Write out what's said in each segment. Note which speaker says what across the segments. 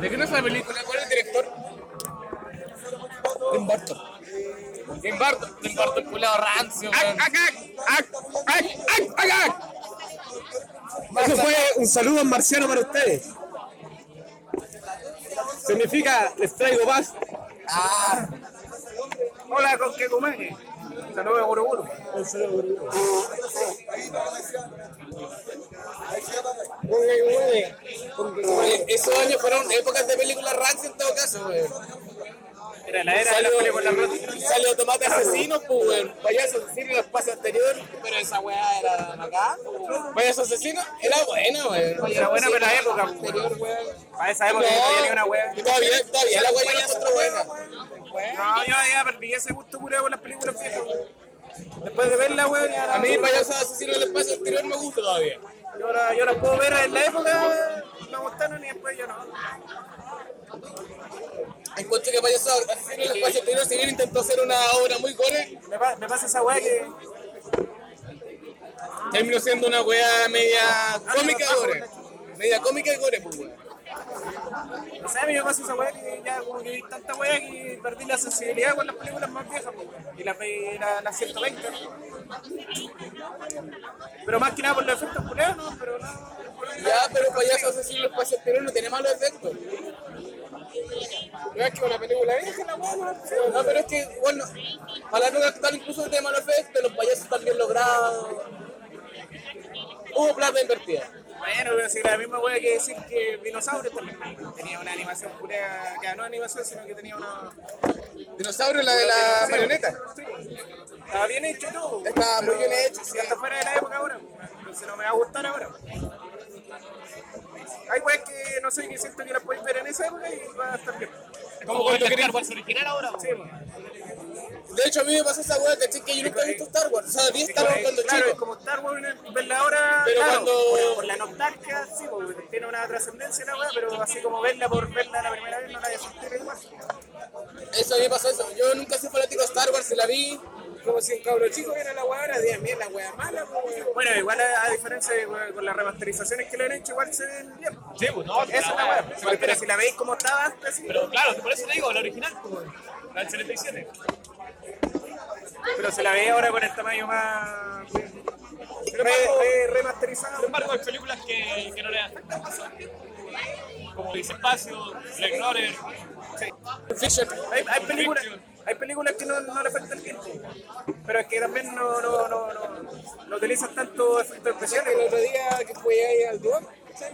Speaker 1: ¿De qué no es la película? ¿Cuál es el director?
Speaker 2: Tim Burton.
Speaker 1: Tim Burton. Tim Burton, culiao rancio,
Speaker 3: Ah,
Speaker 2: ¡Ac,
Speaker 1: weón.
Speaker 2: ac, ac! ¡Ac, ac, ac, ac, ac!
Speaker 3: ah, Eso fue un saludo en marciano para ustedes. Significa, les traigo paz.
Speaker 2: Hola, ¿con qué comen? Saludos a Buruburu.
Speaker 1: Oye, Esos años fueron épocas de películas rancio en todo caso, weón.
Speaker 2: Era la era de las películas rotas.
Speaker 1: Salió, salió Tomate Asesino, pues, weón. Payaso Asesino en el pase anterior. Pero esa weá era acá. Payaso Asesino era buena, weón.
Speaker 2: Era buena, pero la época, pues.
Speaker 1: Anterior, weón.
Speaker 2: Para esa época no había ni una wea.
Speaker 1: y Todavía, todavía la weá yo la encuentro buena.
Speaker 2: No, yo ya perdí ese gusto curado con las películas viejas. weón. Después de verla, weón, ya la-
Speaker 1: A mí Payaso Asesino en el pase anterior me gusta todavía.
Speaker 2: yo la, yo las puedo ver en la época, me gustaron y después ya no.
Speaker 1: Encuentro que Payaso Asesino en el pase anterior, si bien intentó hacer una obra muy gore,
Speaker 2: Me, pa- me pasa esa weá que.
Speaker 1: terminó siendo una weá media cómica y gore. Media cómica y gore, pues, weón.
Speaker 2: No sé, a mí me pasa esa weá que ya como que vi tanta weá que perdí la sensibilidad con las películas más viejas, pues, weón. Y las ve la- las 120. Pero más que nada por los efectos culeados, ¿no? Pero no.
Speaker 1: Ya, pero payaso asesino en el espacio exterior no tiene malos efectos. No es que una película vieja, la weá, no, No, pero es que, bueno, a la época actual incluso no tiene malos efectos, los payasos están bien logrados. Hubo plata invertida.
Speaker 2: Bueno, pero si la misma wea que decir que Dinosaurio también tenía una animación pura, que no animación, sino que tenía una.
Speaker 1: Dinosaurio, la de la marioneta.
Speaker 2: Sí. Estaba bien hecho todo.
Speaker 1: Estaba muy
Speaker 2: pero
Speaker 1: bien hecho, sí.
Speaker 2: Hasta fuera de la época ahora, pues, entonces no me va a gustar ahora. Hay weas que no sé, que siento que las podéis ver en esa época y va a estar bien.
Speaker 1: Como cuando quería-
Speaker 4: original ahora?
Speaker 2: Sí, pues.
Speaker 1: De hecho, a mí me pasó esa weá, caché que yo nunca he visto Star Wars. O sea, vi Star Wars
Speaker 2: Es
Speaker 1: cuando
Speaker 2: claro, es
Speaker 1: chico.
Speaker 2: como Star Wars, ¿no? verla ahora,
Speaker 1: Pero
Speaker 2: claro,
Speaker 1: cuando-
Speaker 2: por, por la nostalgia, sí, porque tiene una trascendencia la wea, pero así como verla por verla la primera vez no la voy a sentir igual.
Speaker 1: Eso a mí me pasó eso. Yo nunca soy fanático de Star Wars, se la vi.
Speaker 2: Como si un cabro chico viera la weá ahora, digan, mira la weá mala, pues, weón". Bueno, igual a, a diferencia de, weón, con las remasterizaciones que le han hecho, igual se ven bien.
Speaker 4: Sí, pues no.
Speaker 2: Esa es la weá. Pero, si la veis como estaba antes, sí.
Speaker 4: Pero claro, por eso te digo, la original, pues, la del 77.
Speaker 2: Pero se la ve ahora con el tamaño más. Re, re- remasterizado.
Speaker 4: Sin embargo, hay películas que, que no le afectan Como Espacio, Black Runner.
Speaker 1: Fiction.
Speaker 2: Hay, hay películas. Hay películas que no, no le afecta el tiempo, pero es que también no, no, no, no, no utilizan tanto efectos especiales.
Speaker 1: El otro día que fui ahí al Duoc,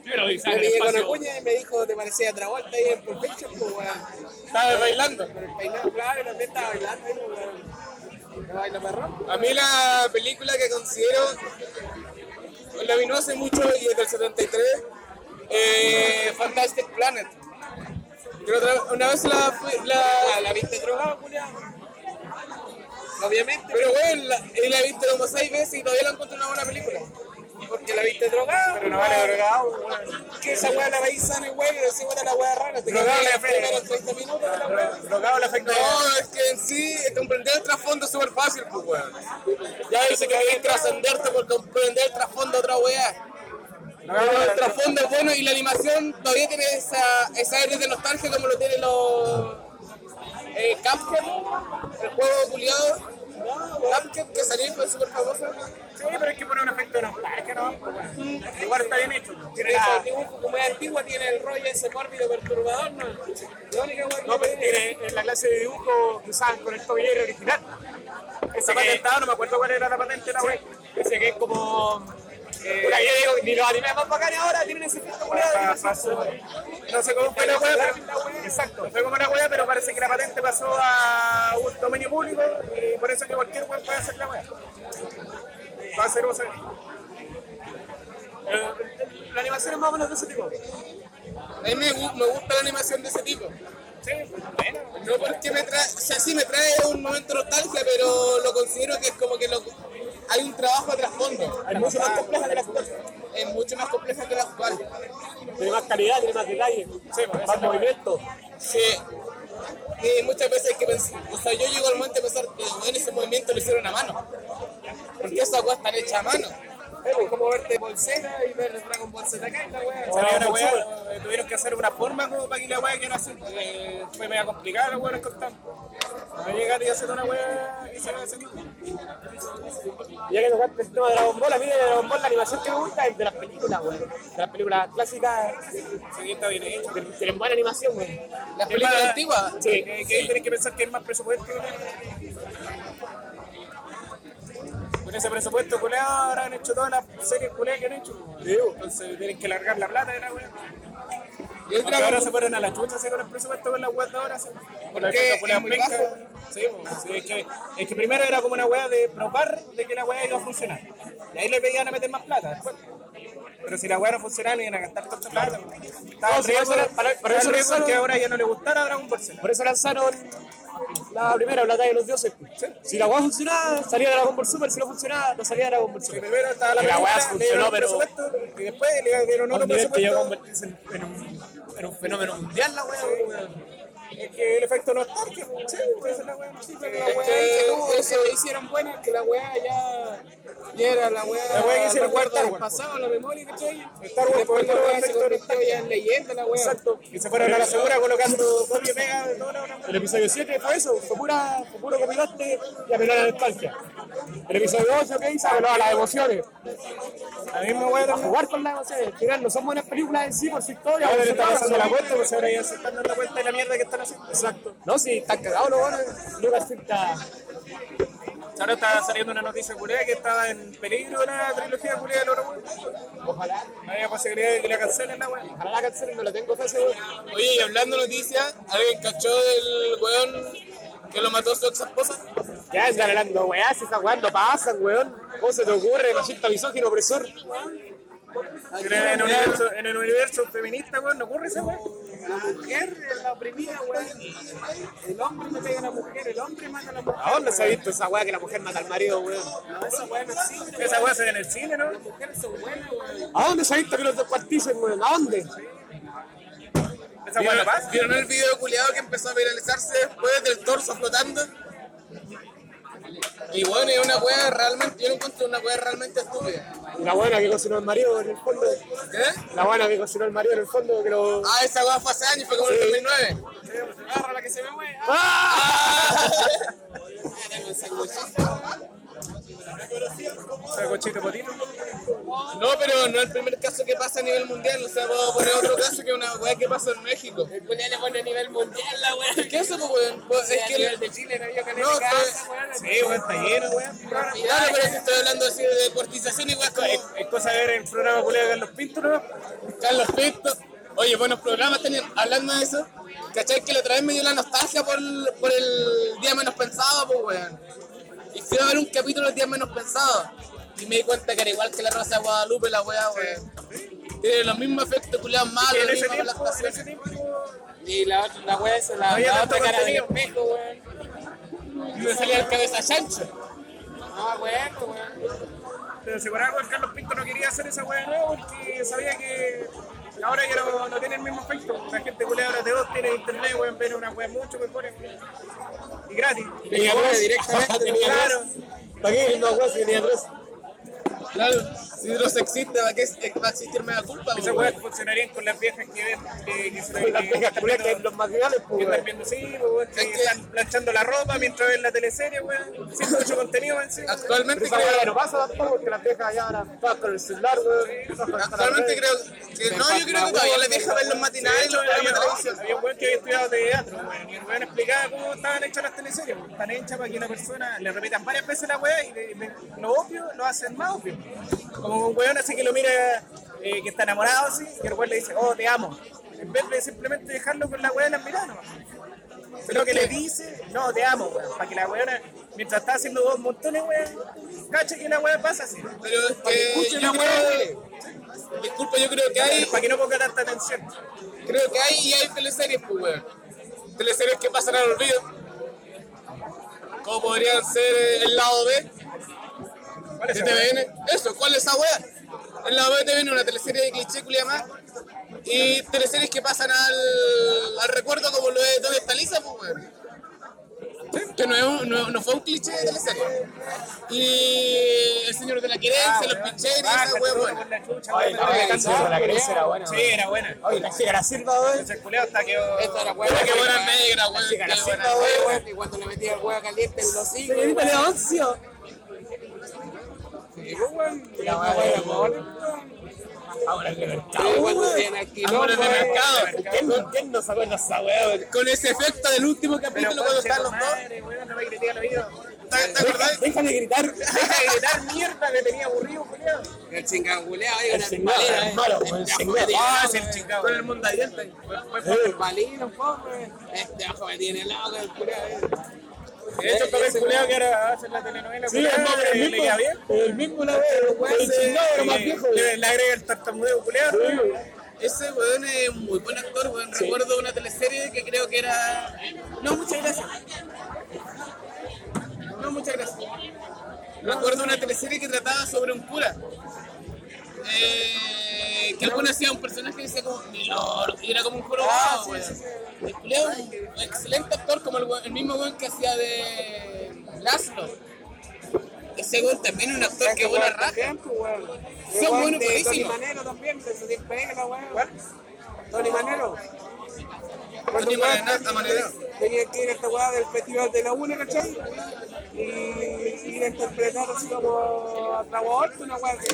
Speaker 4: Pero dice,
Speaker 1: me
Speaker 4: el
Speaker 1: pillé con
Speaker 4: espacio.
Speaker 1: Acuña y me dijo, te parecía Travolta ahí en Pulp Fiction, pues, weón. Estaba bailando. Pero el peinado, claro, y también estaba bailando, ahí, pues, weón. ¿No baila perro? A mí la película que considero, la vino hace mucho y es del 73, eh, Fantastic Planet. Yo otra- una vez la, fui- la, la viste drogada, Julián. Obviamente. Pero weón, la, y la viste como seis veces y todavía la encuentro una buena película. Porque la viste drogada.
Speaker 2: Pero no
Speaker 1: weón.
Speaker 2: vale drogado, weón.
Speaker 1: Que esa weá la veis sana, güey, pero si weá la weá rara, te
Speaker 2: Drogado
Speaker 1: quedas
Speaker 2: le
Speaker 1: los
Speaker 2: pega.
Speaker 1: primeros 30 minutos de la weá.
Speaker 2: Dro- Drogado le afecta.
Speaker 1: No, es que en sí comprender el trasfondo es súper fácil, pues weón. Ya dice que hay que trascenderte por comprender el trasfondo de otra weá.
Speaker 2: Ah,
Speaker 1: Pero el trasfondo es bueno y la animación todavía tiene esa, esa aire de nostalgia como lo tienen los eh, Capcom, el juego culiado. Capcom que salió fue súper famoso.
Speaker 2: Sí, pero es que pone un efecto de nostalgia, ¿no? Igual está bien hecho. Tiene
Speaker 1: Tiene
Speaker 2: la-
Speaker 1: esos dibujos como es antigua, tiene el rollo ese mórbido perturbador, ¿no? La única weá que
Speaker 2: No, pero
Speaker 1: tiene-
Speaker 2: tiene en la clase de dibujo que usaban con el tobillero original. Esa
Speaker 4: que-
Speaker 2: patente no me acuerdo cuál era la patente, la wey.
Speaker 4: Ese que es como. eh, puta, yo digo, ni los animes más bacanes ahora tienen ese efecto culiao de animación.
Speaker 2: No sé cómo fue la wea, pero. Exacto, fue como una wea, pero parece que la patente pasó a un dominio público y por eso que cualquier wea puede hacer la wea. Va a ser uso. Eh, La animación es más o menos de ese tipo.
Speaker 1: A mí me, gu- me gusta la animación de ese tipo.
Speaker 2: Sí, bueno.
Speaker 1: No porque me trae, o sea, sí me trae un momento nostalgia, pero lo considero que es como que lo- hay un trabajo de trasfondo.
Speaker 2: Hay mucho más compleja de las cosas.
Speaker 1: Es mucho más compleja que la actual.
Speaker 2: Tiene más calidad, tiene más detalle, más movimiento.
Speaker 1: Sí. Y muchas veces hay que pensar, o sea, yo llego al momento de pensar que en ese movimiento lo hicieron a mano. Porque esas cosas están hechas a mano.
Speaker 2: Es como verte bolsera y ver Dragon Ball Z acá, la wea. Salió una wea, eh, tuvieron que que hacer una forma como para que la weá quiera hacer. Eh, fue media complicada la weá de cortar. No llegar y hacer una weá y se va a hacer.
Speaker 1: Ya que tocaste el tema de Dragon Ball, a mí de Dragon Ball la animación que me gusta es de las películas, güey. De las películas clásicas,
Speaker 2: Sí, está bien hecho.
Speaker 1: que tienen buena animación, güey.
Speaker 2: Las
Speaker 1: películas antiguas.
Speaker 2: Sí, que, que ahí tenés que pensar que es más presupuesto. Con ese presupuesto culeado ahora han hecho todas las series culeadas que han hecho. Entonces tienen que largar la plata de la wea.
Speaker 1: Y el
Speaker 2: Aunque ahora se
Speaker 1: Dragon
Speaker 2: fueron a la chucha así con el presupuesto con la web de ahora. sí. Con la
Speaker 1: Porque
Speaker 2: chucha
Speaker 1: es
Speaker 2: culeada
Speaker 1: muy
Speaker 2: penca.
Speaker 1: bajo.
Speaker 2: Sí, pues, sí, es, que, es que primero era como una wea de probar de que la wea iba a funcionar. Y ahí le pedían a meter más plata después. Pero si la wea no funcionaba, no iban a gastar tanta plata. Estaba
Speaker 5: sí,
Speaker 2: riesgo-
Speaker 5: para- para- para
Speaker 2: estaba
Speaker 5: eso
Speaker 2: riesgo
Speaker 5: lanzaron-
Speaker 2: que ahora ya no le gustara a Dragon Ball Z.
Speaker 5: Por eso lanzaron la primera, la talla de los dioses.
Speaker 1: pues,
Speaker 5: Si la weá funcionaba, salía Dragon Ball Super. Si no funcionaba, no salía Dragon Ball
Speaker 2: Que
Speaker 5: Super.
Speaker 2: primero estaba la
Speaker 5: Que la
Speaker 2: película,
Speaker 5: weá
Speaker 2: le
Speaker 5: funcionó,
Speaker 2: dieron un presupuesto, Y después le dieron otro presupuesto.
Speaker 5: convertirse en, un, fenómeno mundial, la weá.
Speaker 2: Es que el efecto nostalgia, pues, sí, puede ser la weá. sí, pero la weá que tuvo.
Speaker 1: que eso hicieron buena, que la weá ya, ya era la weá,
Speaker 2: La weá que hicieron
Speaker 1: recuerda
Speaker 2: Star
Speaker 1: el
Speaker 2: Wars,
Speaker 1: pasado, la memoria, ¿cachai?
Speaker 2: Star Wars,
Speaker 1: Y después
Speaker 2: por
Speaker 1: la weá
Speaker 2: ejemplo,
Speaker 1: se convirtió ya en leyenda, la weá.
Speaker 2: Exacto. Y se fueron a la segura colocando copia y pega de toda la weá.
Speaker 5: El episodio 7 fue eso, fue, pura, fue puro copilote y apeló a la nostalgia. El episodio 8, ¿qué hizo? Apeló a las emociones.
Speaker 2: La misma weá
Speaker 5: A
Speaker 2: también.
Speaker 5: jugar con las emociones. Al final no son buenas películas en sí por su historia.
Speaker 2: Ahora
Speaker 5: por su
Speaker 2: le está
Speaker 5: trama,
Speaker 2: pasando la
Speaker 5: sino-
Speaker 2: cuenta, pues ahora ya se están dando cuenta de la mierda que están haciendo. Exacto.
Speaker 5: No, si están cagados los buenos. Lucasfilm está...
Speaker 2: Ahora está saliendo una noticia culea que estaba en peligro una trilogía culea del oro.
Speaker 5: Ojalá,
Speaker 2: No había posibilidad de que la cancelen la weá.
Speaker 5: ojalá la cancelen, no la tengo fe seguro.
Speaker 1: Oye, y hablando de noticias, ¿alguien cachó del weón que lo mató su ex esposa?
Speaker 5: Ya están hablando weá, si están jugando, pasan, weón. ¿Cómo se te ocurre, machista, misógino, opresor?
Speaker 2: En el universo, en el universo feminista, weón, no ocurre esa weá.
Speaker 1: La mujer es la oprimida, weón. El hombre le pega a la mujer, el hombre mata a la mujer.
Speaker 5: ¿A dónde se ha visto esa weá que la mujer mata al marido, weón?
Speaker 1: No, esa weá no existe,
Speaker 2: Esa weá se ve en el cine, ¿no?
Speaker 1: las mujeres son buenas, weón.
Speaker 5: ¿A dónde se ha visto que los descuarticen, weón? ¿A dónde?
Speaker 2: Esa weá no pasa.
Speaker 1: ¿Vieron el video culiado que empezó a viralizarse después del torso flotando? Y bueno, es una wea realmente, yo lo encuentro una wea realmente estúpida.
Speaker 5: La buena que cocinó el marido en el fondo.
Speaker 1: ¿Qué?
Speaker 5: La buena que cocinó el marido en el fondo, que lo...
Speaker 1: Ah, esa wea fue hace años, fue como en el 2009.
Speaker 2: Agarra la que se ah. ve, weá.
Speaker 5: ¿Ah?
Speaker 2: Sacochito potito.
Speaker 1: No, pero no es el primer caso que pasa a nivel mundial, o sea, puedo poner otro caso que una wea que pasa en México.
Speaker 6: El culiao le pone a nivel mundial la weá.
Speaker 1: ¿Qué es eso, pues, weón? Pues, Es que el de Chile no había No, pues,
Speaker 2: Sí, weón, está lleno, weón.
Speaker 1: claro, pero es que estoy hablando así de deportización y weas
Speaker 2: Es,
Speaker 1: como
Speaker 2: es cosa de ver el programa culiado de Carlos Pinto,
Speaker 5: Ah,
Speaker 2: ¿no?
Speaker 1: Carlos Pinto. Oye, buenos programas tenían. Hablando de eso, ¿cachai? Que la otra vez me dio la nostalgia por, por el día menos pensado, pues, weón. Y fui a ver un capítulo del día menos pensado. Y me di cuenta que era igual que la Rosa de Guadalupe, la wea, weón. Tiene los mismos efectos culiados malos,
Speaker 2: En
Speaker 1: las
Speaker 2: ese
Speaker 1: mismas
Speaker 2: tiempo, en
Speaker 1: adaptaciones.
Speaker 2: ese tiempo,
Speaker 6: Y la, otra- la weá esa, la,
Speaker 2: había
Speaker 6: la
Speaker 2: tanto
Speaker 6: otra cara del
Speaker 2: contenido.
Speaker 6: espejo, weón.
Speaker 1: Y me salía el cabeza chancho.
Speaker 6: No, weón, weón.
Speaker 2: pero se acuerdan que Carlos Pinto no quería hacer esa weá nueva porque sabía que ahora ya no, no tiene el mismo efecto. La gente culiada ahora de dos tiene internet, weón, ver una weá mucho mejor weón. y gratis.
Speaker 5: Tenía tres. Tenía
Speaker 2: Claro.
Speaker 5: tres. ¿Para qué? No, weón, si tenía tres.
Speaker 1: Claro, si Dios existe, ¿para qué va a existir mega culpa,
Speaker 2: Esas
Speaker 1: weón?
Speaker 2: weas funcionarían con las viejas que ven que, que se
Speaker 5: Con Las viejas culias que hay en los matinales, pues,
Speaker 2: Que
Speaker 5: weón.
Speaker 2: están viendo, sí, pues, weón, que
Speaker 1: Es que-
Speaker 2: están planchando la ropa mientras ven la teleserie, weón. Siento mucho contenido, weón. sí.
Speaker 1: Actualmente
Speaker 5: Pero esa
Speaker 1: creo-
Speaker 5: weá ya no pasa tampoco porque las viejas ya ahora todas con el celular, weón. todas con el
Speaker 1: Actualmente
Speaker 5: celular.
Speaker 1: creo que no, yo creo que todavía les deja ver los matinales y los
Speaker 2: había,
Speaker 1: programas de televisión.
Speaker 2: había un weón que había estudiado teatro, weón. Y el weón explicaba cómo estaban hechas las teleseries, weón. Están hechas para que una persona le repitan varias veces la weá y le- le- lo obvio lo hacen más obvio. Como un weón así que lo mira eh, que está enamorado así, y el weón le dice, oh, te amo. En vez de simplemente dejarlo con la weá de las miradas, nomás. Lo que le dice, no, te amo, weón. Para que la weona, mientras está haciendo dos montones, weón, cacha que la weá pasa así.
Speaker 1: Pero es que yo creo, disculpa, yo creo que hay,
Speaker 2: Para que no ponga tanta atención.
Speaker 1: creo que hay y hay teleseries, pues, weón. Teleseries que pasan al olvido. Como podrían ser eh, el lado B
Speaker 2: ¿Cuál
Speaker 1: de
Speaker 2: esa weá?
Speaker 1: TVN. Eso, ¿cuál es esa weá? El lado B de TVN, una teleserie de cliché, culia más. ¿ah? Y teleseries que pasan al, al recuerdo como lo es ¿Dónde está Lisa, pues, weón? Que esto no, es un- no, no fue un cliché de teleserie. Y el señor de la querencia, los pincheros, esa wea buena.
Speaker 2: Oye,
Speaker 7: no,
Speaker 2: la
Speaker 7: la
Speaker 2: canción.
Speaker 7: canción.
Speaker 4: la creencia era buena.
Speaker 2: Sí, era buena.
Speaker 4: Oye, la Gira Silva, weón.
Speaker 2: Ese culeo hasta que.
Speaker 7: Esta era hueá
Speaker 1: Puta que buena
Speaker 7: caliente.
Speaker 1: negra, weón.
Speaker 4: chica, la
Speaker 1: qué
Speaker 4: cinta,
Speaker 1: buena.
Speaker 7: Oye, weón, Y cuando le metía el hueá caliente en los hijos.
Speaker 4: Señorita Leoncio.
Speaker 7: La hueá de amor.
Speaker 4: Ahora que
Speaker 7: Pero
Speaker 4: mercado,
Speaker 7: cuando
Speaker 4: weón.
Speaker 7: se inactivó,
Speaker 1: Amores de
Speaker 7: weón.
Speaker 1: mercado.
Speaker 4: ¿Quién no- quién no se acuerda de esa weá, weón?
Speaker 1: Con ese efecto del último
Speaker 2: Pero
Speaker 1: capítulo cuando están los dos.
Speaker 2: madre, weón, no me grité al oído.
Speaker 1: ¿Te te acordás?
Speaker 4: Déjame gritar.
Speaker 2: Deja de gritar mierda, me tenía aburrido, culeo.
Speaker 7: El chinganguleado, ahí
Speaker 4: El
Speaker 7: una
Speaker 4: chingado,
Speaker 7: palera, eh.
Speaker 4: hermano, weón, el chingado.
Speaker 2: Ah, es el chingado.
Speaker 1: Con el mondadiente.
Speaker 4: Eh,
Speaker 7: Palino, pobre. Este ojo me tiene loco el culiao, eh.
Speaker 2: De hecho, todo el culeo que era hacer la telenovela.
Speaker 4: Sí,
Speaker 2: culiao,
Speaker 4: hermano,
Speaker 2: le-
Speaker 4: el
Speaker 2: le queda bien.
Speaker 4: mismo. El mismo, la weá. El chingado
Speaker 7: eh.
Speaker 4: era más viejo,
Speaker 2: Le,
Speaker 4: weón.
Speaker 2: le agrega el tartamudeo, culeo.
Speaker 4: Sí, weón.
Speaker 1: Ese weón es un muy buen actor, weón. Recuerdo una teleserie que creo que era. No, muchas gracias. No, muchas gracias. Recuerdo una teleserie que trataba sobre un cura. Eh, que alguna hacía un personaje que decía como Milord, y era como un cura abogado, weón. El culiao es un excelente actor, como el, weón- el mismo weón que hacía de Laszlo. Ese weón también es un actor que buena raja.
Speaker 7: También, pues, weón.
Speaker 1: Son
Speaker 7: Igual
Speaker 1: buenos,
Speaker 7: de Tony
Speaker 1: buenísimos.
Speaker 7: Manero también, que se despega, weón. Tony Manero.
Speaker 1: Tony Manero, Manero.
Speaker 7: Tenía que ir a esta weá del Festival de la Una, ¿cachai? Y ir a interpretar así como a Travolta, una weá así.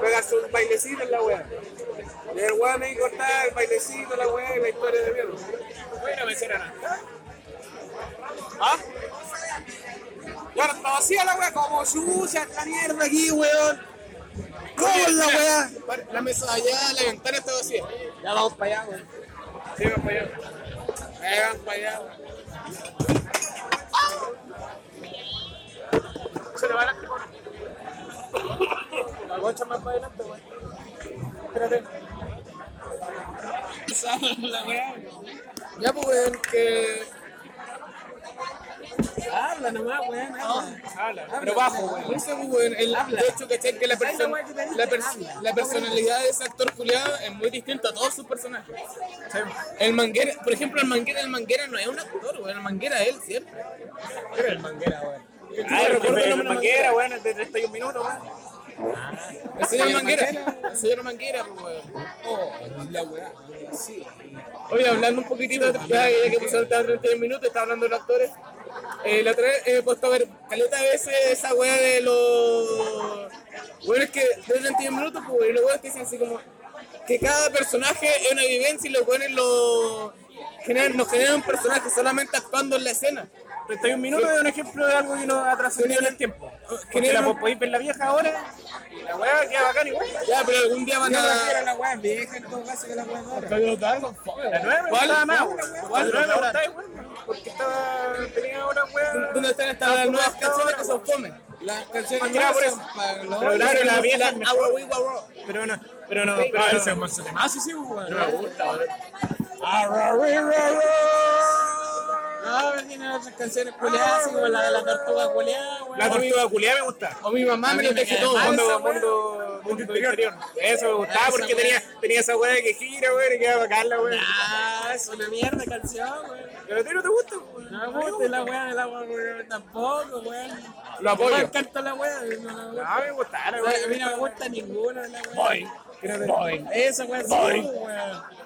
Speaker 7: Pegarse un bailecito en la weá. Y el weón ahí cortaba el bailecito, la weá y la historia de mierda.
Speaker 2: Bueno, me hicieron nada.
Speaker 7: ¿Ah? Y ahora está vacía la weá, como sucia esta mierda aquí, weón.
Speaker 1: ¿Cómo es la weá? La mesa de allá, la ventana está vacía.
Speaker 7: Ya vamos para allá, weón.
Speaker 2: Sí, me falló.
Speaker 7: Ya vamos para allá, weón.
Speaker 2: Se le va la La voy a echar más para adelante, weón. Espérate.
Speaker 1: Ya, pues, weón, que.
Speaker 7: Habla nomás, weón. habla.
Speaker 2: Habla, Oh. pero bajo, weón.
Speaker 1: No sé, pues, weón, el- de hecho, ¿cachai? Que la, perso- la, pers- la personalidad de ese actor culiado es muy distinta a todos sus personajes. El manguera, por ejemplo, el manguera, el manguera no es un actor, weón. El manguera es él siempre.
Speaker 2: Era el manguera, weón.
Speaker 1: me
Speaker 2: Ah, recuerdo
Speaker 1: fue
Speaker 2: el
Speaker 1: el
Speaker 2: manguera, weón, el de 31 minutos, weón.
Speaker 1: El señor manguera. El señor manguera, pues, weón.
Speaker 7: Oh, la weá. Sí.
Speaker 1: Oye, hablando un poquitito, ya, ya que pusieron el teatro en 30 minutos, está hablando de los actores. Eh, la otra vez eh, he puesto a ver caleta de veces esa wea de los. Bueno, es que duran 10 minutos, pues, y los weones que dicen así como. Que cada personaje es una vivencia y los weones lo. Generan, nos generan un personaje solamente actuando en la escena.
Speaker 2: 31 minutos es un ejemplo de algo que nos atrasó en el tiempo. Porque la po- podéis ver la vieja ahora, y la weá queda bacán igual.
Speaker 1: Ya, pero algún día van
Speaker 7: Yo prefiero
Speaker 1: a.
Speaker 7: la weá vieja en todo caso que la weá de ahora.
Speaker 2: La nueva me
Speaker 1: ¿Cuál?
Speaker 2: gustaba más, weón.
Speaker 1: ¿Cuál?
Speaker 2: La nueva me gustaba igual, weón, Porque estaba, tenía una weá.
Speaker 1: ¿Dónde están estas nuevas canciones que son fome?
Speaker 7: Las canciones
Speaker 2: Más que nada por eso. Pero claro, la vieja es mejor.
Speaker 1: Agua, wigua, ro.
Speaker 2: Pero no, pero no. Pero no. No me gusta, weón. Ah,
Speaker 7: No, pero tienen otras canciones culeadas, así como la de la tortuga culeada, weón.
Speaker 2: La tortuga culiada me gusta.
Speaker 1: O mi mamá me lo dejó todo.
Speaker 2: Mundo, mundo, mundo interior. Eso me gustaba porque tenía, tenía esa weá que gira, weón, y queda bacán la weá.
Speaker 7: Ah, es una mierda de canción, weón.
Speaker 2: Pero a ti no te gusta, weón.
Speaker 7: No me gusta la weá, la weá, weón, tampoco, weón.
Speaker 2: Lo apoyo.
Speaker 7: No me encanta la weá, no la weá.
Speaker 2: No, me gustaba la
Speaker 7: No,
Speaker 2: weá.
Speaker 7: A mí no me gusta ninguna de la weá. Voy. Esa weá sí, weón.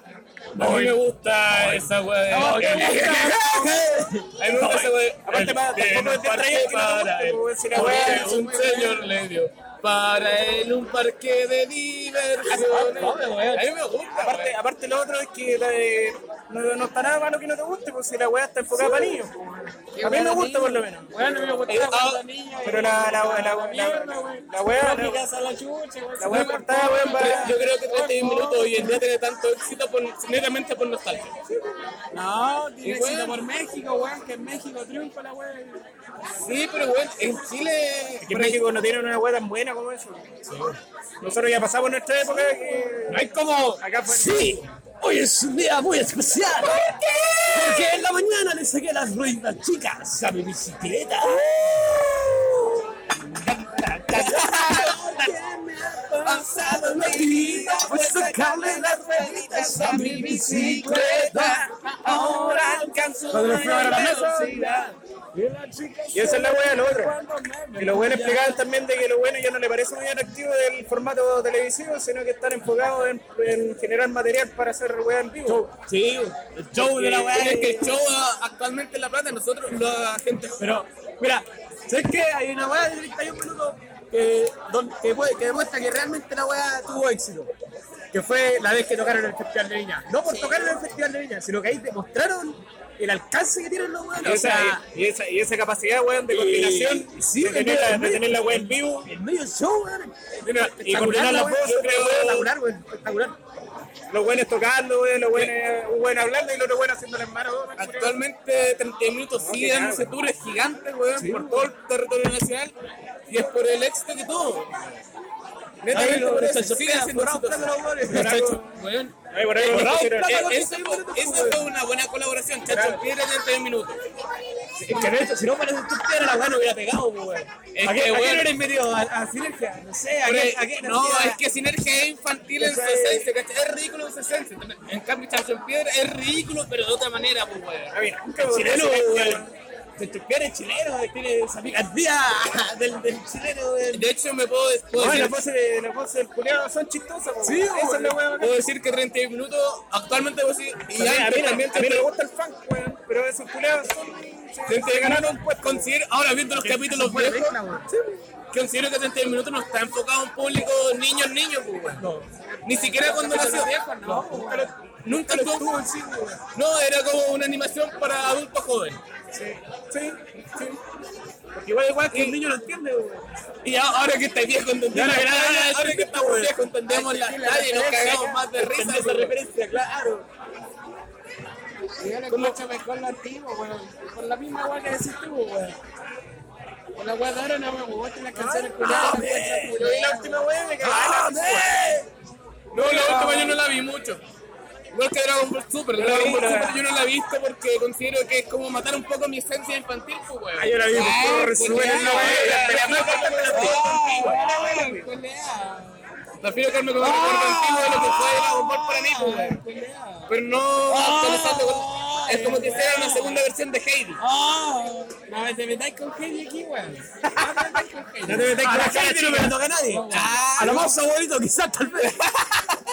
Speaker 8: A mí me gusta esa weá de.
Speaker 2: A mí me gusta esa weá. Aparte, pa- tampoco es de traer que no
Speaker 8: para
Speaker 2: te guste,
Speaker 8: él.
Speaker 2: weón, si la weá
Speaker 8: Porque
Speaker 2: es
Speaker 8: un señor le dio.
Speaker 1: Para él un parque de diversiones.
Speaker 2: A mí me gusta. Aparte, aparte lo otro es que la de- no, no está nada malo que no te guste, pues si la weá está enfocada para niños. pues, weón. A mí me gusta por lo menos.
Speaker 7: Weón, no me gusta
Speaker 2: Eh,
Speaker 7: la
Speaker 2: ah,
Speaker 7: weá de niña,
Speaker 2: Pero la la la la la la weá,
Speaker 7: weón.
Speaker 2: la-
Speaker 7: a la chucha, weón.
Speaker 2: la weá cortada, weón, para.
Speaker 1: Yo creo que 31 minutos hoy en día tiene tanto éxito por, netamente por nostalgia.
Speaker 2: Ah,
Speaker 7: No, tiene
Speaker 1: weón.
Speaker 7: sido por México, weón, que en México triunfa la weá.
Speaker 1: Sí, pero bueno, en Chile.
Speaker 2: Que México no tiene una weá tan buena como eso. Nosotros ya pasamos nuestra época que.
Speaker 4: No hay como.
Speaker 2: Acá fue-
Speaker 4: Sí, hoy es un día muy especial. Porque en la mañana le saqué las ruedas chicas a mi bicicleta.
Speaker 2: ¡Uh!
Speaker 4: Pasado mi vida fue sacarle las rueditas a mi bicicleta. Ahora alcanzo
Speaker 2: Cuando nos fuimos a la mesa. Y esa es la wea de los otros. Y los buenos explicaban también de que lo bueno ya no le parece muy atractivo del formato televisivo, sino que están enfocados en, en generar material para hacer wea en vivo.
Speaker 3: Sí, el show de la weá.
Speaker 1: Es que el show ah, actualmente en La Plata, nosotros, la gente.
Speaker 3: Pero, mira,
Speaker 1: ¿Sabes qué? Hay una weá de 31 minutos que, don- que, puede- que demuestra que realmente la weá tuvo éxito.
Speaker 2: Que fue la vez que tocaron en el Festival de Viña. No por tocar en el Festival de Viña, sino que ahí demostraron el alcance que tienen los buenos.
Speaker 1: O sea,
Speaker 2: y, esa, y esa capacidad, weón, de coordinación,
Speaker 3: sí,
Speaker 2: de, tener la,
Speaker 3: es muy-
Speaker 2: de tener la wea en vivo.
Speaker 3: en medio del show, weón.
Speaker 2: Mira, y coordinar las voces, creo, espectacular, güey, espectacular. Los buenos tocando, güey, los buenos, un buen hablando y los otros buenos haciendo las manos. güey.
Speaker 1: Actualmente 30 minutos sigue dándose tours gigantes, weón, por todo el territorio nacional y es por el éxito que tuvo. Netamente por eso, sigue haciendo éxito. Weón,
Speaker 2: Ay, por ahí, por ahí, por ahí.
Speaker 1: eh, Esa esa fue una buena colaboración, chacho, piedra 30 minutos.
Speaker 3: Es que de hecho, si no fuera tu piedra, la weá no hubiera pegado, weón.
Speaker 1: Es
Speaker 3: ¿A qué a
Speaker 1: que,
Speaker 3: qué
Speaker 1: weón,
Speaker 3: no eres metido? ¿A, a sinergia? No sé, ¿a
Speaker 1: Pero,
Speaker 3: qué? a qué
Speaker 1: no,
Speaker 3: nacía?
Speaker 1: es que sinergia es infantil en su esencia, ¿cachai? Es ridículo en su esencia. En cambio, Chacho en Piedra es ridículo, pero de otra manera, pues, weón.
Speaker 2: Ah, mira, nunca
Speaker 3: El
Speaker 2: me
Speaker 3: chileno,
Speaker 2: olvidé ese
Speaker 3: weón.
Speaker 2: día,
Speaker 3: Se chupea el chileno, tiene esa picardía del, del chileno, weón.
Speaker 1: De hecho, me puedo, puedo
Speaker 2: güey. No,
Speaker 1: decir,
Speaker 2: las voces, de- las voces del culiao son chistosas, güey.
Speaker 1: Sí,
Speaker 2: Esa es la wea bacán.
Speaker 1: puedo decir que 30 minutos actualmente, pues, sí, y
Speaker 2: A mí- a mí
Speaker 1: antes
Speaker 2: no-
Speaker 1: también
Speaker 2: a mí no
Speaker 1: te-
Speaker 2: me gusta el funk, güey, pero esos culiados son... se-
Speaker 1: Gente,
Speaker 2: se ganaron, pues, con...
Speaker 1: considero, ahora viendo los capítulos viejos, considero que 30 minutos no está enfocado a un público niños, niños, pues, weón. Ni siquiera cuando nació.
Speaker 2: Nunca lo-
Speaker 1: Nunca lo tuvo. No, era como una animación para adultos jóvenes.
Speaker 2: Sí, sí. Porque igual, igual que el niño lo entiende, güey.
Speaker 1: Y a- ahora que está viejo entendemos
Speaker 2: Ya,
Speaker 1: la
Speaker 2: ya, ya,
Speaker 1: talla,
Speaker 2: ya,
Speaker 1: ahora que estamos viejos entendemos la talla y nos cagamos más de risa.
Speaker 3: Esa
Speaker 1: güey.
Speaker 3: referencia, claro.
Speaker 9: Yo le escucho mejor lo antiguo, weón. Con la misma weá que decís tú, weón. Con la weá de ahora no me gusta las canciones culiadas. las encuentro
Speaker 2: Yo vi la
Speaker 9: culiadas,
Speaker 2: última wea y me cagaba.
Speaker 1: No, la última yo no la vi mucho. Igual que Dragon Ball Super. Dragon Ball Super yo no la he visto porque considero que es como matar un poco mi esencia infantil, pues, weón.
Speaker 2: Ahí yo la vi, por resuelto,
Speaker 9: weón, culiadas.
Speaker 1: Prefiero quedarme con el recuerdo
Speaker 9: Ah,
Speaker 1: antiguo de lo que fue Dragon Ball para mí, pues, weón. Pero no
Speaker 9: Ah,
Speaker 1: actualizarlo con- Es como que sea una segunda versión de Heidi.
Speaker 9: Oh, no me te metáis con Heidi aquí, weón. No te metáis con Heidi.
Speaker 2: No te metas con la cara,
Speaker 3: Gente no me la toca a nadie. A lo más favorito, quizás, tal vez.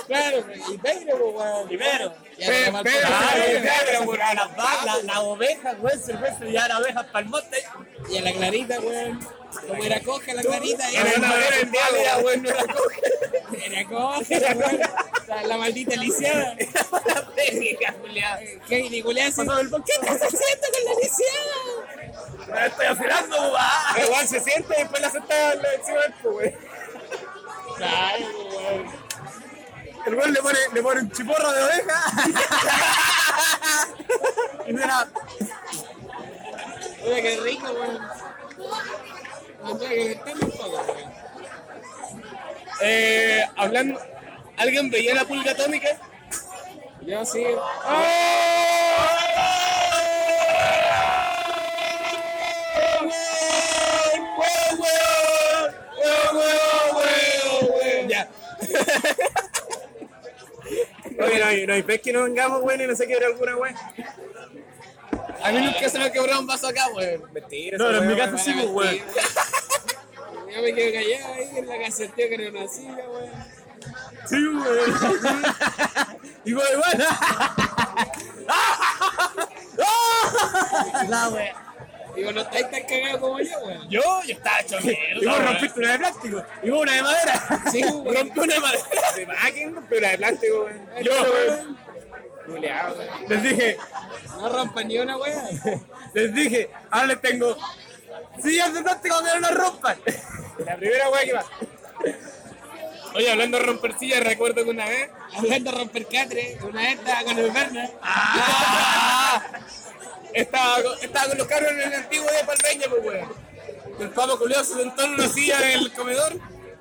Speaker 9: Claro, y Pedro, pues, weón.
Speaker 3: Primero.
Speaker 9: Ya, toma el
Speaker 3: Las vacas, las ovejas, güey, cerveza, ya las ovejas para el monte.
Speaker 9: palo. Y a la clarita, weón. Como era coja la clarita,
Speaker 2: Era
Speaker 9: era
Speaker 2: una vera en realidad, güey.
Speaker 9: Era coja, weón. La, la maldita lisiada. Heidi, culiada, se- ¿qué estás haciendo con la lisiada?
Speaker 3: Me estoy afilando, güey.
Speaker 2: Pero, güey, se siente y después la senta en la- encima del cu, güey.
Speaker 3: El güey le pone, le pone un chiporro de oveja. Y mira,
Speaker 9: Oye, qué rico, weón. Andrea, que estamos todos, weón.
Speaker 1: Eh, hablando. ¿Alguien veía la pulga atómica?
Speaker 9: Yo sí.
Speaker 1: Ya.
Speaker 2: Oye, no hay- no hay pez que no vengamos, güey, y no se quiebre alguna, güey.
Speaker 1: A mí nunca se me ha quebrado un vaso acá, weón.
Speaker 2: Mentira,
Speaker 3: No,
Speaker 2: esa
Speaker 3: en mi
Speaker 2: güey,
Speaker 3: casa sí, pues, güey.
Speaker 9: Yo me quedo callado ahí en la casetilla que renací, weón.
Speaker 3: Sí, güey. Y güey, bueno. La güey.
Speaker 9: Digo, no estáis tan cagados como yo, weón.
Speaker 1: Yo, yo estaba hecho mierda.
Speaker 2: Y vos
Speaker 1: weón.
Speaker 2: rompiste una de plástico.
Speaker 3: Y una de madera.
Speaker 9: Sí, weón.
Speaker 1: Rompí una madera.
Speaker 2: Se va, Ah, ¿quién rompió la de plástico, güey? Yo, güey.
Speaker 9: Culeado, weón.
Speaker 2: Les dije,
Speaker 9: No rompa ni una, weón.
Speaker 2: les dije, ahora les tengo sillas de plástico que no las rompan. La primera, güey, que va.
Speaker 1: Oye, hablando de rompercillas, recuerdo que una vez.
Speaker 9: Hablando de romper catre, una vez estaba con el Berna.
Speaker 1: Estaba, con- estaba con los carros en el antiguo de Palreña, pues, weón. El pavo culiado se sentó en una silla del comedor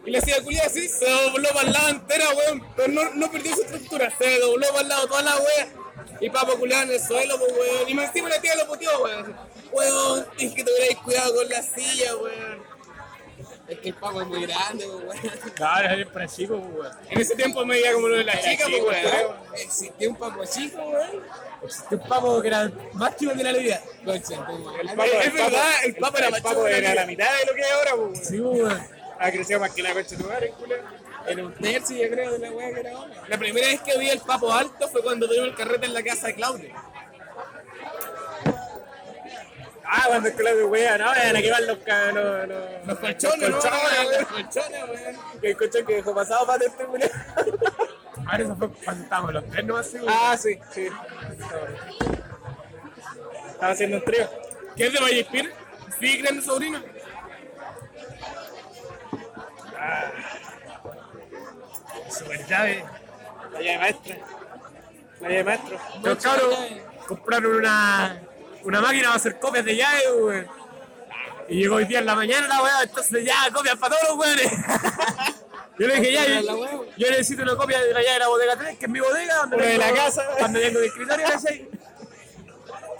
Speaker 1: y la silla culiada así se dobló para el lado entera, weón. Pero no, no perdió su estructura, se dobló para el lado toda la weón. Y papo culiado en el suelo, pues, weón. Y más encima la tía lo puteó, weón. Weón, dije que tuvierais cuidado con la silla, weón.
Speaker 9: Es que el pago es muy grande, pues, weón.
Speaker 4: Claro, es expresivo, weón.
Speaker 1: En ese tiempo me veía como lo de la chica, pues, weón.
Speaker 9: Existió un pago chico, weón.
Speaker 4: Este papo que era más chico que la ley.
Speaker 9: El
Speaker 1: Es- Es verdad, el Papa era
Speaker 2: El
Speaker 1: más
Speaker 2: papo
Speaker 1: chico que
Speaker 2: era la
Speaker 1: la
Speaker 2: mitad de lo que es ahora, pues, weón.
Speaker 4: Sí, weón.
Speaker 2: Ha crecido más que la concha de tu madre, culero.
Speaker 9: Era un tercio, yo creo, de la weá que era ahora.
Speaker 1: La primera vez que vi el Papo alto fue cuando tuvimos el carrete en la casa de Claudio.
Speaker 2: Ah, cuando es que la de wea, no, van a quemar los ca- los- los-
Speaker 1: Los colchones, ¿no?
Speaker 2: colchones,
Speaker 1: Los colchones, weón.
Speaker 2: El coche que dejó pasado para este culero.
Speaker 4: Ahora eso fue cuando estábamos los tres nomás, sí, weón.
Speaker 2: Ah, sí, sí. Estaba haciendo un trío.
Speaker 1: ¿Qué es de Vallespir? Sí, grande sobrino.
Speaker 4: Super Ah, llave.
Speaker 2: La llave maestra. La llave maestro.
Speaker 4: Los cabros compraron una, una máquina para hacer copias de llave, weón. Y llegó hoy día en la mañana la weá, entonces ya copias para todos los weones. Yo le dije, ya, yo, yo necesito una copia de la llave de la bodega 3, que es mi bodega, donde
Speaker 2: Una de
Speaker 4: tengo-
Speaker 2: la casa.
Speaker 4: Cuando vengo de escritorio, ¿cachai?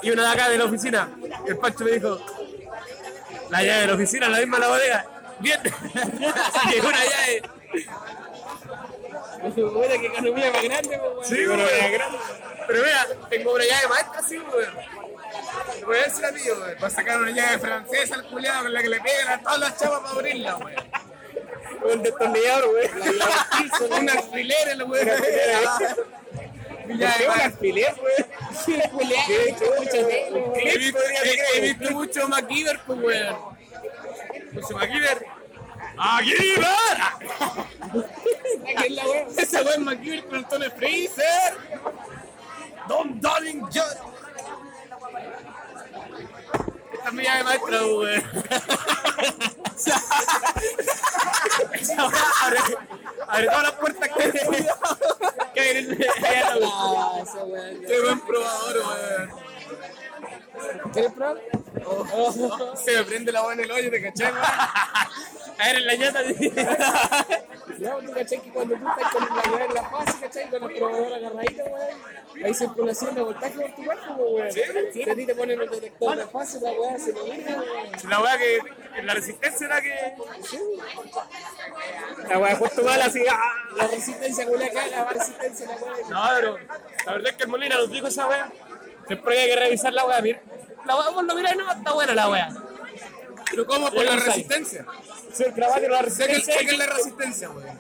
Speaker 4: Y una de acá de la oficina. El Pancho me dijo, la llave de la oficina, la misma de la bodega. Bien. Llegó una llave.
Speaker 9: Puta, que economía más grande, pues, weón.
Speaker 4: Sí, pero Pero mira, tengo una llave maestra, sí, weón. Le Voy a ver si la pillo, weón. Va a sacar una llave francesa al culiado con la que le pegan a todas las chapas para abrirla, weón.
Speaker 2: Un destornillador, weón.
Speaker 1: Un alfiler en la Ah. weón.
Speaker 4: Mi llave
Speaker 2: Un
Speaker 4: maestra.
Speaker 2: alfiler, weón.
Speaker 1: He visto, he- he visto mucho MacGyver, pues, weón. Mucho MacGyver. ¡Aquí va!
Speaker 9: ¿Qué es la weá?
Speaker 1: Esa weón es MacGyver con el tono de Freezer. Don Darling John. Esta es mi llave maestra, weón.
Speaker 4: Esa weá Abre, abre todas las puertas que
Speaker 1: Que hay en el- ahí en la-
Speaker 9: Ah, esa weá.
Speaker 1: Qué buen probador, weón.
Speaker 9: ¿Quieres probar?
Speaker 1: Oh, Se me prende la weón en el hoyo, te caché, weón.
Speaker 4: A ver, en la ñata.
Speaker 9: No, tú cachai que cuando tú estás con la weá en la paz, cachai, con el probador agarradito, weón. Hay circulación de voltaje por tu cuerpo, pues, weón. Si a ti te ponen un detector de fase, la pues, weá se lo mira, weón.
Speaker 4: La weá que. La resistencia era que.
Speaker 2: La weá justo mala así. ah.
Speaker 9: La resistencia, weón, acá, la resistencia, la weá.
Speaker 4: No, pero la verdad es que el Molina nos dijo esa wea. Siempre hay que revisar la wea. Mira, la wea, vos lo miráis, no, está buena la wea.
Speaker 1: Pero ¿cómo? Por la resistencia.
Speaker 2: Sí, el clavate lo hace.
Speaker 1: Chequen, chequen la resistencia, weón.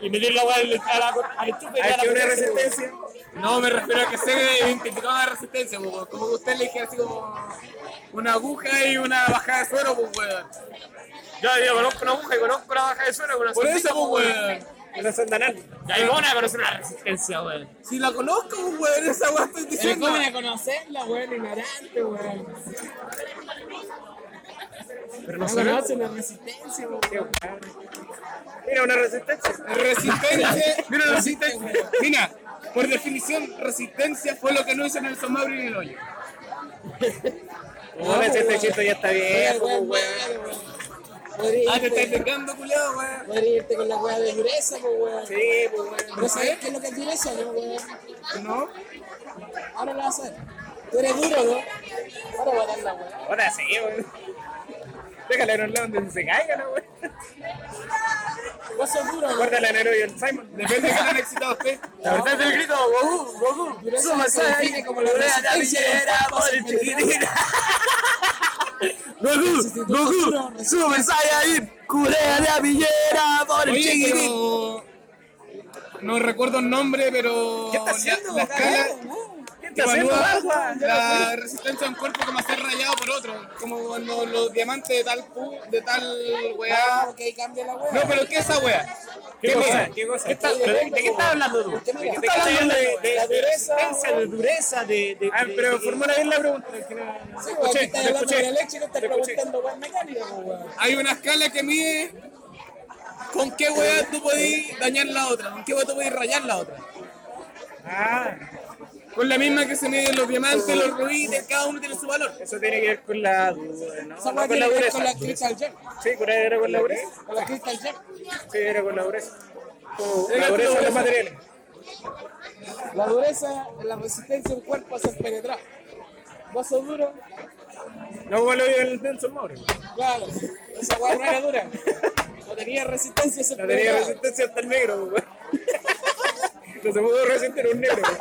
Speaker 4: Y meter la wea al- a la. al chupe y a
Speaker 2: Hay
Speaker 4: la
Speaker 2: que una
Speaker 4: potencia, weón.
Speaker 2: resistencia.
Speaker 1: No, me refiero a que se identificaba la resistencia, pues, weón. como que usted le dijera así como una aguja y una bajada de suero, pues, weón.
Speaker 4: Yo, yo conozco una aguja y conozco la baja de suelo con una
Speaker 1: Por
Speaker 4: sonda.
Speaker 1: eso, pues, weón.
Speaker 2: Una sandanal.
Speaker 4: Y ahí van a conocer la resistencia, weón.
Speaker 1: Si la conozco, pues, weón, esa weón estoy
Speaker 9: Se
Speaker 1: diciendo.
Speaker 9: comen a conocerla, weón, ignorante, weón.
Speaker 4: Pero
Speaker 9: No
Speaker 4: no
Speaker 9: conocen la resistencia, weón.
Speaker 2: Mira, una resistencia.
Speaker 1: Resistencia, mira la resistencia. Mira, por definición, resistencia fue lo que no hizo en el sombrero y en el hoyo.
Speaker 2: Ahora este chiste ya está bien, pues,
Speaker 9: pues, Weón,
Speaker 2: weón.
Speaker 9: weón, weón. Podría
Speaker 1: Ah, te estáis
Speaker 9: irte-
Speaker 1: pegando, culiado, weón.
Speaker 9: podría irte con la weá de dureza, pues, weón.
Speaker 2: Sí, pues, weón.
Speaker 9: ¿No sabes qué es lo que es dureza, no, weón?
Speaker 1: ¿No?
Speaker 9: Ahora lo vas a hacer. Tú eres duro, ¿no? Ahora voy a dar la weá.
Speaker 2: Ahora sí, weón. Déjala en un lado donde se caiga, ¿no, weón?
Speaker 9: Vos sos duro, ¿no?
Speaker 2: Guárdala en el hoyo del Simon.
Speaker 1: Depende de qué tan excitado usted.
Speaker 4: La verdad es el grito, Goku, Goku,
Speaker 9: Dureza
Speaker 4: suma
Speaker 9: se define
Speaker 4: sai,
Speaker 9: como la
Speaker 4: dureza
Speaker 9: resistencia
Speaker 4: también
Speaker 9: de los
Speaker 4: era por el
Speaker 9: pasos
Speaker 4: chiquitín. Goku, Goku, suma sai ahí, culea de pillera por el
Speaker 1: Oye,
Speaker 4: chiquitín.
Speaker 1: pero... No recuerdo el nombre, pero...
Speaker 2: ¿Qué está
Speaker 1: la-
Speaker 2: haciendo,
Speaker 1: La, escala
Speaker 2: ¿Qué está haciendo, Ah,
Speaker 1: evalúa
Speaker 2: agua?
Speaker 1: la resistencia de un cuerpo como a ser rayado por otro. Como cuando los diamantes de tal pu- de tal weá.
Speaker 9: Claro que ahí cambia la
Speaker 1: Ah. No,
Speaker 9: weá.
Speaker 1: pero ¿qué es esa weá?
Speaker 2: ¿Qué cosa?
Speaker 1: pasa?
Speaker 2: ¿Qué cosa?
Speaker 4: ¿De qué estás hablando tú?
Speaker 9: Porque mira,
Speaker 2: Está hablando de, de,
Speaker 9: la
Speaker 2: de
Speaker 9: dureza,
Speaker 2: resistencia, de
Speaker 9: weón.
Speaker 2: dureza, de... de ah, pero formula bien la pregunta. que no-
Speaker 9: Sí, weón, aquí estás hablando
Speaker 2: escuché,
Speaker 9: de la leche y no
Speaker 2: te
Speaker 9: estás
Speaker 2: escuché.
Speaker 9: preguntando weá mecánica, pues, weón.
Speaker 1: Hay una escala que mide con qué weá tú podés dañar la otra, con qué weá tú podés rayar la otra.
Speaker 2: Ah,
Speaker 1: Con la misma que se miden los diamantes, los rubíes, cada uno tiene su valor.
Speaker 2: eso tiene que ver con la duda, ¿no?
Speaker 9: Esa
Speaker 2: No
Speaker 9: weá
Speaker 2: con la
Speaker 9: tiene que ver con
Speaker 2: dureza.
Speaker 9: la Crystal Gem.
Speaker 2: Sí, con era con la dureza.
Speaker 9: Con la Crystal Gem.
Speaker 2: Sí, era con la dureza. Como La dureza de los materiales.
Speaker 9: La dureza, la resistencia del cuerpo a ser penetrado. Vos sos duro,
Speaker 2: No como lo vio el Denso Mauro.
Speaker 9: claro. Esa weá no era dura. No tenía resistencia ese
Speaker 1: No tenía resistencia hasta el negro, weón. No se pudo resistir un negro, weón.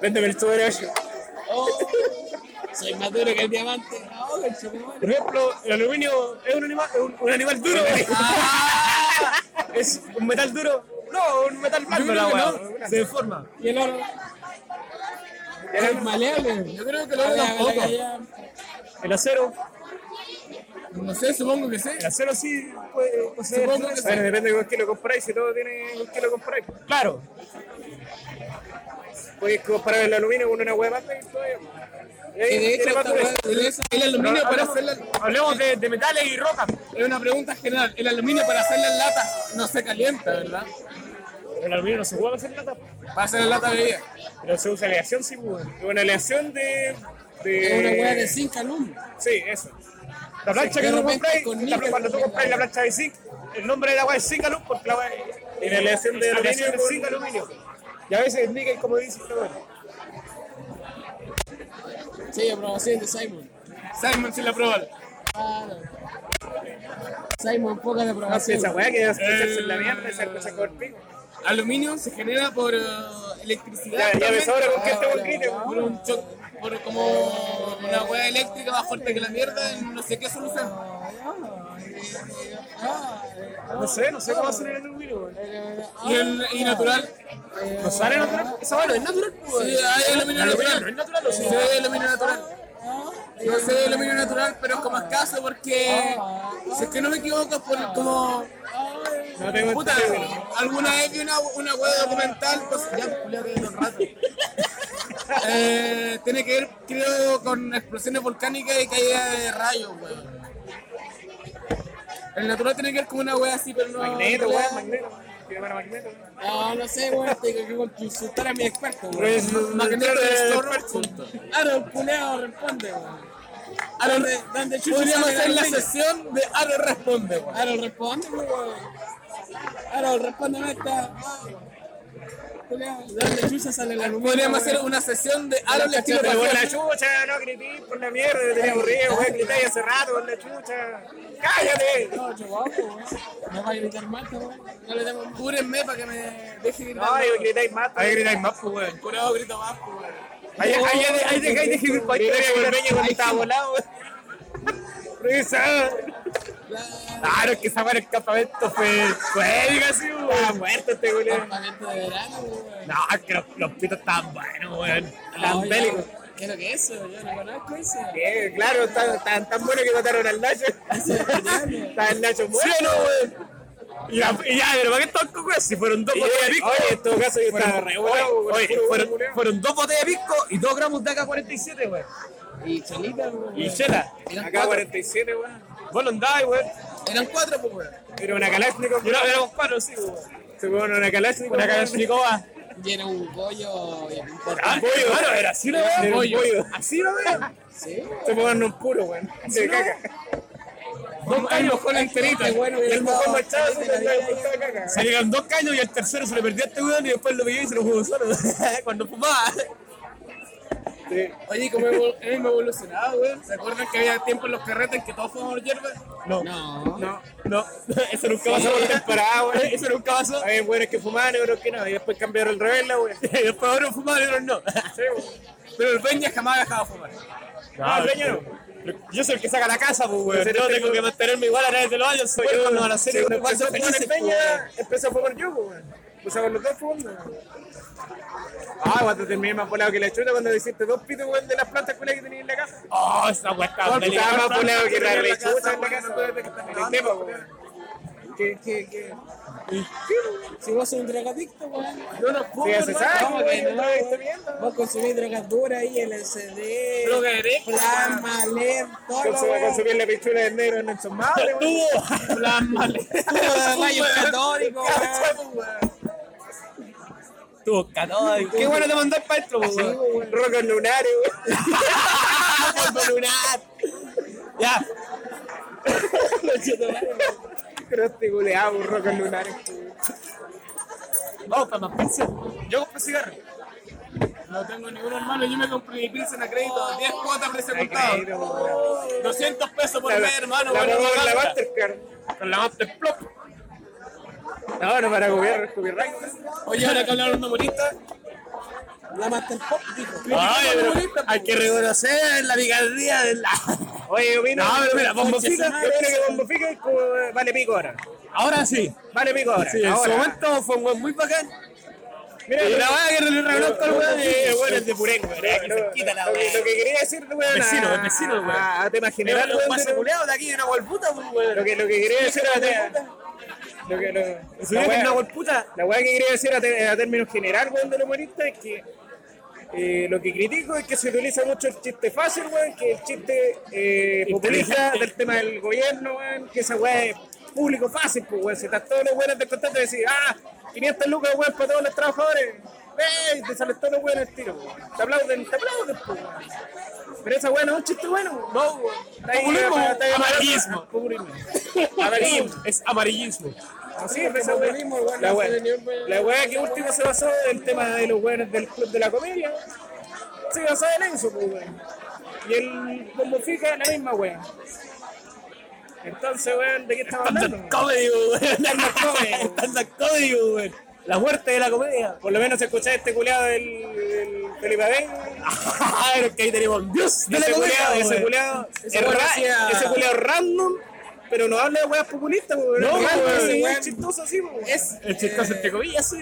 Speaker 1: Véndeme el soberacho.
Speaker 9: Soy más duro que el diamante. No, concha, mi madre.
Speaker 2: Por ejemplo, el aluminio es un animal, es un, un animal duro. es un metal duro. No, un metal blando, la weá. Se deforma.
Speaker 9: Y el oro. Es maleable. Yo creo que lo
Speaker 2: oro tampoco. El acero,
Speaker 9: No sé, supongo que sé.
Speaker 2: el acero sí puede poseer.
Speaker 9: Supongo que
Speaker 2: Bueno,
Speaker 9: sí.
Speaker 2: depende de
Speaker 1: ¿Con qué lo compráis? Si todo tiene con qué lo compráis.
Speaker 2: Claro,
Speaker 1: Podéis comparar el aluminio con una weá más y todo. Y
Speaker 9: Que
Speaker 2: Eh,
Speaker 1: ahí
Speaker 9: de hecho,
Speaker 1: tiene más
Speaker 9: esta
Speaker 1: dureza.
Speaker 9: weá utiliza el aluminio para hacer la.
Speaker 2: hablemos de, de metales y rocas.
Speaker 9: Es una pregunta general. El aluminio para hacer las latas no se calienta, ¿verdad?
Speaker 2: El aluminio no se puede hacer plata,
Speaker 9: Para hacer la lata de bebida.
Speaker 2: pero se usa aleación, sí, pues, weón.
Speaker 1: Es Una aleación de. de-
Speaker 9: Es una
Speaker 2: Eh.
Speaker 9: weá de zinc alum.
Speaker 1: Sí, eso.
Speaker 2: La plancha que
Speaker 9: de
Speaker 2: tú
Speaker 9: repente
Speaker 2: compráis,
Speaker 9: con
Speaker 2: la-
Speaker 9: níquel
Speaker 2: cuando tú
Speaker 9: también,
Speaker 2: compráis la plancha de zinc, el nombre de la weá es zinc alum, porque la weá es
Speaker 1: Y la aleación de aluminio
Speaker 2: aleación es zinc
Speaker 1: con.
Speaker 2: aluminio. Y a veces es níquel, como dice el weón.
Speaker 9: Sí, aprobación de Simon.
Speaker 1: Simon se la probó.
Speaker 9: Claro. Simon, poca de
Speaker 1: Sí,
Speaker 2: Ah,
Speaker 9: aprobación.
Speaker 1: esa weá que es echarse en la mierda, esa cosa con el pico.
Speaker 9: aluminio se genera por eh, electricidad.
Speaker 1: Ya- ya
Speaker 9: también.
Speaker 1: ves ahora con qué
Speaker 2: este
Speaker 1: estamos
Speaker 9: Ah,
Speaker 1: críticos.
Speaker 9: Por un shock, por como una hueá eléctrica más fuerte que la mierda en no sé qué solución. Ah,
Speaker 2: No sé, no sé cómo hacen el aluminio, weón.
Speaker 9: Y, el, y natural.
Speaker 2: ¿No sale natural? Esa weá no es natural, weón.
Speaker 9: Sí, hay aluminio
Speaker 2: Aluminio no es
Speaker 9: natural.
Speaker 2: natural, o sí.
Speaker 9: Se ve aluminio natural. No se ve aluminio natural, pero es como escaso porque, si es que no me equivoco, es por como...
Speaker 1: No tengo
Speaker 9: Puta,
Speaker 1: entendido.
Speaker 9: alguna vez vi una, una web documental, pues ya culeo que un rato. Eh, tiene que ver, creo, con explosiones volcánicas y caída de rayos, weón. El natural tiene que ver con una wea así, pero no.
Speaker 1: Magneto,
Speaker 9: no le-
Speaker 1: weón, magneto. Tiene mano magneto.
Speaker 9: No, no sé, weón, tengo que consultar a mi experto, weón.
Speaker 1: Pues,
Speaker 9: Magneto
Speaker 1: de-
Speaker 9: de Storm. Aro, culeo, responde, weón. Aro, re- ¿dónde chucha
Speaker 1: Pues, Podríamos
Speaker 9: sale
Speaker 1: hacer la
Speaker 9: aluminio?
Speaker 1: sesión de Aro Responde, weón.
Speaker 9: Aro, respóndeme, weón. Aro, respóndeme esta. Culeo, ¿dónde chucha sale la aluminio?
Speaker 1: Podríamos
Speaker 9: weón?
Speaker 1: hacer una sesión de Aro le estilo
Speaker 9: Pero
Speaker 1: para
Speaker 2: Por
Speaker 1: la
Speaker 2: la chucha, no gritís por la mierda, te tenía aburrido, weón. Gritáis hace rato por la chucha. ¡Cállate!
Speaker 9: No, yo guapo, weón. No va a gritar más, weón. No le demos Cúrenme para que me deje gritar.
Speaker 2: No, y gritáis más. Ahí gritáis más, pues, weón.
Speaker 9: curado grito más, po, weón.
Speaker 2: Ahí ahí- ahí dejáis de gritar por el peño cuando estaba volado, weón. Claro, es que esa weón el campamento fue. fue, diga así, weón. Estaba muerto este weón.
Speaker 9: Campamento de verano, weón.
Speaker 2: No, es que los, los pitos estaban buenos, weón.
Speaker 9: No,
Speaker 2: Estaban
Speaker 9: yo-
Speaker 2: bélicos.
Speaker 9: ¿Qué es lo que es eso? Yo no conozco eso.
Speaker 2: Eh, Claro, estaban estaban tan buenos que mataron al Nacho.
Speaker 9: Eso es genial,
Speaker 2: Estaba el Nacho muerto. Sí, no, weón. Y ya, y ya, pero ¿para qué estaban con weón? Si fueron dos botellas de pisco.
Speaker 1: Oye, en todo caso, yo estaba re
Speaker 2: Oye,
Speaker 1: weón.
Speaker 2: oye, fueron, fueron dos botellas de pisco y dos gramos de AK-47, weón.
Speaker 9: weón. Y chelita, weón.
Speaker 2: Y chela.
Speaker 9: Eran
Speaker 1: Acá
Speaker 9: cuatro.
Speaker 1: 47, weón.
Speaker 2: Vos no andáis, weón.
Speaker 9: Eran cuatro, po, weón.
Speaker 1: Era una Kalashnikov.
Speaker 2: Yo no, éramos cuatro, sí, weón.
Speaker 1: Se fue una Kalashnikov.
Speaker 2: Una
Speaker 1: weón.
Speaker 2: Kalashnikova.
Speaker 9: pues. Y era un pollo. y un porro.
Speaker 2: Ah, pollo, claro, era así lo
Speaker 1: Era un
Speaker 2: veo.
Speaker 1: pollo.
Speaker 2: Así lo veo.
Speaker 9: Sí, weón.
Speaker 1: Se fue un puro, weón. De caca.
Speaker 2: Dos caños con enterita.
Speaker 9: bueno,
Speaker 1: Y el mojón machado se
Speaker 9: Felipe
Speaker 1: le
Speaker 9: Navidad,
Speaker 1: puesto de caca.
Speaker 2: Salieron dos caños y el tercero se le perdió a este weón y después lo pilló y se lo jugó solo. Cuando fumaba.
Speaker 9: Oye, como hemos hemos evolucionado, weón. ¿Se acuerdan que había tiempo en los carretes que todos fumábamos hierba?
Speaker 2: No.
Speaker 9: No.
Speaker 2: No, no, eso nunca pasó por temporada, weón. Eso nunca pasó.
Speaker 1: Hay buenos que fumaban y otros que no. Y después cambiaron el revés, la weón.
Speaker 2: Y después otros fumaban y otros no.
Speaker 9: Pero el Peña jamás dejaba fumar.
Speaker 2: No,
Speaker 1: Ah, el Peña no.
Speaker 2: pero Yo soy el que saca la casa, pues, weón.
Speaker 1: Pero
Speaker 2: Yo
Speaker 1: si
Speaker 2: tengo que mantenerme igual a través de los años. Soy yo cuando van a ser
Speaker 1: Cuando empezó
Speaker 2: igual
Speaker 1: a
Speaker 2: son
Speaker 1: fumar
Speaker 2: felices,
Speaker 1: el
Speaker 2: pues, weón.
Speaker 1: Peña, empezó a fumar yo, pues, weón. Empezamos los dos fumando. weón. Ah, cuando terminé más volado que la chuta cuando hiciste dos pitos, weón, de las plantas culias que tenías en la casa.
Speaker 2: Oh, esa weá está
Speaker 1: Estaba
Speaker 2: delicada.
Speaker 1: más volado que la
Speaker 2: Tenía
Speaker 1: rechuta en la
Speaker 2: weón.
Speaker 1: casa, weón.
Speaker 2: pues.
Speaker 1: Tema, weón.
Speaker 9: ¿Qué, qué, qué? Si vos sos un drogadicto, weón.
Speaker 1: Yo no fumo,
Speaker 9: hermano. No, que no,
Speaker 1: no,
Speaker 9: weón. Vos consumís drogas duras ahí, LSD,
Speaker 1: Drogadicto,
Speaker 9: plasma, LER, todo lo
Speaker 1: Consumir,
Speaker 9: weón.
Speaker 1: consumir la pichula del negro en Nelson Maule, weón.
Speaker 2: Tuvo.
Speaker 9: Tubo de rayos católicos, weón.
Speaker 2: Tuvo católico. Qué bueno te mandáis para esto, pues, weón.
Speaker 1: Rocos lunares, weón.
Speaker 2: Polvo lunar. Ya,
Speaker 9: este
Speaker 1: Crosticuleados, rocos lunares.
Speaker 2: vamos para más pensión. Yo compré cigarro.
Speaker 1: No tengo ninguno, hermano. Yo me compré mi pilsen a crédito. 10 cuotas presecontado. 200 pesos por mes, hermano.
Speaker 2: La
Speaker 1: bueno,
Speaker 2: probó con la
Speaker 1: bacán.
Speaker 2: Mastercard.
Speaker 1: Con la Master Plop.
Speaker 2: Ahora para cubrir copyright.
Speaker 1: Oye, ahora que hablaron de humoristas.
Speaker 9: La Master Pop dijo.
Speaker 4: Ay, pero hay que reconocer la picardía de la.
Speaker 2: Oye, yo opino.
Speaker 4: No, pero mira,
Speaker 2: Yo
Speaker 4: Bombofica.
Speaker 2: opino que Bombo Fica es como, eh, vale pico ahora.
Speaker 4: Ahora sí.
Speaker 2: Vale pico ahora.
Speaker 4: Sí, en
Speaker 2: ahora.
Speaker 4: su momento fue un weón muy bacán.
Speaker 2: Mira,
Speaker 4: Y
Speaker 2: lo-
Speaker 4: la weá que le reconozco al weón eh, el weón es de Purén, weón. eh, que
Speaker 2: lo,
Speaker 4: se quita la
Speaker 2: lo que,
Speaker 4: weá.
Speaker 2: lo que quería decir, weón.
Speaker 4: Vecino,
Speaker 2: a-
Speaker 4: el vecino, weón.
Speaker 2: A, a tema general,
Speaker 4: Era un
Speaker 2: weón,
Speaker 4: pase
Speaker 2: pero-
Speaker 4: culeado de aquí de una golputa, weón.
Speaker 2: Lo que, lo que quería decir a tema. Lo que, lo,
Speaker 4: Se ve
Speaker 2: la
Speaker 4: que
Speaker 2: weá-
Speaker 4: es una golputa.
Speaker 2: La weá que quería decir a, te- a términos general, weón, del humorista es que eh, lo que critico es que se utiliza mucho el chiste fácil, weón, que el chiste eh, populista del tema del gobierno, weón, que esa weá es público fácil, pues, weón. Si están todos los weones del contrato y decís, ah, 500 lucas, weón, para todos los trabajadores, ¡Ey! Te salen todos los weones al tiro, weón. Te aplauden, te aplauden, pues, weón. Pero esa weá no es un chiste bueno, weón. No, weón. Está ahí,
Speaker 4: Populismo,
Speaker 2: eh, está ahí,
Speaker 4: amarillismo.
Speaker 2: populismo.
Speaker 4: Amarillismo. Es amarillismo.
Speaker 2: Sí, esa wea. La wea, la wea que último se basó en el tema de los weones del club de la comedia. Se basó en eso, pues weón. Y el combo fica la misma wea. Entonces, weón, ¿de qué estamos hablando?
Speaker 4: Stand-up comedy, weón. Stand-up comedy, weón. La muerte de la comedia.
Speaker 2: Por lo menos escuchás este culeado del, del Felipe Abel.
Speaker 4: Ah, pero que ahí tenemos un dios de la
Speaker 2: Ese
Speaker 4: comedia,
Speaker 2: culeado, ese
Speaker 4: weón.
Speaker 2: culeado.
Speaker 4: Ese
Speaker 2: es
Speaker 4: weón
Speaker 2: ra-
Speaker 4: hacía-
Speaker 2: Ese culeado random. Pero no habla de weas populistas, pues, weón.
Speaker 4: No,
Speaker 2: Es random,
Speaker 4: weón,
Speaker 2: ese weón
Speaker 4: weón.
Speaker 2: es chistoso así, pues, weón.
Speaker 1: Es,
Speaker 4: El chistoso
Speaker 1: Eh.
Speaker 4: entre comillas, sí.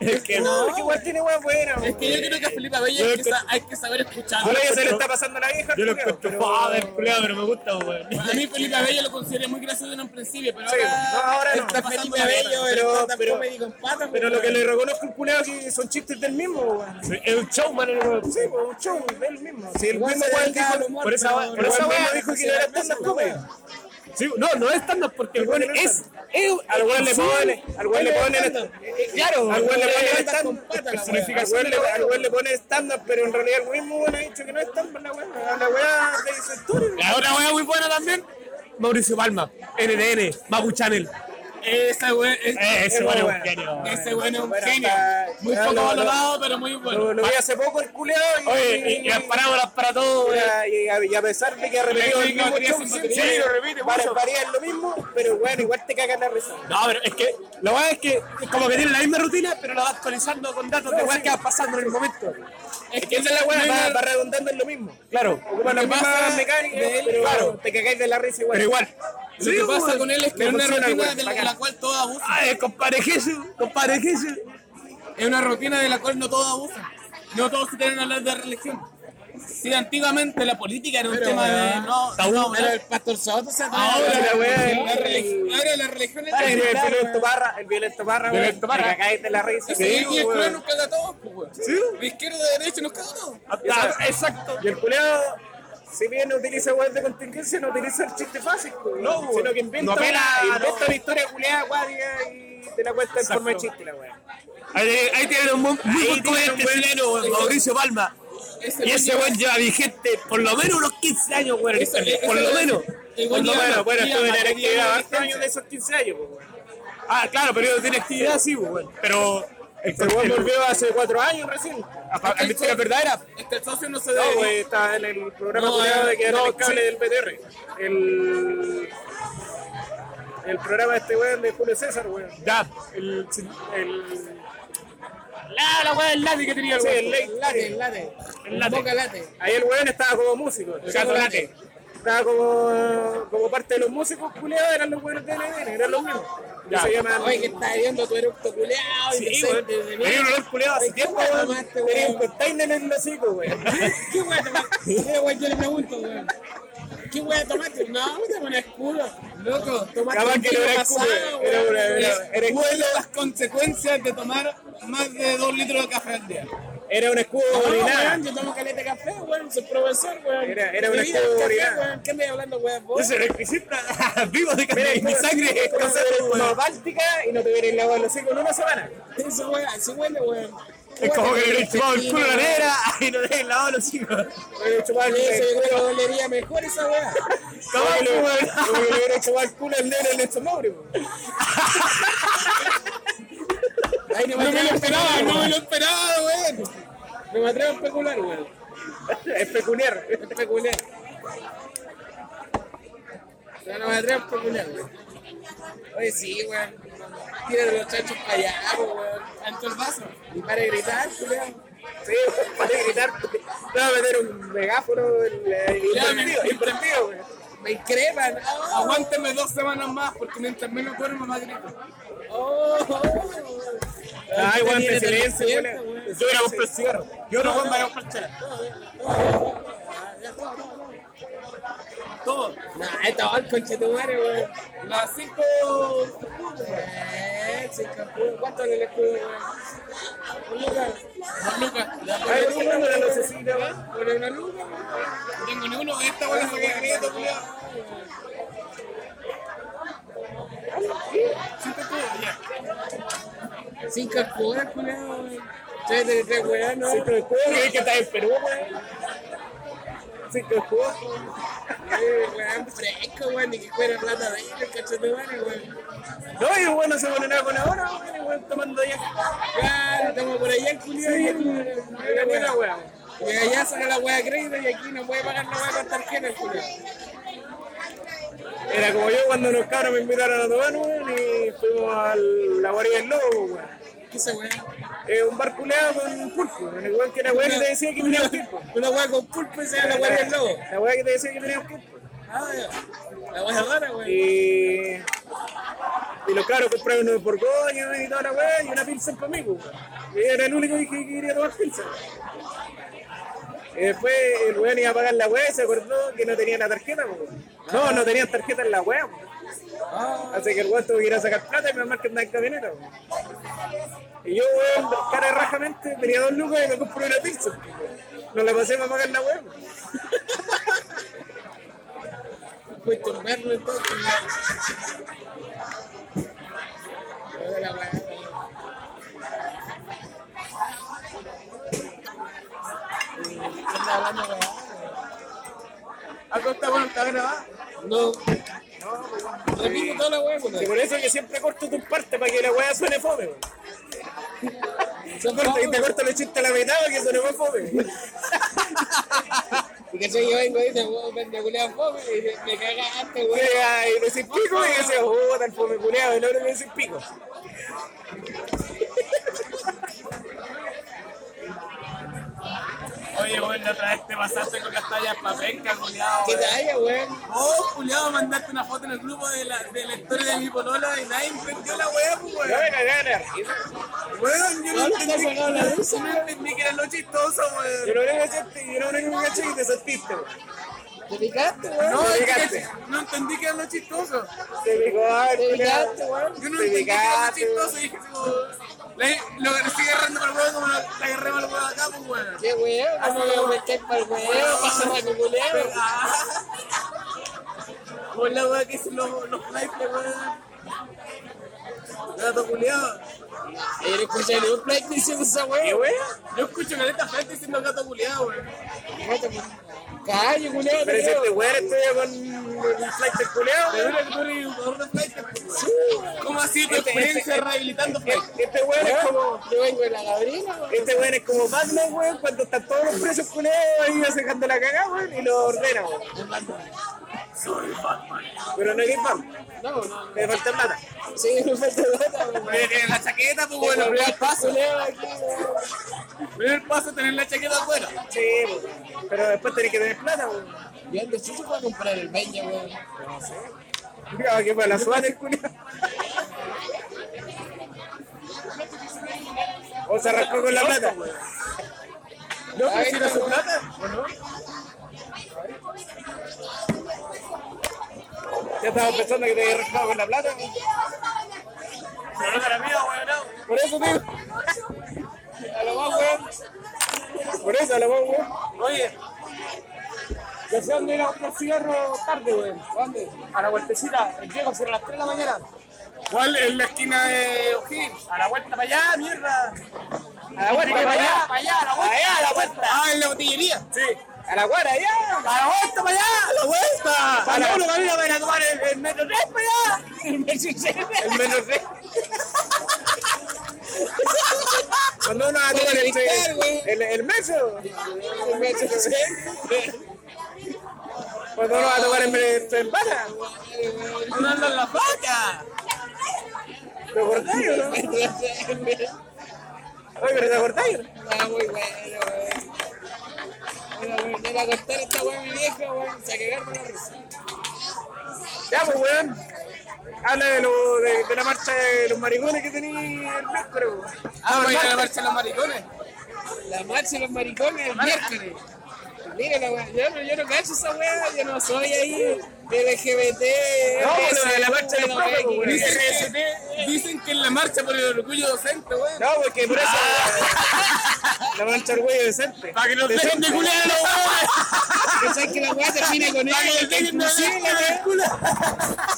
Speaker 4: Es que
Speaker 2: No,
Speaker 4: no.
Speaker 2: es que igual tiene weas buenas,
Speaker 1: es
Speaker 2: weón.
Speaker 1: que yo creo que a Felipe Abella hay que, sa- hay que saber escuchar.
Speaker 2: Ahora ya se le está pasando la vieja. al
Speaker 4: Yo lo
Speaker 2: culeado,
Speaker 4: encuentro
Speaker 2: pero-
Speaker 4: joder, culeado, pero me gusta, weón.
Speaker 1: A mí Felipe Abella lo consideré muy gracioso en un principio, pero
Speaker 2: Sí, no,
Speaker 1: ahora
Speaker 2: ahora no.
Speaker 1: está Felipe Abella,
Speaker 2: pero, pero,
Speaker 1: con patas.
Speaker 2: pero lo que le reconozco al culeado es que son chistes del mismo, weón.
Speaker 4: Sí, Es un showman, weón.
Speaker 2: Sí, pues, un show del mismo. Sí, el
Speaker 9: Igual
Speaker 2: mismo
Speaker 9: se
Speaker 2: weón
Speaker 9: dedica al
Speaker 2: dijo,
Speaker 9: humor,
Speaker 2: por esa
Speaker 9: pero
Speaker 2: weón,
Speaker 4: el weón
Speaker 2: mismo
Speaker 4: mismo
Speaker 2: dijo que no era tan comedia.
Speaker 4: Sí, no, no es stand-up porque el weón es. es-
Speaker 2: Al weón le
Speaker 4: sí,
Speaker 2: ponen, al weón le ponen,
Speaker 4: stand-up. Eh, Claro,
Speaker 2: al weón le ponen
Speaker 4: con
Speaker 2: stand-up.
Speaker 4: patas, la
Speaker 2: Al
Speaker 4: personificación
Speaker 2: weón
Speaker 4: de
Speaker 2: le-
Speaker 4: la
Speaker 2: Al weón le ponen stand-up, pero en realidad el mismo weón ha dicho que no es stand-up la weón. La weón de su historia.
Speaker 4: La otra wea muy buena también, Mauricio Palma, NNN, Mapu Channel.
Speaker 1: Esa wea es.
Speaker 4: Eh, ese
Speaker 2: muy
Speaker 4: weón es un
Speaker 2: bueno.
Speaker 4: genio.
Speaker 1: Ese bueno es un
Speaker 2: Bueno,
Speaker 1: genio.
Speaker 2: está-
Speaker 1: Muy
Speaker 2: ya
Speaker 1: poco
Speaker 2: lo- lo-
Speaker 1: valorado, pero muy bueno.
Speaker 2: Lo, lo vi hace poco el culeado y,
Speaker 4: Oye, y, y Eh, las parábolas para todos, weón.
Speaker 2: y, a, y a pesar de que ha repetido
Speaker 1: Sí,
Speaker 2: el mismo
Speaker 1: no,
Speaker 2: show,
Speaker 1: sí,
Speaker 2: siempre,
Speaker 1: sí, lo
Speaker 4: repite
Speaker 2: para
Speaker 4: mucho.
Speaker 2: variar lo mismo, pero bueno, igual te cagan la risa.
Speaker 4: No, pero es que la weá es que es como que tienen la misma rutina, pero la vas actualizando con datos de weá que vas pasando en el momento.
Speaker 1: Es
Speaker 2: Que esa es la
Speaker 1: no
Speaker 2: weá,
Speaker 1: hay
Speaker 2: va,
Speaker 1: nada-
Speaker 2: va redundando en lo mismo.
Speaker 4: Claro,
Speaker 2: Ocupan las mismas mecánicas,
Speaker 1: de él,
Speaker 2: pero
Speaker 4: claro.
Speaker 2: te cagáis de la risa igual.
Speaker 4: pero igual.
Speaker 1: Lo que pasa con él es que
Speaker 2: Le
Speaker 1: es una
Speaker 2: funciona,
Speaker 1: rutina
Speaker 2: weón,
Speaker 1: de la,
Speaker 2: bacán.
Speaker 1: la cual todos abusan.
Speaker 4: Ay, compadre Jesús, compadre Jesús.
Speaker 1: Es una rutina de la cual no todos abusan. No todos se tienen a hablar de religión. Sí, antiguamente la política era un tema de. No, no,
Speaker 9: Pero el pastor Soto se
Speaker 1: ahora
Speaker 2: la weá.
Speaker 1: la religión- ahora la religión es.
Speaker 2: el, violento parra, el violento parra, weón,
Speaker 4: Violento Parra.
Speaker 2: Te cagáis de la risa.
Speaker 1: Sí, y el
Speaker 2: weón.
Speaker 1: cura nos caga a todos, pues, weón. De izquierda a derecha nos caga a todos.
Speaker 4: Hasta- Ah, exacto.
Speaker 2: Y el culeado, si bien no utiliza weas de contingencia, no utiliza el chiste fácil, weón, sino que inventa,
Speaker 4: No apela,
Speaker 2: una,
Speaker 4: no.
Speaker 2: inventa una historia culeada acuática y te la cuenta en forma de chiste la weá.
Speaker 4: Ahí, ahí tienen un buen, muy
Speaker 2: tienen
Speaker 4: buen comediante
Speaker 2: un buen-
Speaker 4: chileno, weón, Mauricio Palma.
Speaker 1: Ese
Speaker 4: Y ese
Speaker 1: weón
Speaker 4: weón lleva vigente por lo menos unos 15 años, weón. en
Speaker 1: Ese-
Speaker 4: internet,
Speaker 1: ese
Speaker 4: Por lo
Speaker 1: weón-
Speaker 4: menos.
Speaker 1: el
Speaker 4: Por
Speaker 1: weón
Speaker 4: lo
Speaker 1: lleva
Speaker 4: menos.
Speaker 2: Bueno,
Speaker 1: Tía,
Speaker 2: estuve en
Speaker 1: María,
Speaker 2: actividad
Speaker 1: María,
Speaker 2: bastante años de esos 15 años, pues, weón.
Speaker 4: Ah, claro, periodo tiene actividad, sí, weón. Pero. El
Speaker 2: Se Este volvió hace cuatro años recién.
Speaker 4: ¿Has visto la verdadera?
Speaker 1: Es que el socio no se
Speaker 2: No,
Speaker 1: debe.
Speaker 2: güey, está en el programa
Speaker 1: No,
Speaker 2: culiado
Speaker 4: eh,
Speaker 2: de que era
Speaker 1: no,
Speaker 2: el cable del PTR. El, el programa de este weón de Julio César, weón.
Speaker 4: Ya.
Speaker 2: El, el,
Speaker 4: La, la weá del lápiz que tenía el
Speaker 2: sí, el
Speaker 4: weón.
Speaker 2: late,
Speaker 9: late, late.
Speaker 4: El late.
Speaker 9: Boca late.
Speaker 2: Ahí el weón estaba como músico.
Speaker 4: El gato late.
Speaker 2: Estaba como, como parte de los músicos culiados, eran los buenos de NN, eran los mismos.
Speaker 4: Ya.
Speaker 2: Se llaman.
Speaker 9: Oye, que está viendo tu eructo culeado.
Speaker 4: Sí, weón. Tenía un olor culeado hace
Speaker 9: ¿Qué
Speaker 4: tiempo,
Speaker 9: weón
Speaker 4: weón.
Speaker 9: tomaste,
Speaker 2: Tenía un
Speaker 9: weón?
Speaker 2: container en el hocico, weón.
Speaker 9: ¿Qué weón tomaste? Mira, weón, yo le pregunto, weón. ¿Qué weón tomaste? No, te pones culo. Loco, tomaste
Speaker 2: Capaz
Speaker 9: un
Speaker 2: que no
Speaker 9: vino
Speaker 2: era
Speaker 9: pasado,
Speaker 2: culo,
Speaker 9: weón.
Speaker 2: era una- era- era
Speaker 1: Huele las consecuencias de tomar más de dos litros de café al día.
Speaker 2: Era un escudo
Speaker 9: No,
Speaker 2: molinado.
Speaker 9: weón, yo tomo caleta de café, weón, soy profesor, weón.
Speaker 2: Era- era
Speaker 9: Mi
Speaker 2: una
Speaker 9: vida
Speaker 2: escuela
Speaker 9: es café,
Speaker 2: obligada.
Speaker 9: weón. ¿Qué andas hablando, weón?
Speaker 4: Yo
Speaker 9: Vos?
Speaker 4: soy electricista. Vivo de café. Mi sangre es
Speaker 2: como si
Speaker 4: café,
Speaker 2: fuera
Speaker 4: weón.
Speaker 2: una báltica y no te hubieran lavado el hocico en una semana.
Speaker 9: Eso, weón, así huele, weón.
Speaker 4: Es como que le
Speaker 9: Huele
Speaker 4: hubieran chupado el
Speaker 9: intestino,
Speaker 4: culo a la
Speaker 9: weón.
Speaker 4: negra y no le hubieran lavado los hijos.
Speaker 2: Hubieran chupado el-
Speaker 9: Eso, yo creo que dolería mejor esa weá.
Speaker 4: ¿Cómo,
Speaker 2: Como que le-
Speaker 4: weón?
Speaker 2: como que le hubiera chupado el culo al negro en estos mauros, weón.
Speaker 9: Ahí no,
Speaker 1: ah, No me lo esperaba, no me lo esperaba, weón.
Speaker 9: No me atrevo a especular, weón.
Speaker 2: Es peculiar.
Speaker 9: Especular. No, no me atrevo a especular, weón. Oye, sí, weón. Tira los chanchos para allá, weón. Ancho el vaso. Y para de gritar, weón.
Speaker 2: Sí, para gritar. Te va a meter un megáfono en el imprendido, güey.
Speaker 9: Me increpan. ¡Ah!
Speaker 1: Aguánteme dos semanas más porque mientras menos duermo más grito.
Speaker 9: ¡Oh!
Speaker 2: Ay, güey,
Speaker 9: Viene
Speaker 2: en silencio, güey.
Speaker 9: del desierto,
Speaker 2: Yo voy a comprar cigarro. Yo no voy a comprar chela.
Speaker 9: Nah, esta va el conche tu madre, weón.
Speaker 1: Las cinco...
Speaker 9: Eh, chica, weón. ¿Cuánto le el escudo, weón? Un lugar.
Speaker 1: Dos lucas.
Speaker 2: Ay, ¿cómo no la necesita, va?
Speaker 9: Pone una luz, weón.
Speaker 1: No tengo ninguno. Esta weá la saqué de crédito, culiao.
Speaker 9: Sin calcular, culiao, weón. Tres de tres, weón, ¿no?
Speaker 2: Cinco de cuero. que está en Perú, güey. Cinco de cuero.
Speaker 9: Eh, Weón, fresco, weón. Ni que fuera plata de él, conche tu madre, weón.
Speaker 2: No, y bueno, se pone nada con ahora, güey. el güey tomando ya.
Speaker 9: Claro, estamos por allá, culiao. y aquí, weón.
Speaker 2: Mira, mira, güey.
Speaker 9: Y allá saca la weá de crédito y aquí no puede pagar la weá con tarjeta, culiao.
Speaker 2: Era como yo cuando los cabros me invitaron a tomar, güey, y fuimos al la guarida del lobo, güey.
Speaker 9: ¿Qué esa weá?
Speaker 2: Eh, un bar culeado con pulpo. El weón que era weón que te decía que tenía pulpo.
Speaker 9: Una weá con pulpo y se da la weá del lobo.
Speaker 2: La weá que te decía que tenía pulpo.
Speaker 9: Ah, ya. La weá rara, weón.
Speaker 2: Y. Y los cabros compraron unos borgoños y toda la weá y una pizza para mí, pues, weón. Y era el único que, que quería tomar pizza. Y después el weón iba a pagar la weá y se acordó que no tenía la tarjeta, pues, weón. No, no tenían tarjeta en la weá, pues.
Speaker 9: Ah.
Speaker 2: Así que el weón tuvo que ir a sacar plata y me marca una camioneta, weón. Y yo, weón, cara de rajamente, tenía dos lucas y me compré una pizza. pues, weón. No la pasé para pagar la weá, pues.
Speaker 9: Fue tumbarlo entonces. Pero la weá, weón. Anda hablando, weá,
Speaker 2: ¿A costa, bueno, está grabado?
Speaker 9: weón. No. Repito toda la weá, weón.
Speaker 2: Y por eso que siempre corto tu parte para que la weá suene fome. weón.
Speaker 9: Son
Speaker 2: Corto, y
Speaker 9: pobres,
Speaker 2: te corto los chistes a la mitad para que suene más fome. weón.
Speaker 9: Y que yo vengo y dice, weón, vende culiao pobre y me- me cagaste, weón.
Speaker 2: Llega Y me decís pico y yo decía, oh, tan fome culeado. Y luego me decís pico.
Speaker 10: Oye, bueno, la otra vez te pasaste con las tallas pa' penca, culiao.
Speaker 9: ¿Qué talla, weón?
Speaker 1: Oh, culiado, mandaste una foto en el grupo de la, de la historia de mi polola y nadie entendió la weá, pues,
Speaker 2: No
Speaker 1: weón.
Speaker 2: me cagaba la risa.
Speaker 1: Weón, yo no
Speaker 9: Ahora está
Speaker 1: entendí,
Speaker 9: sacado la luz,
Speaker 1: no entendí que era lo chistoso, weón.
Speaker 2: Yo lo único que caché- yo lo único que caché es que te sentiste. weón.
Speaker 9: ¿Te picaste, weón?
Speaker 1: No,
Speaker 2: Te
Speaker 1: es que-
Speaker 2: picaste.
Speaker 1: no entendí que era lo chistoso.
Speaker 2: Te picó, ay,
Speaker 9: ¿Te
Speaker 2: culeado.
Speaker 9: picaste, weón?
Speaker 1: Yo no
Speaker 2: Te
Speaker 1: entendí que era lo
Speaker 2: picaste,
Speaker 1: chistoso y dije, como, la- lo que le sigue agarrando para el huevo como la la agarré para el huevo acá, pues, weón.
Speaker 9: ¿Qué weón? ¿Cómo me metes para el weón? ¿Para cerrar con culero?
Speaker 1: Como la weá que hicieron los, los flypes, weón. Gato culiado.
Speaker 9: Y no escuché ni un play diciendo esa weón.
Speaker 1: Yo escucho caleta gente diciendo gato culiado, weón.
Speaker 9: Calle, culero.
Speaker 2: Pero si este
Speaker 9: culero.
Speaker 2: weón estudia con un flight
Speaker 1: Pero
Speaker 2: culeado.
Speaker 1: era que tú eres un jugador de flypes, pues, weón. ¿Cómo así tu
Speaker 2: Este-
Speaker 1: experiencia
Speaker 2: este-
Speaker 1: rehabilitando flypes?
Speaker 2: Este weón es como.
Speaker 9: Yo vengo de la Gabriela, weón.
Speaker 2: Este weón es como Batman, weón, cuando están todos los presos culeados ahí sacando la cagada, weón, y lo ordena, weón. Soy Batman. Pero no es Batman,
Speaker 9: No, no.
Speaker 2: me falta plata.
Speaker 9: Sí, no falta nada, weón.
Speaker 1: Oye, tiene la chaqueta, pues, weón.
Speaker 9: Bueno,
Speaker 1: El
Speaker 9: primer
Speaker 1: primer
Speaker 9: paso, Leo, aquí, weón.
Speaker 1: paso- primer paso es tener la chaqueta afuera.
Speaker 2: Sí, weón. Pero después tenés que tener plata, weón.
Speaker 9: Yo ando chucho para comprar el baño, weón.
Speaker 2: Mira, que para la suave el culiao. O se arrancó con la plata. No, pero si era su plata. ¿o no? Ya estaba pensando que te había arrancado con la plata. weón.
Speaker 10: Pero no era mía, weón, no.
Speaker 2: Por eso, tío. A lo más, weón. Por eso, a lo más, weón.
Speaker 10: Oye,
Speaker 2: Ya sé dónde ir a comprar cigarro tarde, weón. ¿Dónde? A la vueltecita. El Diego cierra a las 3 de la mañana.
Speaker 1: ¿Cuál es la esquina de O'Higgins?
Speaker 2: A la vuelta para allá, mierda. A la vuelta para allá. Para allá, a la vuelta. Allá, a la vuelta.
Speaker 1: Ah, en la botillería.
Speaker 2: Sí. A la guara, allá. A la vuelta para allá. A la vuelta. Cuando uno camina para ir a tomar el, el metro 3 para allá. El metro 3. El metro 3. Cuando uno
Speaker 9: Para
Speaker 2: el,
Speaker 9: evitar, güey.
Speaker 2: Ah, el, el meso. El meso. Cuando uno Pues va a tocar en, en, en bala.
Speaker 9: ¡Hablando en la vaca!
Speaker 2: ¿Te acordáis o no? Oye, pero te acordáis.
Speaker 9: Estaba muy bueno, weón. Bueno, weón, era cortar esta weón mi vieja, weón. Se cagaron la risa.
Speaker 2: Ya, pues, weón. Habla de, lo, de, de la marcha de los maricones que tenía el miércoles, weón.
Speaker 9: Ah, ¿va a ir a la marcha de los maricones? La marcha de los maricones el miércoles. Mira la weón, yo no, yo no cacho esa weá, yo no soy ahí LGBT.
Speaker 2: No,
Speaker 9: RS,
Speaker 2: pero de la marcha de los
Speaker 9: bueno,
Speaker 2: profes, Eh, weón.
Speaker 9: Dicen que, dicen que en la marcha por el orgullo docente, weón.
Speaker 2: No, porque por eso. weón, La mancha del güey es decente.
Speaker 1: Para que nos dejen de culiar a los huevos.
Speaker 9: ¿Sabes que la weá termina con él? Inclusive la weá.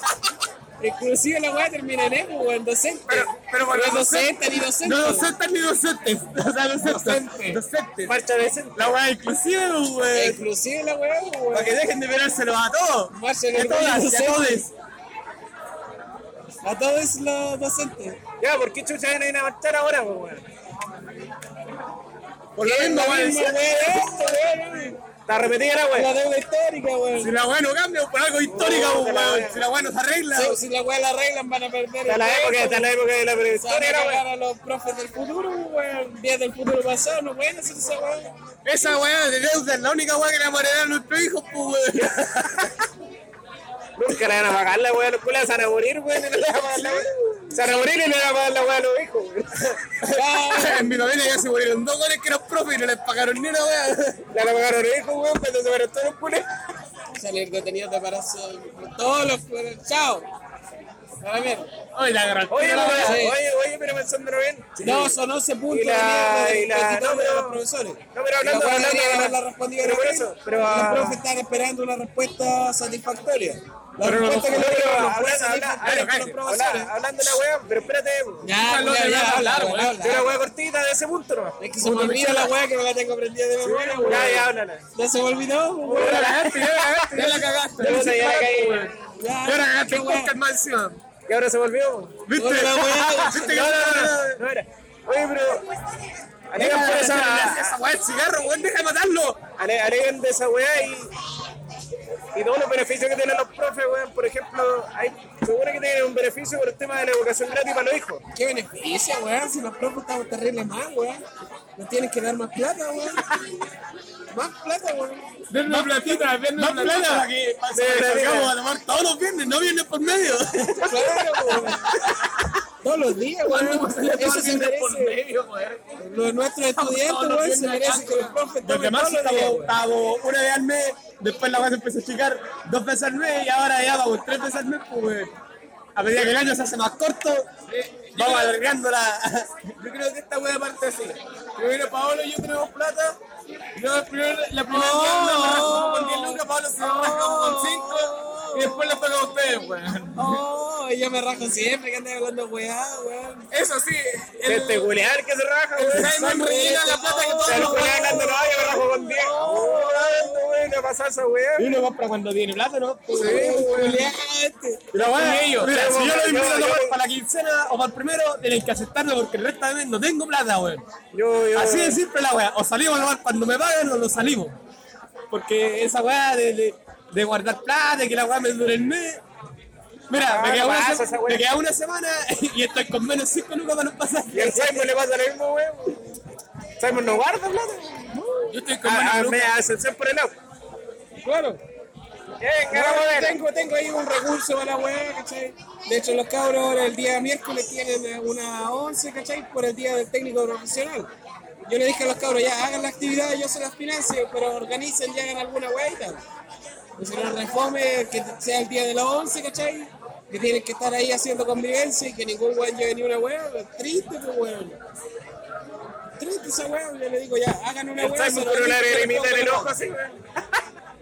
Speaker 9: Inclusive la weá termina en ego, weón, docente.
Speaker 1: Pero- pero
Speaker 9: no
Speaker 1: bueno,
Speaker 9: es docente ni docente. pues,
Speaker 1: No
Speaker 9: weón.
Speaker 1: docentes ni docentes. O sea, docentes. Docentes.
Speaker 2: Marcha decente.
Speaker 1: La weá inclusive, weón.
Speaker 9: Inclusive la weá, pues, weón.
Speaker 1: Para que dejen de verárselos a todos.
Speaker 9: Marcha en
Speaker 1: Y a
Speaker 9: el
Speaker 1: todas, y a
Speaker 9: docente.
Speaker 1: todes.
Speaker 9: A todos los docentes.
Speaker 2: Ya, ¿por qué chucha vienen a marchar ahora, pues, weón?
Speaker 1: Por lo mismo,
Speaker 9: La misma
Speaker 1: weón.
Speaker 9: weá de esto, weón.
Speaker 2: La repetida la
Speaker 9: La
Speaker 2: weón.
Speaker 9: deuda histórica,
Speaker 1: Si
Speaker 9: weón.
Speaker 1: la weá no cambia por algo histórico,
Speaker 2: Oh, la
Speaker 1: weón.
Speaker 2: weá.
Speaker 1: Si la weá no se arregla.
Speaker 9: Si- Si la weá la arreglan van a perder
Speaker 2: Hasta la
Speaker 9: tiempo,
Speaker 2: época, hasta la época de la
Speaker 9: Se van a
Speaker 2: prehistoria, la
Speaker 9: cagar
Speaker 2: weón.
Speaker 9: a los profes del futuro, weón. Días del futuro pasado, no pueden hacer esa weá.
Speaker 1: Esa weá de deuda es la única weá que le vamos a heredar a nuestros hijos, pues, weón.
Speaker 2: Nunca le van a pagar la weón, los culas se van a morir, weón. y no le van a pagar la weá. Se van a morir y no le van a pagar la weón a los hijos, weón.
Speaker 1: En mi familia ya se murieron dos goles que eran profes y no les pagaron ni una weá.
Speaker 2: Le van a pagar a los hijos, weón, pero se van a todos los culas.
Speaker 9: Salir detenidos de embarazo. Todos los fueron. Chao. A la mierda.
Speaker 1: Oye, la gran
Speaker 2: Oye,
Speaker 9: Pero la
Speaker 2: pero-
Speaker 9: weá, sí.
Speaker 2: oye, oye, pero pensándolo bien.
Speaker 9: No, son 11 puntos
Speaker 2: Y la-
Speaker 9: Este de
Speaker 2: y la-
Speaker 9: mierda
Speaker 2: no,
Speaker 9: de
Speaker 2: pero-
Speaker 9: los profesores.
Speaker 2: no, pero hablando-
Speaker 9: la
Speaker 2: hablando-
Speaker 9: la respondido
Speaker 2: pero por
Speaker 9: bien,
Speaker 2: eso, pero-
Speaker 9: los profes están esperando una respuesta satisfactoria. La
Speaker 2: Pero
Speaker 9: respuesta que
Speaker 2: no,
Speaker 9: le
Speaker 2: pero
Speaker 9: dieron los
Speaker 2: habla-
Speaker 9: jueces
Speaker 2: habla-
Speaker 9: satisfactoria
Speaker 2: habla-
Speaker 9: para los profesores.
Speaker 2: habla- Hablando de la weá, pero espérate, weón.
Speaker 9: Ya,
Speaker 1: habla-
Speaker 9: ya,
Speaker 1: habla-
Speaker 9: ya,
Speaker 1: habla-
Speaker 9: habla,
Speaker 1: habla-
Speaker 9: habla.
Speaker 2: Una weá cortita de ese punto, ¿no?
Speaker 9: Es que se me olvida la weá que no la tengo prendida de memoria, weón.
Speaker 2: Ya, ya, háblala.
Speaker 9: Ya se me olvidó, weón.
Speaker 1: Ya la cagaste.
Speaker 2: Puta, ya la caí, weón.
Speaker 9: Ya,
Speaker 1: Y ahora cagaste
Speaker 9: qué
Speaker 1: un
Speaker 9: weá.
Speaker 1: podcast más encima.
Speaker 2: Y ahora se volvió, weón.
Speaker 1: ¿Viste?
Speaker 9: Hola, la weá.
Speaker 1: ¿Viste que
Speaker 2: No, no, no, no era. Oye, pero. Alegan por
Speaker 1: esa,
Speaker 2: esa.
Speaker 1: esa weá del cigarro, weón, deja de matarlo.
Speaker 2: ale- Alegan de esa weá y. Y todos los beneficios que tienen los profes, weón. Por ejemplo, hay, seguro que tienen un beneficio por el tema de la educación gratis para los hijos.
Speaker 9: Qué beneficio, weón. Si los profes estamos terribles más, weón. Nos tienen que dar más plata, weón. Más plata, weón.
Speaker 1: Denme una platita, denme una plata para que para
Speaker 2: Sí,
Speaker 1: que
Speaker 2: platita.
Speaker 1: salgamos a tomar todos los viernes, no viernes por medio.
Speaker 9: Claro, weón. Todos los días, weón. Eso se merece.
Speaker 1: medio, weón.
Speaker 9: Los nuestros estudiantes, weón, se merecen que los profes
Speaker 1: Porque
Speaker 9: tomen
Speaker 1: más
Speaker 9: todos los días,
Speaker 1: estamos,
Speaker 9: weón.
Speaker 1: estamos una vez al mes, después la weá se empezó a chicar dos veces al mes y ahora ya vamos tres veces al mes, pues weón. A medida que el año se hace más corto, vamos alargando la.
Speaker 9: Yo creo que esta weá parte así. Primero Paolo y yo tenemos plata.
Speaker 1: Y luego el primer- la primera mierda me rascó con 10 lucas, Pablo se rascó con 5 y después la pagó ustedes, weón.
Speaker 9: Oh, yo me rajo siempre que andan hablando weá, weón.
Speaker 1: Eso sí, el
Speaker 2: Este culear que se raja, weón.
Speaker 1: Simon rellena la plata que todos
Speaker 2: El
Speaker 1: los
Speaker 2: culear
Speaker 1: weones.
Speaker 2: hablando, no, yo me rajo con 10. Weón, weón, no pasa esa weá.
Speaker 1: uno compra cuando tiene plata, ¿no?
Speaker 9: Julián, este.
Speaker 1: Pero bueno, mira, si yo lo invito a
Speaker 2: Yo-
Speaker 1: tomar
Speaker 2: yo-
Speaker 1: para la quincena o para el primero, tenéis que aceptarlo porque el resto de mes no tengo plata, weón.
Speaker 2: Yo, yo.
Speaker 1: Así de simple la weá. O salimos a tomar cuando me pagan o lo salimos. Porque esa weá de, de, de guardar plata, de que la weá me dure el mes. Mira,
Speaker 2: Ah,
Speaker 1: me, queda
Speaker 2: no
Speaker 1: una
Speaker 2: pasa
Speaker 1: se-
Speaker 2: esa weá.
Speaker 1: me queda una semana y estoy con menos 5 lucas para los pasajes.
Speaker 2: Y al Simon le pasa lo mismo, weón. Simon no guarda plata.
Speaker 1: Yo estoy con
Speaker 2: A,
Speaker 1: menos
Speaker 2: a,
Speaker 1: lucas.
Speaker 2: me hacen siempre el auto.
Speaker 9: Claro.
Speaker 2: Eh, cara,
Speaker 9: Bueno,
Speaker 2: modelo.
Speaker 9: tengo, tengo ahí un recurso para la weá, ¿cachai? De hecho, los cabros ahora el día miércoles tienen eh, una 11, ¿cachai? Por el día del técnico profesional. Yo le dije a los cabros, ya hagan la actividad, yo se las financio, pero organicen y hagan alguna weá y tal. Pues si no reforme, que sea el día de la 11, ¿cachai? Que tienen que estar ahí haciendo convivencia y que ningún weón lleve ni una weá. pues, Triste, pues weón. Triste esa weá. Yo le digo, ya hagan una
Speaker 2: El
Speaker 9: weá.
Speaker 2: Simon con una lagrimita en el ojo, así, weón.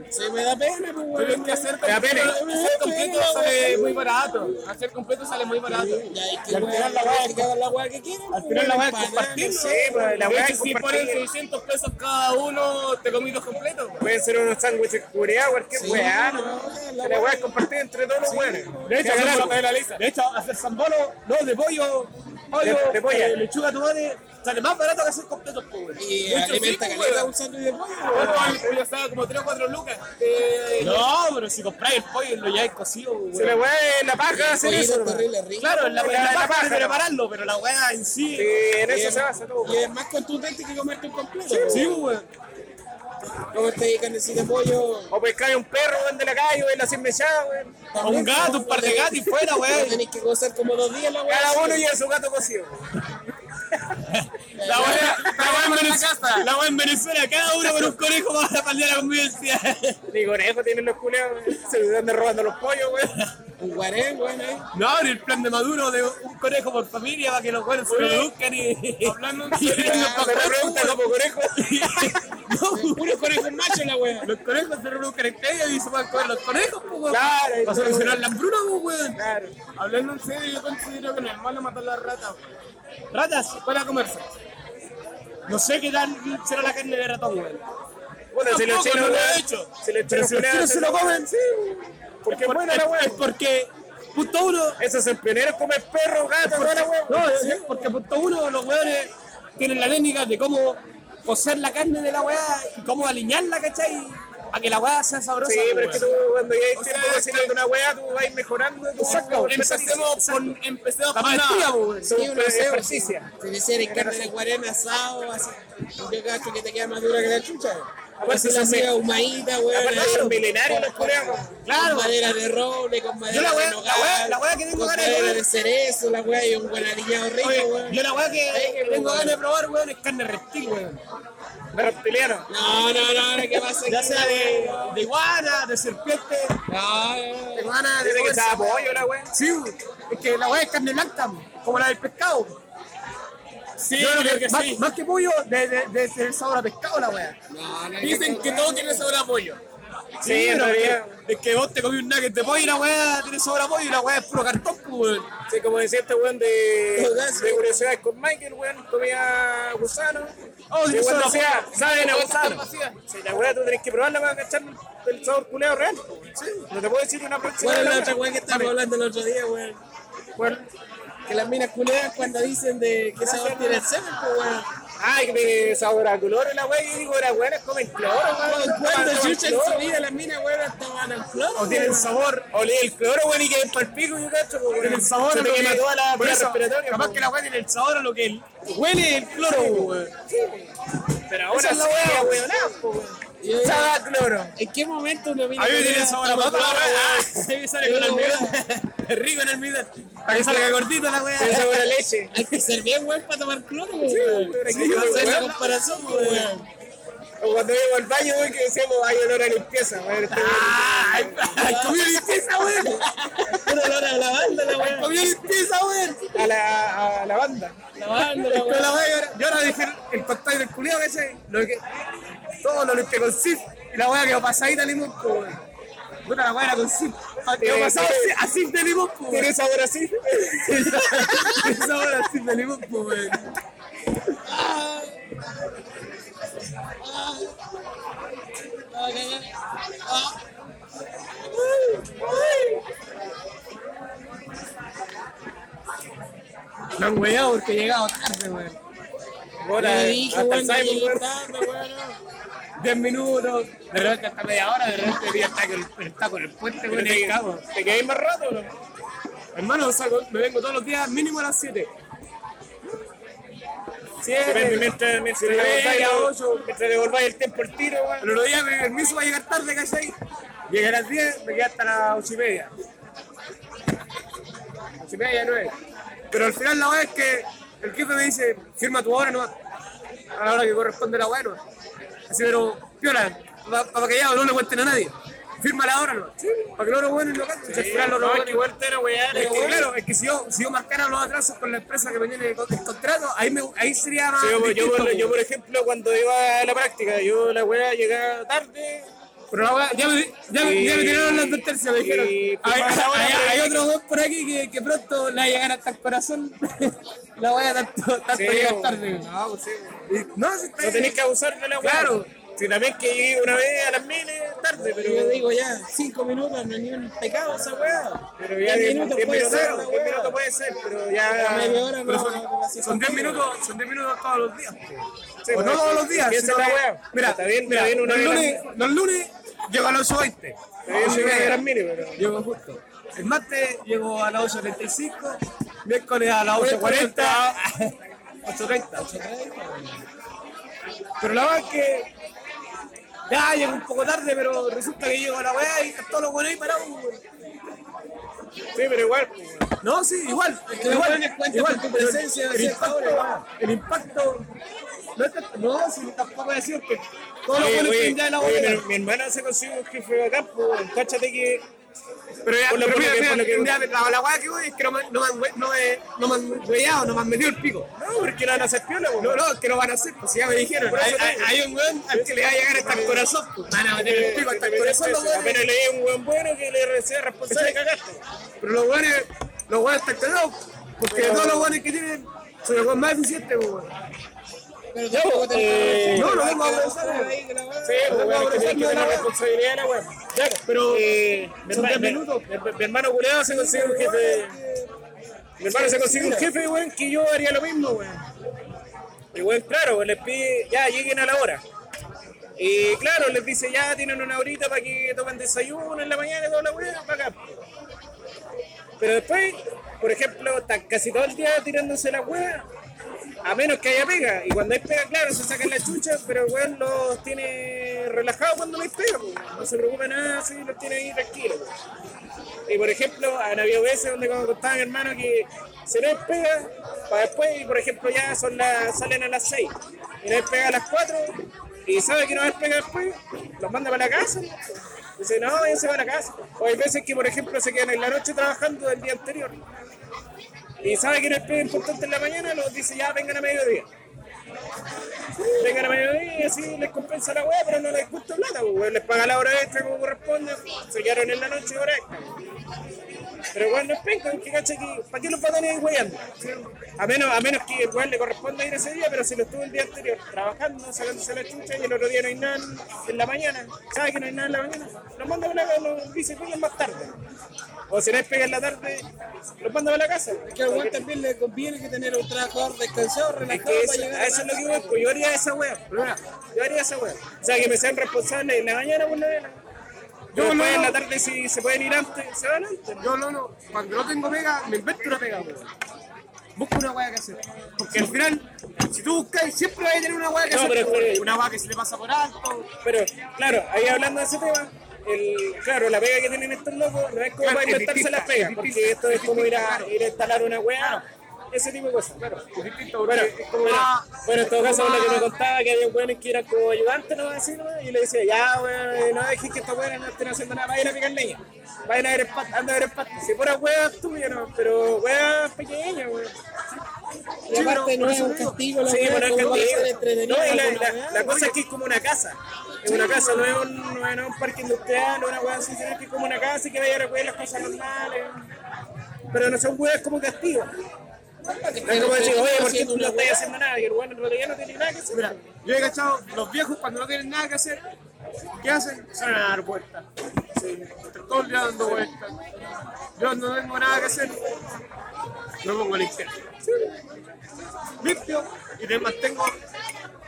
Speaker 9: Se me da pena, pues, weón. Pero que hacer
Speaker 2: da
Speaker 9: completo-
Speaker 2: pena.
Speaker 9: Hacer completo sale muy barato.
Speaker 2: Hacer completo sale muy barato.
Speaker 9: Ya, y que weón, la weá, que hagan la weá que quieran. pues, Al
Speaker 2: final la weá es compartir, pues, ¿no?
Speaker 9: La
Speaker 2: De
Speaker 9: weá
Speaker 2: hecho,
Speaker 9: es
Speaker 2: si
Speaker 9: Si
Speaker 2: ponen
Speaker 9: ponen 600 pesos cada uno, te comí dos completos,
Speaker 2: Pueden ser unos sándwiches cureados, cualquier weá, ¿no? La weá es compartir entre todos los weones.
Speaker 4: De hecho, hacer,
Speaker 2: la de la lisa.
Speaker 4: de hecho, hacer zambolo, no, de pollo, pollo,
Speaker 2: De- de polla.
Speaker 4: eh, lechuga, tomate, sale más barato que hacer completos, po, weón.
Speaker 9: Y alimenta caleta un sándwich de pollo, weón. Ya estaba como 3 o 4 lucas. Eh,
Speaker 4: No, pero si compráis el pollo y lo lleváis cocido, weón.
Speaker 2: Si la weá es la paja, hacer
Speaker 9: pollito
Speaker 2: eso.
Speaker 9: es
Speaker 2: ¿no?
Speaker 9: terrible rico.
Speaker 4: Claro, en la, en la
Speaker 2: La- la
Speaker 4: parte
Speaker 2: paja,
Speaker 4: de
Speaker 2: la-
Speaker 4: prepararlo, pero la weá en sí.
Speaker 2: Sí, en eso se basa todo.
Speaker 9: Y es más contundente que comerte un completo.
Speaker 4: Sí, pues, weón.
Speaker 9: Como este carnecita de pollo.
Speaker 2: O pescar un perro, weón, de la calle, weón, así mechada, weón.
Speaker 4: A un gato, un par de gatos y fuera,
Speaker 9: Pero
Speaker 4: weón.
Speaker 9: Tenés que gozar como dos días la weá.
Speaker 2: Cada uno lleva su gato cocido.
Speaker 4: La weá la weá en Venezuela, la weá en Venezuela, cada uno con un conejo va a paliar a la convivencia.
Speaker 2: Ni conejo tienen los culeos, weón. se les andan robando los pollos, weón.
Speaker 9: Un guarén, weón, eh.
Speaker 4: No, en el plan de Maduro de un conejo por familia para que los weones se reproduzcan y. Hablando de
Speaker 2: Me preguntan como conejo.
Speaker 9: Puros conejos machos la weá.
Speaker 4: Los conejos se reproduzcan en calles y se pueden comer los conejos, pues, weón.
Speaker 2: Claro,
Speaker 4: Para solucionar la hambruna, pues, weón.
Speaker 2: claro.
Speaker 9: Hablando en serio, yo considero que no es malo matar las ratas.
Speaker 4: Ratas,
Speaker 9: Para comerse.
Speaker 4: no sé qué tal será la carne de ratón, weón.
Speaker 2: Puta, si los
Speaker 4: Tampoco,
Speaker 2: chinos,
Speaker 4: no lo
Speaker 2: weón,
Speaker 4: he hecho.
Speaker 2: Si los chinos
Speaker 4: Pero si los
Speaker 2: culeos
Speaker 4: chinos se lo comen, sí.
Speaker 2: Porque
Speaker 4: es por-
Speaker 2: buena la
Speaker 4: es-
Speaker 2: weá.
Speaker 4: es porque, punto uno,
Speaker 2: Esos son pioneros comen perro, gato, toda la weá.
Speaker 4: No, es porque punto uno, los weones tienen la técnica de cómo cocer la carne de la weá y cómo alinearla, ¿cachai? Para que la weá sea sabrosa.
Speaker 2: Sí, pero es que
Speaker 4: pues,
Speaker 2: tú cuando ya
Speaker 9: sea,
Speaker 2: estás cocinando una weá, tú vas mejorando. tu-
Speaker 4: Exacto.
Speaker 9: Empecemos con. Empecemos
Speaker 4: La
Speaker 9: con nada.
Speaker 4: maestría, pues, weón.
Speaker 9: Sí, uno
Speaker 2: Pero es
Speaker 9: sé,
Speaker 2: eh, ejercicio.
Speaker 9: Si le hicieran carne de guarén asado, así. Yo cacho que te queda más dura que la chucha.
Speaker 2: Aparte
Speaker 9: Aparte si la
Speaker 2: son
Speaker 9: hacía ahumadita, weón.
Speaker 2: Aparte
Speaker 9: ahí,
Speaker 2: son milenarios los
Speaker 9: con-
Speaker 2: culiados.
Speaker 4: Claro.
Speaker 9: Con madera de roble, con madera
Speaker 4: la weá-
Speaker 9: de
Speaker 4: la
Speaker 9: nogal.
Speaker 4: weá- la weá que tengo
Speaker 9: con
Speaker 4: ganas de
Speaker 9: madera
Speaker 4: comer.
Speaker 9: de cerezo, la weá, y un buen aliñado rico,
Speaker 4: Oye,
Speaker 9: weón.
Speaker 4: yo la weá
Speaker 9: Ay,
Speaker 4: que
Speaker 9: qué
Speaker 4: tengo
Speaker 9: bueno.
Speaker 4: ganas de probar, weón, es carne reptil, weón.
Speaker 2: De reptiliano.
Speaker 9: No, no, no, no, ¿qué pasa
Speaker 4: Ya
Speaker 9: aquí,
Speaker 4: sea
Speaker 9: weón?
Speaker 4: de, de iguana, de serpiente,
Speaker 9: No, no,
Speaker 4: de
Speaker 9: no.
Speaker 4: iguana, de
Speaker 2: eh. Dice que
Speaker 4: todo
Speaker 2: estaba
Speaker 4: eso, weón.
Speaker 2: pollo la weá.
Speaker 4: Sí, weón. es que la weá es carne blanca, como la del pescado.
Speaker 9: Sí,
Speaker 4: Yo creo que más,
Speaker 9: sí.
Speaker 4: más que pollo, de, de, de- del sabor a pescado la weá.
Speaker 9: No, no,
Speaker 4: Dicen que
Speaker 9: todo tiene sabor a pollo.
Speaker 2: Sí, en realidad.
Speaker 4: Es que vos te comí un nugget de pollo y la weá tiene sabor a pollo y la weá es puro cartón, pues, weón.
Speaker 2: Sí, como decía este weón de, de curiosidades con Michael, weón, comía gusano.
Speaker 4: Oh,
Speaker 2: Y
Speaker 4: tiene
Speaker 2: el weón
Speaker 4: sabor a pollo.
Speaker 2: decía, saben a gusano. Si la weá tú tenés que probarla para cachar el sabor culeado real. No te puedo decir una próxima.
Speaker 9: ¿Cuál es
Speaker 2: de
Speaker 9: la
Speaker 2: la
Speaker 9: otra weá que estábamos hablando el otro día, weón?
Speaker 2: ¿Cuál?
Speaker 9: Que las minas culeas cuando dicen de que sabor tiene el semen, pues, weón.
Speaker 2: Ay, que sabor a color la weá. Y digo, las weones comen cloro, weón.
Speaker 9: Cuando
Speaker 2: Comen
Speaker 9: chucha en
Speaker 2: cloro,
Speaker 9: su vida las minas, weón, estaban al flor.
Speaker 2: O tienen sabor, o lee el cloro, weón, y que es el pico, yo cacho, pues, weón.
Speaker 4: Tiene el sabor
Speaker 2: Se
Speaker 4: a
Speaker 2: te
Speaker 4: lo que
Speaker 2: quema toda la
Speaker 4: por
Speaker 2: vía
Speaker 4: eso,
Speaker 2: respiratoria,
Speaker 4: Capaz
Speaker 2: pues,
Speaker 4: que la weá tiene el sabor a lo que el- huele el cloro, weón.
Speaker 2: Pero ahora
Speaker 4: es la
Speaker 2: sí,
Speaker 4: weá,
Speaker 2: la
Speaker 4: weón.
Speaker 2: weón.
Speaker 9: ¿En
Speaker 2: Ah, cloro.
Speaker 9: qué momento una mina
Speaker 4: A mí me
Speaker 9: culea
Speaker 4: tiene sabor a
Speaker 9: toma
Speaker 4: papa,
Speaker 9: cloro,
Speaker 2: Ah,
Speaker 4: weón.
Speaker 9: weón?
Speaker 4: Se me sale con
Speaker 9: Sí,
Speaker 4: almidón. Es rico en almidón. Para que salga gordita la weá.
Speaker 2: Tiene sabor a leche.
Speaker 9: Hay que ser bien, weón, para tomar cloro, weón.
Speaker 2: Pero
Speaker 9: Hay
Speaker 2: aquí,
Speaker 9: que hacer la
Speaker 2: weón,
Speaker 9: comparación, weón.
Speaker 2: O cuando llego al baño, güey, que decíamos, hay olor a limpieza, güey. Este güey.
Speaker 4: ¡Ay! ¡Comió limpieza, weón!
Speaker 9: Un olor a lavanda, la weón.
Speaker 4: ¡Comió limpieza, weón!
Speaker 2: A la, a la banda.
Speaker 9: Lavanda, la
Speaker 4: Pero
Speaker 9: weón.
Speaker 4: la weá, yo ahora- yo ahora dejé el- el contacto del culiao, ¿cachai? Lo que, todo lo limpié con zip y la weá quedó pasadita de limón, po, weón. Puta, la weá era con zip. Quedó
Speaker 2: Eh,
Speaker 4: pasada
Speaker 2: eh.
Speaker 4: así- a zip de limón, po, weón.
Speaker 2: Tiene sabor así.
Speaker 4: Esa weá era zip de limón, po, weón. Me han weado porque he llegado tarde, weón.
Speaker 9: Le
Speaker 2: Hola,
Speaker 9: dije,
Speaker 2: hasta
Speaker 9: weón, que
Speaker 2: Simon,
Speaker 9: llegué
Speaker 2: güey.
Speaker 9: tarde, weón.
Speaker 4: 10 minutos, de repente hasta media hora, de repente el día está con el, está con el puente, weón, en el cabo.
Speaker 2: ¿Te quedáis más rato, güey?
Speaker 4: Hermano, o sea, me vengo todos los días mínimo a las 7.
Speaker 2: Depende,
Speaker 4: 7.
Speaker 2: mientras, mientras
Speaker 4: Sí,
Speaker 2: te devolváis,
Speaker 4: a
Speaker 2: la-
Speaker 4: ocho.
Speaker 2: mientras te devolváis el tiempo al tiro, güey.
Speaker 4: El otro día me permiso para llegar tarde, ¿cachai? Llegué a las 10, me quedé hasta las 8 y media. 8 y media, 9. Pero al final la weá es que el jefe me dice, firma tu hora nomás. A la hora que corresponde la weá, nomás. Así, pero, piola, para que ya no le cuenten a nadie. Firma la hora, nomás. Para que los otros weones no canten. al final los otros weones-
Speaker 2: igual te era, güey.
Speaker 4: es que, claro, es que si yo, si yo marcara los atrasos con la empresa que me tiene el con- el contrato, ahí, me, ahí sería más.
Speaker 2: yo, yo,
Speaker 4: distinto,
Speaker 2: por- yo,
Speaker 4: pues.
Speaker 2: por ejemplo, cuando iba a la práctica, yo la weá llegaba tarde,
Speaker 4: Pero la weá, ya me, ya, me- ya me tiraron las dos tercias, me dijeron.
Speaker 2: pues,
Speaker 4: Hay, hay- hay otro weón por aquí que, que pronto le va a llegar hasta el corazón. la weá tanto, tanto llegar tarde. weón.
Speaker 2: No, pues sí.
Speaker 4: Y- No, si está
Speaker 2: No tenés que abusar de la weá.
Speaker 4: Claro.
Speaker 2: Si también que llegué una vez a las miles tarde, pero.
Speaker 9: Yo digo ya, cinco minutos, no es ni un pecado esa weá.
Speaker 2: Pero ya
Speaker 9: Diez
Speaker 2: 10
Speaker 9: minutos
Speaker 2: minutos,
Speaker 9: puede ser, la
Speaker 2: diez
Speaker 9: weá.
Speaker 2: minutos puede ser, pero
Speaker 9: A media
Speaker 2: ya.
Speaker 9: hora
Speaker 4: Pero
Speaker 9: no, no, no,
Speaker 4: son,
Speaker 9: así
Speaker 4: son 10
Speaker 9: contigo.
Speaker 4: minutos, son 10 minutos todos los días.
Speaker 2: Sí,
Speaker 4: o no
Speaker 2: pues,
Speaker 4: todos los días.
Speaker 2: piensa
Speaker 4: sino
Speaker 2: la
Speaker 4: que-
Speaker 2: weá.
Speaker 4: Mira,
Speaker 2: Está bien,
Speaker 4: mira,
Speaker 2: está bien, una
Speaker 4: los,
Speaker 2: vez a la-
Speaker 4: lunes, los lunes llego a las 8.20.
Speaker 2: Pero yo llegué a las miles, pero.
Speaker 4: Llego justo. El martes llego a las 8.35, miércoles a las 8.40, 8.30. Pero la verdad es que ya llego un poco tarde, pero resulta que llego a la weá y están todos los buenos ahí parados. weón.
Speaker 2: Sí, pero igual. pues, weón.
Speaker 4: No, sí, igual. Igual, igual tu presencia. El impacto, el impacto. No, es tanto- no, si tampoco es decir que todos los
Speaker 2: Oye,
Speaker 4: buenos
Speaker 2: oye,
Speaker 4: están ya en la
Speaker 2: oye,
Speaker 4: bolera.
Speaker 2: pero mi hermana se consiguió un jefe de acá, pues, weón. cáchate que.
Speaker 4: Pero ya,
Speaker 2: Por lo-
Speaker 4: pero
Speaker 2: por lo
Speaker 4: mira,
Speaker 2: que-
Speaker 4: mira,
Speaker 2: por lo que-
Speaker 4: mira, la, la weá que voy es que no me, no me, han we- no me, no me han weyado, no me han metido el pico.
Speaker 2: No, porque no van a hacer piola, weón.
Speaker 4: No, no, que no van a hacer, pues ya me dijeron.
Speaker 2: Por
Speaker 4: Hay,
Speaker 2: eso
Speaker 4: hay-
Speaker 2: digo.
Speaker 4: hay un weón al que le va a llegar hasta el corazón, pues. Van a meter el pico hasta el
Speaker 2: Pero
Speaker 4: corazón los
Speaker 2: eh, apenas
Speaker 4: weones.
Speaker 2: le di un buen bueno que le sea responsable, cagaste.
Speaker 4: Pero los weones, los weones están cagados, porque todos los weones que tienen son los weones más eficientes, pues, weón.
Speaker 9: Pero tampoco
Speaker 2: Eh,
Speaker 9: tenés que-
Speaker 4: No, no vengo a abrazar,
Speaker 9: ahí, que la weá.
Speaker 2: Sí, pues, bueno, que tenés que tener responsabilidad de la weá.
Speaker 4: pero.
Speaker 2: Eh, mi,
Speaker 4: Son
Speaker 2: herma-
Speaker 4: diez
Speaker 2: mi-
Speaker 4: minutos.
Speaker 2: mi- mi- mi hermano culeado se consigue un jefe. Mi hermano
Speaker 4: eh,
Speaker 2: se consigue un jefe, weón, que yo haría lo mismo, weón. Y weón, claro, weón, les pide, ya, lleguen a la hora. Y claro, les dice, ya, tienen una horita para que tomen desayuno en la mañana y toda la weá, para acá. Pero después, por ejemplo, están casi todo el día tirándose la weá. A menos que haya pega. Y cuando hay pega, claro, se sacan la chucha, pero el weón los tiene relajados cuando no hay pega, pues. No se preocupa nada, así los tiene ahí tranquilos, pues. Y por ejemplo, han habido veces donde como contaba mi hermano que se les pega para después, y por ejemplo ya son las, salen a las 6 y les pega a las 4 y sabe que no les pega después, los manda para la casa. Dice, no, ya se van a casa. O hay veces que por ejemplo se quedan en la noche trabajando del día anterior y sabe que no es pega importante en la mañana, los dice ya vengan a mediodía. Vengan a mediodía y así les compensa la weá, pero no les cuesta plata, pues, weón. les paga la hora extra como corresponde, se quedaron en la noche hora extra. Pero weón, no es penca, porque cacha que, ¿para qué los van a tener weyando? A menos, a menos que el weón le corresponda ir ese día, pero si lo estuvo el día anterior trabajando, sacándose la chucha y el otro día no hay nada en- en la mañana, sabe que no hay nada en la mañana, los manda a la casa, los dice, vengan más tarde. O si no es pega en la tarde, los manda a la casa.
Speaker 9: Que al weón también le conviene que tener un trabajador descansado, relajado,
Speaker 2: Es que
Speaker 9: para
Speaker 2: eso,
Speaker 9: llegar
Speaker 2: a eso es lo que voy, pues yo haría esa wea. pero mira, Yo haría esa wea. O sea, que me sean responsables en la mañana por la vela. Yo después en la tarde, si se pueden ir antes, se van antes.
Speaker 4: Yo no, no, cuando no tengo pega, me invento una pega, weón. Busco una weá que hacer. Porque al final, si tú buscas, siempre vas a tener una weá que
Speaker 2: No,
Speaker 4: hacer.
Speaker 2: pero
Speaker 4: weón.
Speaker 2: espera.
Speaker 4: una weá que se le pasa por alto.
Speaker 2: Pero, claro, ahí hablando de ese tema, el, claro, la pega que tienen estos locos no es como
Speaker 4: Claro,
Speaker 2: para
Speaker 4: es
Speaker 2: inventarse
Speaker 4: distinta,
Speaker 2: las pegas,
Speaker 4: es
Speaker 2: porque
Speaker 4: distinta,
Speaker 2: esto es como ir a, ir a instalar una wea. Ese tipo de cosas, claro. Bueno, bueno, bueno, en todo caso, lo que me contaba, que había weones que eran como ayudantes, ¿no? Así, ¿no? Y le decía, ya, weón, no dejes que esta weones no estén haciendo nada, vayan a picar leña, vayan a ver el pasto, anda a ver el pasto. Si fuera weas tuyas, ¿no? Pero weas pequeñas, weón.
Speaker 9: Y aparte no es un castigo la
Speaker 2: Sí,
Speaker 9: weá,
Speaker 2: bueno, es que
Speaker 9: como va a
Speaker 2: te
Speaker 9: ser
Speaker 2: digo.
Speaker 9: entretenido
Speaker 2: No, y la,
Speaker 9: alguna
Speaker 2: la-
Speaker 9: weá,
Speaker 2: la cosa es que es como una casa. Es una casa, no es un, no es un parque industrial, no es una hueá así, sino que es como una casa y que vaya a recoger las cosas normales. Pero no son hueás como castigo. No es como decir, oye, ¿por qué tú no estás haciendo nada? Y el bueno en realidad no tiene nada que hacer.
Speaker 4: Mira, yo he cachado, los viejos cuando no tienen nada que hacer, ¿qué hacen? Salen a dar vueltas. Sí, están todo el día dando vueltas. Yo cuando no tengo nada que hacer, me pongo a limpiar. Limpio y me mantengo,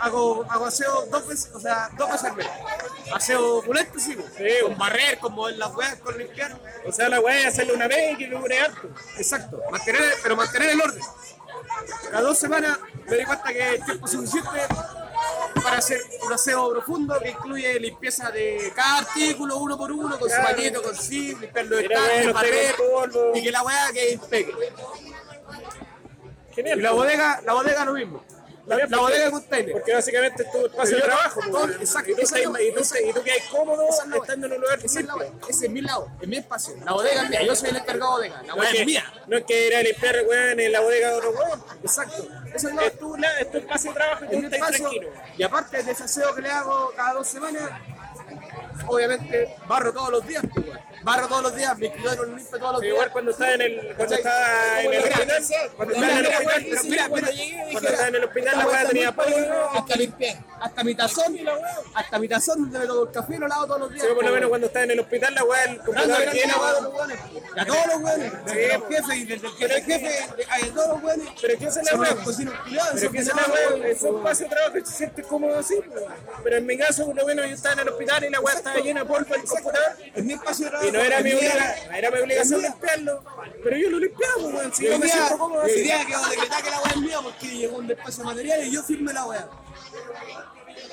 Speaker 4: hago, hago aseo dos veces, o sea, dos veces al mes. Aseo opulento, sí, pues. con barrer, con mover las huevas, con limpiar.
Speaker 2: O sea, la hueá es hacerlo una vez y que dure harto.
Speaker 4: Exacto, mantener, pero mantener el orden. Cada dos semanas me di cuenta que el tiempo es suficiente para hacer un aseo profundo que incluye limpieza de cada artículo uno por uno, con
Speaker 2: Claro.
Speaker 4: su pañito, con sí, limpiar los
Speaker 2: Y la weá
Speaker 4: estantes,
Speaker 2: no esté
Speaker 4: barrer,
Speaker 2: con polvo.
Speaker 4: y que la weá quede impecable.
Speaker 2: Genial.
Speaker 4: Y la bodega, la bodega lo mismo. La, la bodega de container.
Speaker 2: Porque básicamente es tu espacio de
Speaker 4: Yo-
Speaker 2: trabajo.
Speaker 4: todo-
Speaker 2: pues,
Speaker 4: exacto,
Speaker 2: Y tú,
Speaker 4: esa
Speaker 2: estás-
Speaker 4: es
Speaker 2: y tú,
Speaker 4: la-
Speaker 2: y tú quedas cómodo
Speaker 4: esa es la weá.
Speaker 2: estando en un lugar
Speaker 4: Ese es, la
Speaker 2: limpio.
Speaker 4: weá, ese es mi lado, es mi espacio. La bodega es mía, yo soy el encargado de bodega. La
Speaker 2: No
Speaker 4: bodega
Speaker 2: es,
Speaker 4: es
Speaker 2: que,
Speaker 4: mía.
Speaker 2: no es que ir a limpiar weón en la bodega de otro weón.
Speaker 4: Exacto. Eso es la
Speaker 2: Es tu, la- es tu espacio de trabajo y
Speaker 4: en
Speaker 2: tú
Speaker 4: mi
Speaker 2: estás
Speaker 4: espacio,
Speaker 2: tranquilo.
Speaker 4: Y aparte de ese aseo que le hago cada dos semanas,
Speaker 1: obviamente barro todos los días, pues, weón. Barro todos los días, me quedo en un limpio todos los días.
Speaker 2: Igual cuando está en el. Cuando está en el hospital. Cuando está en el
Speaker 1: Mira,
Speaker 2: hospital. Mira,
Speaker 1: cuando llegué
Speaker 2: cuando "Ah,
Speaker 1: dije,
Speaker 2: está en el hospital la
Speaker 1: "Esta
Speaker 2: weá
Speaker 1: weá
Speaker 2: tenía
Speaker 1: está muy
Speaker 2: polvo.
Speaker 1: buena, hasta limpié, hasta mi tazón, hasta mi tazón de todo el café lo lavo todos los días.
Speaker 2: Yo por lo
Speaker 1: pues,
Speaker 2: menos cuando está en el hospital la weá el
Speaker 1: Dando
Speaker 2: computador
Speaker 1: gracias
Speaker 2: llena,
Speaker 1: a todos
Speaker 2: weón.
Speaker 1: los hueones. A todos los hueones. Desde los jefes y desde el que era el jefe, a todos los hueones.
Speaker 2: Pero que esa es la
Speaker 1: Son
Speaker 2: weá.
Speaker 1: unos cocinos culiados,
Speaker 2: Pero que esa es
Speaker 1: esos
Speaker 2: la weá.
Speaker 1: culiados,
Speaker 2: Es un espacio de trabajo que te sientes cómodo así. weón. Pero en mi caso, por lo menos yo estaba en el hospital y la weá estaba llena de polvo el computador.
Speaker 1: Es mi espacio de trabajo.
Speaker 2: Y no era mi,
Speaker 1: Hoy día-
Speaker 2: obliga- no era mi obligación
Speaker 1: Hoy día-
Speaker 2: limpiarlo. Pero yo lo limpiaba, weón. Si yo
Speaker 1: Hoy
Speaker 2: me
Speaker 1: día,
Speaker 2: siento cómodo
Speaker 1: hoy
Speaker 2: así.
Speaker 1: día que voy a decretar que la hueá es mía porque llegó un despacio material y yo firmé la hueá.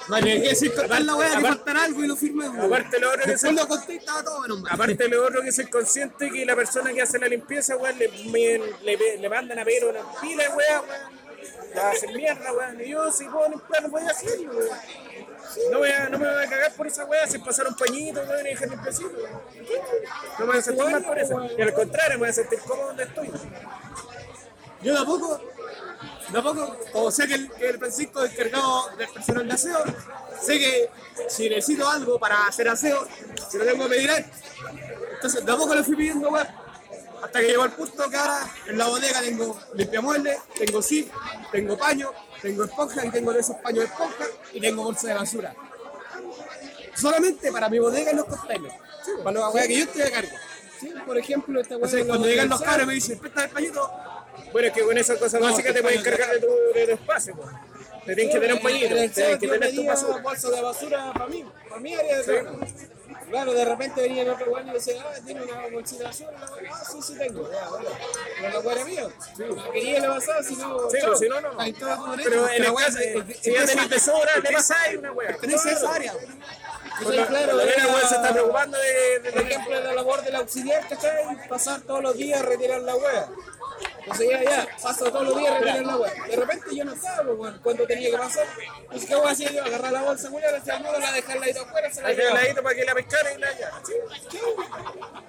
Speaker 1: Vale, que decir, cortar la hueá, que faltar algo y lo firmé. weón.
Speaker 2: Aparte lo otro que se
Speaker 1: Después lo conté y estaba todo menos mal.
Speaker 2: Aparte lo otro que es el consciente que la persona que hace la limpieza, weón, le, me- le, pe- le mandan a pedir una pila, weón, weón. La hacen mierda, weón. Y yo, si puedo limpiar, voy a hacerlo, weón. No, voy a- no me voy a cagar por esa weá, se pasaron pañitos, weón, y dejar limpiecito, weón. No me voy a sentir mal por eso. Y al contrario, me voy a sentir cómodo donde estoy.
Speaker 1: Yo tampoco, tampoco, como sé que el, que el Francisco es encargado del personal de aseo, sé que si necesito algo para hacer aseo, se lo tengo que pedir a él. Entonces tampoco lo fui pidiendo, weón. Hasta que llegó el punto que ahora en la bodega tengo limpiamuebles, tengo zip, tengo paño, tengo esponja y tengo de esos paños de esponja y tengo bolsa de basura. Solamente para mi bodega y los containers. para la weá que yo estoy a cargo.
Speaker 9: Sí, por ejemplo, esta weá.
Speaker 1: Entonces cuando llegan los cabros me dicen, presta el pañito,
Speaker 2: Bueno, es que con esas cosas básicas te puedes encargar de tu, de tu espacio, weón. Te tienes que tener un pañito,
Speaker 9: En el
Speaker 2: tienes
Speaker 9: SEO
Speaker 2: que
Speaker 9: yo
Speaker 2: tener tu
Speaker 9: pedía
Speaker 2: basura.
Speaker 9: bolsa de basura para mí, para mi área de trabajo. Claro, de repente venía el otro weón y me decía, ah, tiene una bolsita de basura. Ah, sí, sí tengo. Ya, bueno. Pero la weá era mía. La quería la basura, si no.
Speaker 2: Sí,
Speaker 9: chao.
Speaker 2: pues, si no, no.
Speaker 9: Ahí todo tu derecho.
Speaker 2: Pero en
Speaker 9: La
Speaker 2: el
Speaker 9: weá
Speaker 2: caso,
Speaker 9: se-
Speaker 2: si ya tenés tesora, le pasáis una weá.
Speaker 1: tenés esa área.
Speaker 9: Sí, claro,
Speaker 2: La
Speaker 9: era-
Speaker 2: nena, weón, se está preocupando de, de-
Speaker 9: por ejemplo, la labor del auxiliar, ¿cachai? Pasar todos los días a retirar la hueá. Entonces ya, ya, paso todos los días a retirar la hueá. De repente yo no estaba, pues, bueno, cuando tenía que pasar. Pues, ¿qué hueá hacía yo? Agarrar la bolsa, hueá, la hacía al modo, la dejarla ahí afuera, se la
Speaker 2: Hay que
Speaker 9: llevaba.
Speaker 2: ladito para que la pescara y la ya.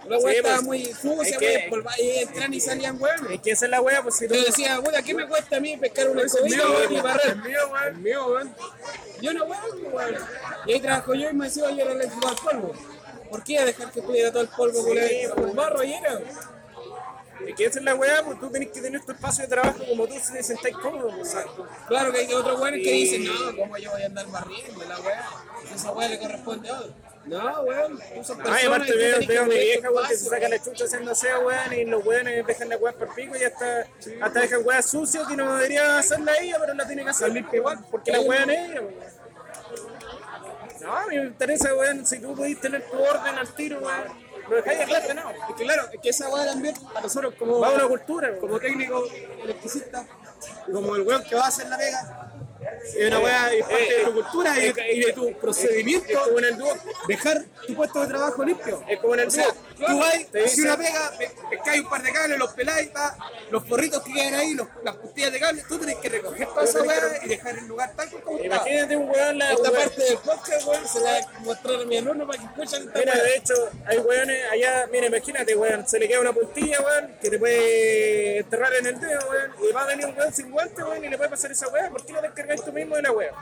Speaker 9: La hueá
Speaker 2: Sí,
Speaker 9: estaba
Speaker 2: pues,
Speaker 9: muy
Speaker 2: es
Speaker 9: sucia,
Speaker 2: que-
Speaker 9: hueá, empolvada, y entran y salían hueá.
Speaker 2: Es que esa es la wea, pues si tú.
Speaker 9: Yo decía, puta, ¿qué me cuesta a mí pescar una escobilla,
Speaker 2: mío,
Speaker 9: hueá, y barrer?
Speaker 2: mío, weón. Mío, weón.
Speaker 9: Yo no hueá, hueá. Y ahí trabajo yo y me decía, yo era el equipo al polvo. ¿Por qué iba a dejar que estuviera todo el polvo con el
Speaker 2: pues.
Speaker 9: con el barro lleno?
Speaker 2: Es que esa es la wea, pues tú tenés que tener tu espacio de trabajo como tú se sentás cómodo, pues.
Speaker 9: Claro que hay otros weones que dicen, no, ¿cómo yo voy a andar barriendo la weá? Esa weá le corresponde a otro. No, weón, tú sos persona
Speaker 2: Ay,
Speaker 9: y
Speaker 2: aparte
Speaker 9: tú
Speaker 2: veo,
Speaker 9: tenés
Speaker 2: veo a mi
Speaker 9: cumplir tu
Speaker 2: vieja, weón, que se
Speaker 9: espacio,
Speaker 2: saca la chucha haciendo aseo, weón, y los weones dejan la weá por pico y hasta, hasta dejan weas sucias que no debería hacerla ella, pero la tiene que hacer limpia igual, porque la weón es ella, weón. No, a mí me interesa, weón, si tú podís tener tu orden al tiro, weón. Lo dejáis aclarte, no.
Speaker 1: Es que claro, es que esa weá también a nosotros como,
Speaker 2: Va a una cultura, weón.
Speaker 1: como técnico electricista, y como el weón que va a hacer la pega, es una weá es parte de tu cultura y, y de tu procedimiento.
Speaker 2: eh, es como en el dúo.
Speaker 1: Dejar tu puesto de trabajo limpio.
Speaker 2: Es como en el
Speaker 1: O sea,
Speaker 2: dúo.
Speaker 1: tú vas,
Speaker 2: Te
Speaker 1: haces
Speaker 2: dicen-
Speaker 1: una pega, pe- pescáis un par de cables, los peláis, pa, los porritos que quedan ahí, los- las puntillas de cables, tú tenés que recoger toda esa weá y dejar el lugar tal como estaba.
Speaker 2: Eh, Imagínate un weón la
Speaker 9: Esta
Speaker 2: weón.
Speaker 9: parte del podcast, weón, se la voy a mostrar a mi alumno para que escuchen esta
Speaker 2: Mira,
Speaker 9: weá.
Speaker 2: de hecho, hay weones allá, mira, imagínate, weón, se le queda una puntilla, weón, que te puede enterrar en el dedo, weón, y va a venir un weón sin guante, weón, y le puede pasar esa weá, ¿por qué no descargas tú mismo de la weá?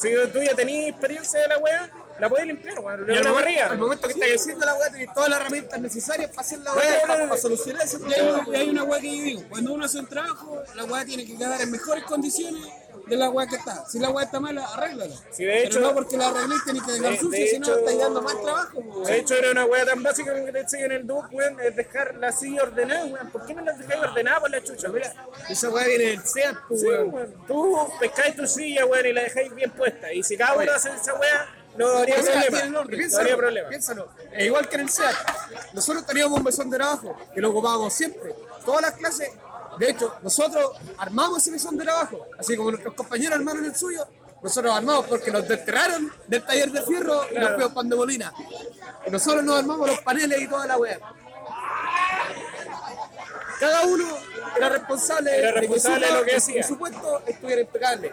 Speaker 2: Si tú ya tenías experiencia de la weá, la puedes limpiar, weón,
Speaker 1: Y
Speaker 2: no es
Speaker 1: al
Speaker 2: una
Speaker 1: momento-
Speaker 2: barriga.
Speaker 1: Al momento que estás haciendo la weá, tenés todas las herramientas necesarias para hacer la
Speaker 2: No,
Speaker 1: weá,
Speaker 2: no,
Speaker 1: para,
Speaker 2: no,
Speaker 1: para solucionar ese
Speaker 9: Y hay
Speaker 1: problema.
Speaker 9: una- y hay una weá que yo digo, cuando uno hace un trabajo, la weá tiene que quedar en mejores condiciones de la weá que está. Si la weá está mala, arréglala.
Speaker 2: Sí, de hecho-
Speaker 9: Pero no porque la arregléis tenés que dejar
Speaker 2: de-
Speaker 9: sucia,
Speaker 2: de
Speaker 9: si no
Speaker 2: hecho-
Speaker 9: estáis dando más trabajo, weón.
Speaker 2: De hecho, era una weá tan básica como que te enseñan en el Duke, weón, es dejar la silla ordenada, weón. ¿Por qué no la dejáis ordenada por la chucha? Mira,
Speaker 1: Esa weá viene del SEAT, pues,
Speaker 2: Sí,
Speaker 1: weón.
Speaker 2: weón. Tú pescáis tu silla, weón, y la dejáis bien puesta. Y si cada uno hace esa weá, no habría
Speaker 1: Esa
Speaker 2: problema.
Speaker 1: tiene el orden.
Speaker 2: No habría problema.
Speaker 1: Piénsalo. Es igual que en el SEAT. Nosotros teníamos un mesón de trabajo que lo ocupábamos siempre. Todas las clases. De hecho, nosotros armamos ese mesón de trabajo. Así como nuestros compañeros armaron el suyo, nosotros armamos porque nos desterraron del taller de fierro y nos fuimos pan de molina. Y Nosotros nos armamos los paneles y toda la weá. Cada uno era responsable,
Speaker 2: Era responsable de lo que
Speaker 1: su,
Speaker 2: hacía.
Speaker 1: su puesto estuviera impecable.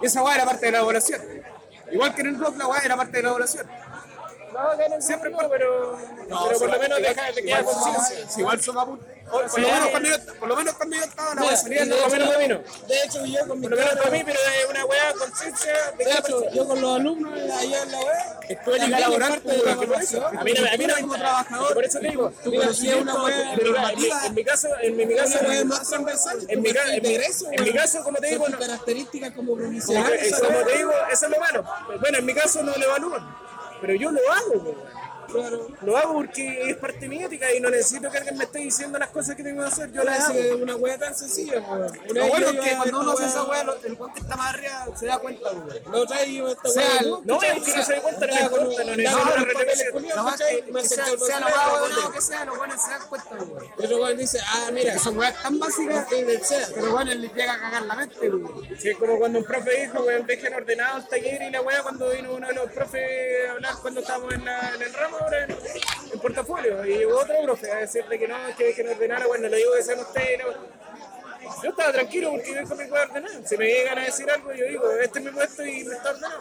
Speaker 1: Y esa weá era parte de la elaboración. Igual que en el rock, la weá era parte de la elaboración.
Speaker 2: No, ganan siempre no, pero, pero por lo menos deja, te queda conciencia.
Speaker 1: Si igual son apuntes. Por,
Speaker 2: Sí.
Speaker 1: lo menos
Speaker 9: eh,
Speaker 1: cuando yo- por lo menos cuando yo estaba, la weá salía
Speaker 2: Por
Speaker 1: en
Speaker 2: lo menos para mí no.
Speaker 9: De hecho, yo con mi
Speaker 2: Por lo menos para mí, pero es una weá conciencia de
Speaker 9: De
Speaker 2: cada
Speaker 9: hecho,
Speaker 2: persona.
Speaker 9: yo con los alumnos allá en la web,
Speaker 2: Estuve en la laboral, A mí no me a mí no como trabajador. Por eso te digo, tú conocías una wea de normativa. En mi caso, en mi, mi caso,
Speaker 9: más transversal.
Speaker 2: en mi, ca- en mi, en mi caso, como te digo, no-
Speaker 9: características como
Speaker 2: como,
Speaker 9: profesional. esa
Speaker 2: como
Speaker 9: weá.
Speaker 2: te digo, eso es lo malo. Bueno, en mi caso no lo evalúan, pero yo lo hago, weón. Lo hago porque es parte mi ética y no necesito que alguien me esté diciendo las cosas que tengo que hacer. Yo las hago.
Speaker 9: Parece una wea tan sencilla, weón.
Speaker 2: Lo bueno es que cuando uno hace esa
Speaker 9: weá, el guante está más arriba, se da cuenta, weón. No trae esta weá.
Speaker 2: No, es que no se dé cuenta, no le importa, no necesito una retención.
Speaker 9: La weá que me sea, sea la weá, weón, que sea, los weones se dan cuenta, weón. Otro weón dice, ah, mira, son weas tan básicas que le sea. Pero weón, le llega a cagar la mente, weón.
Speaker 2: Sí, es como cuando un profe dijo, weón, dejen ordenado el taller y la weá cuando vino uno de los profes a hablar cuando estábamos en, la- en el ramo ahora en, en portafolio. Y llegó otro profe a decirle que no, que dejen ordenar, bueno, lo digo que sean ustedes. no. Yo estaba tranquilo porque yo con mi weá ordenado. Si me llegan a decir algo, yo digo, este es mi puesto y me está ordenado.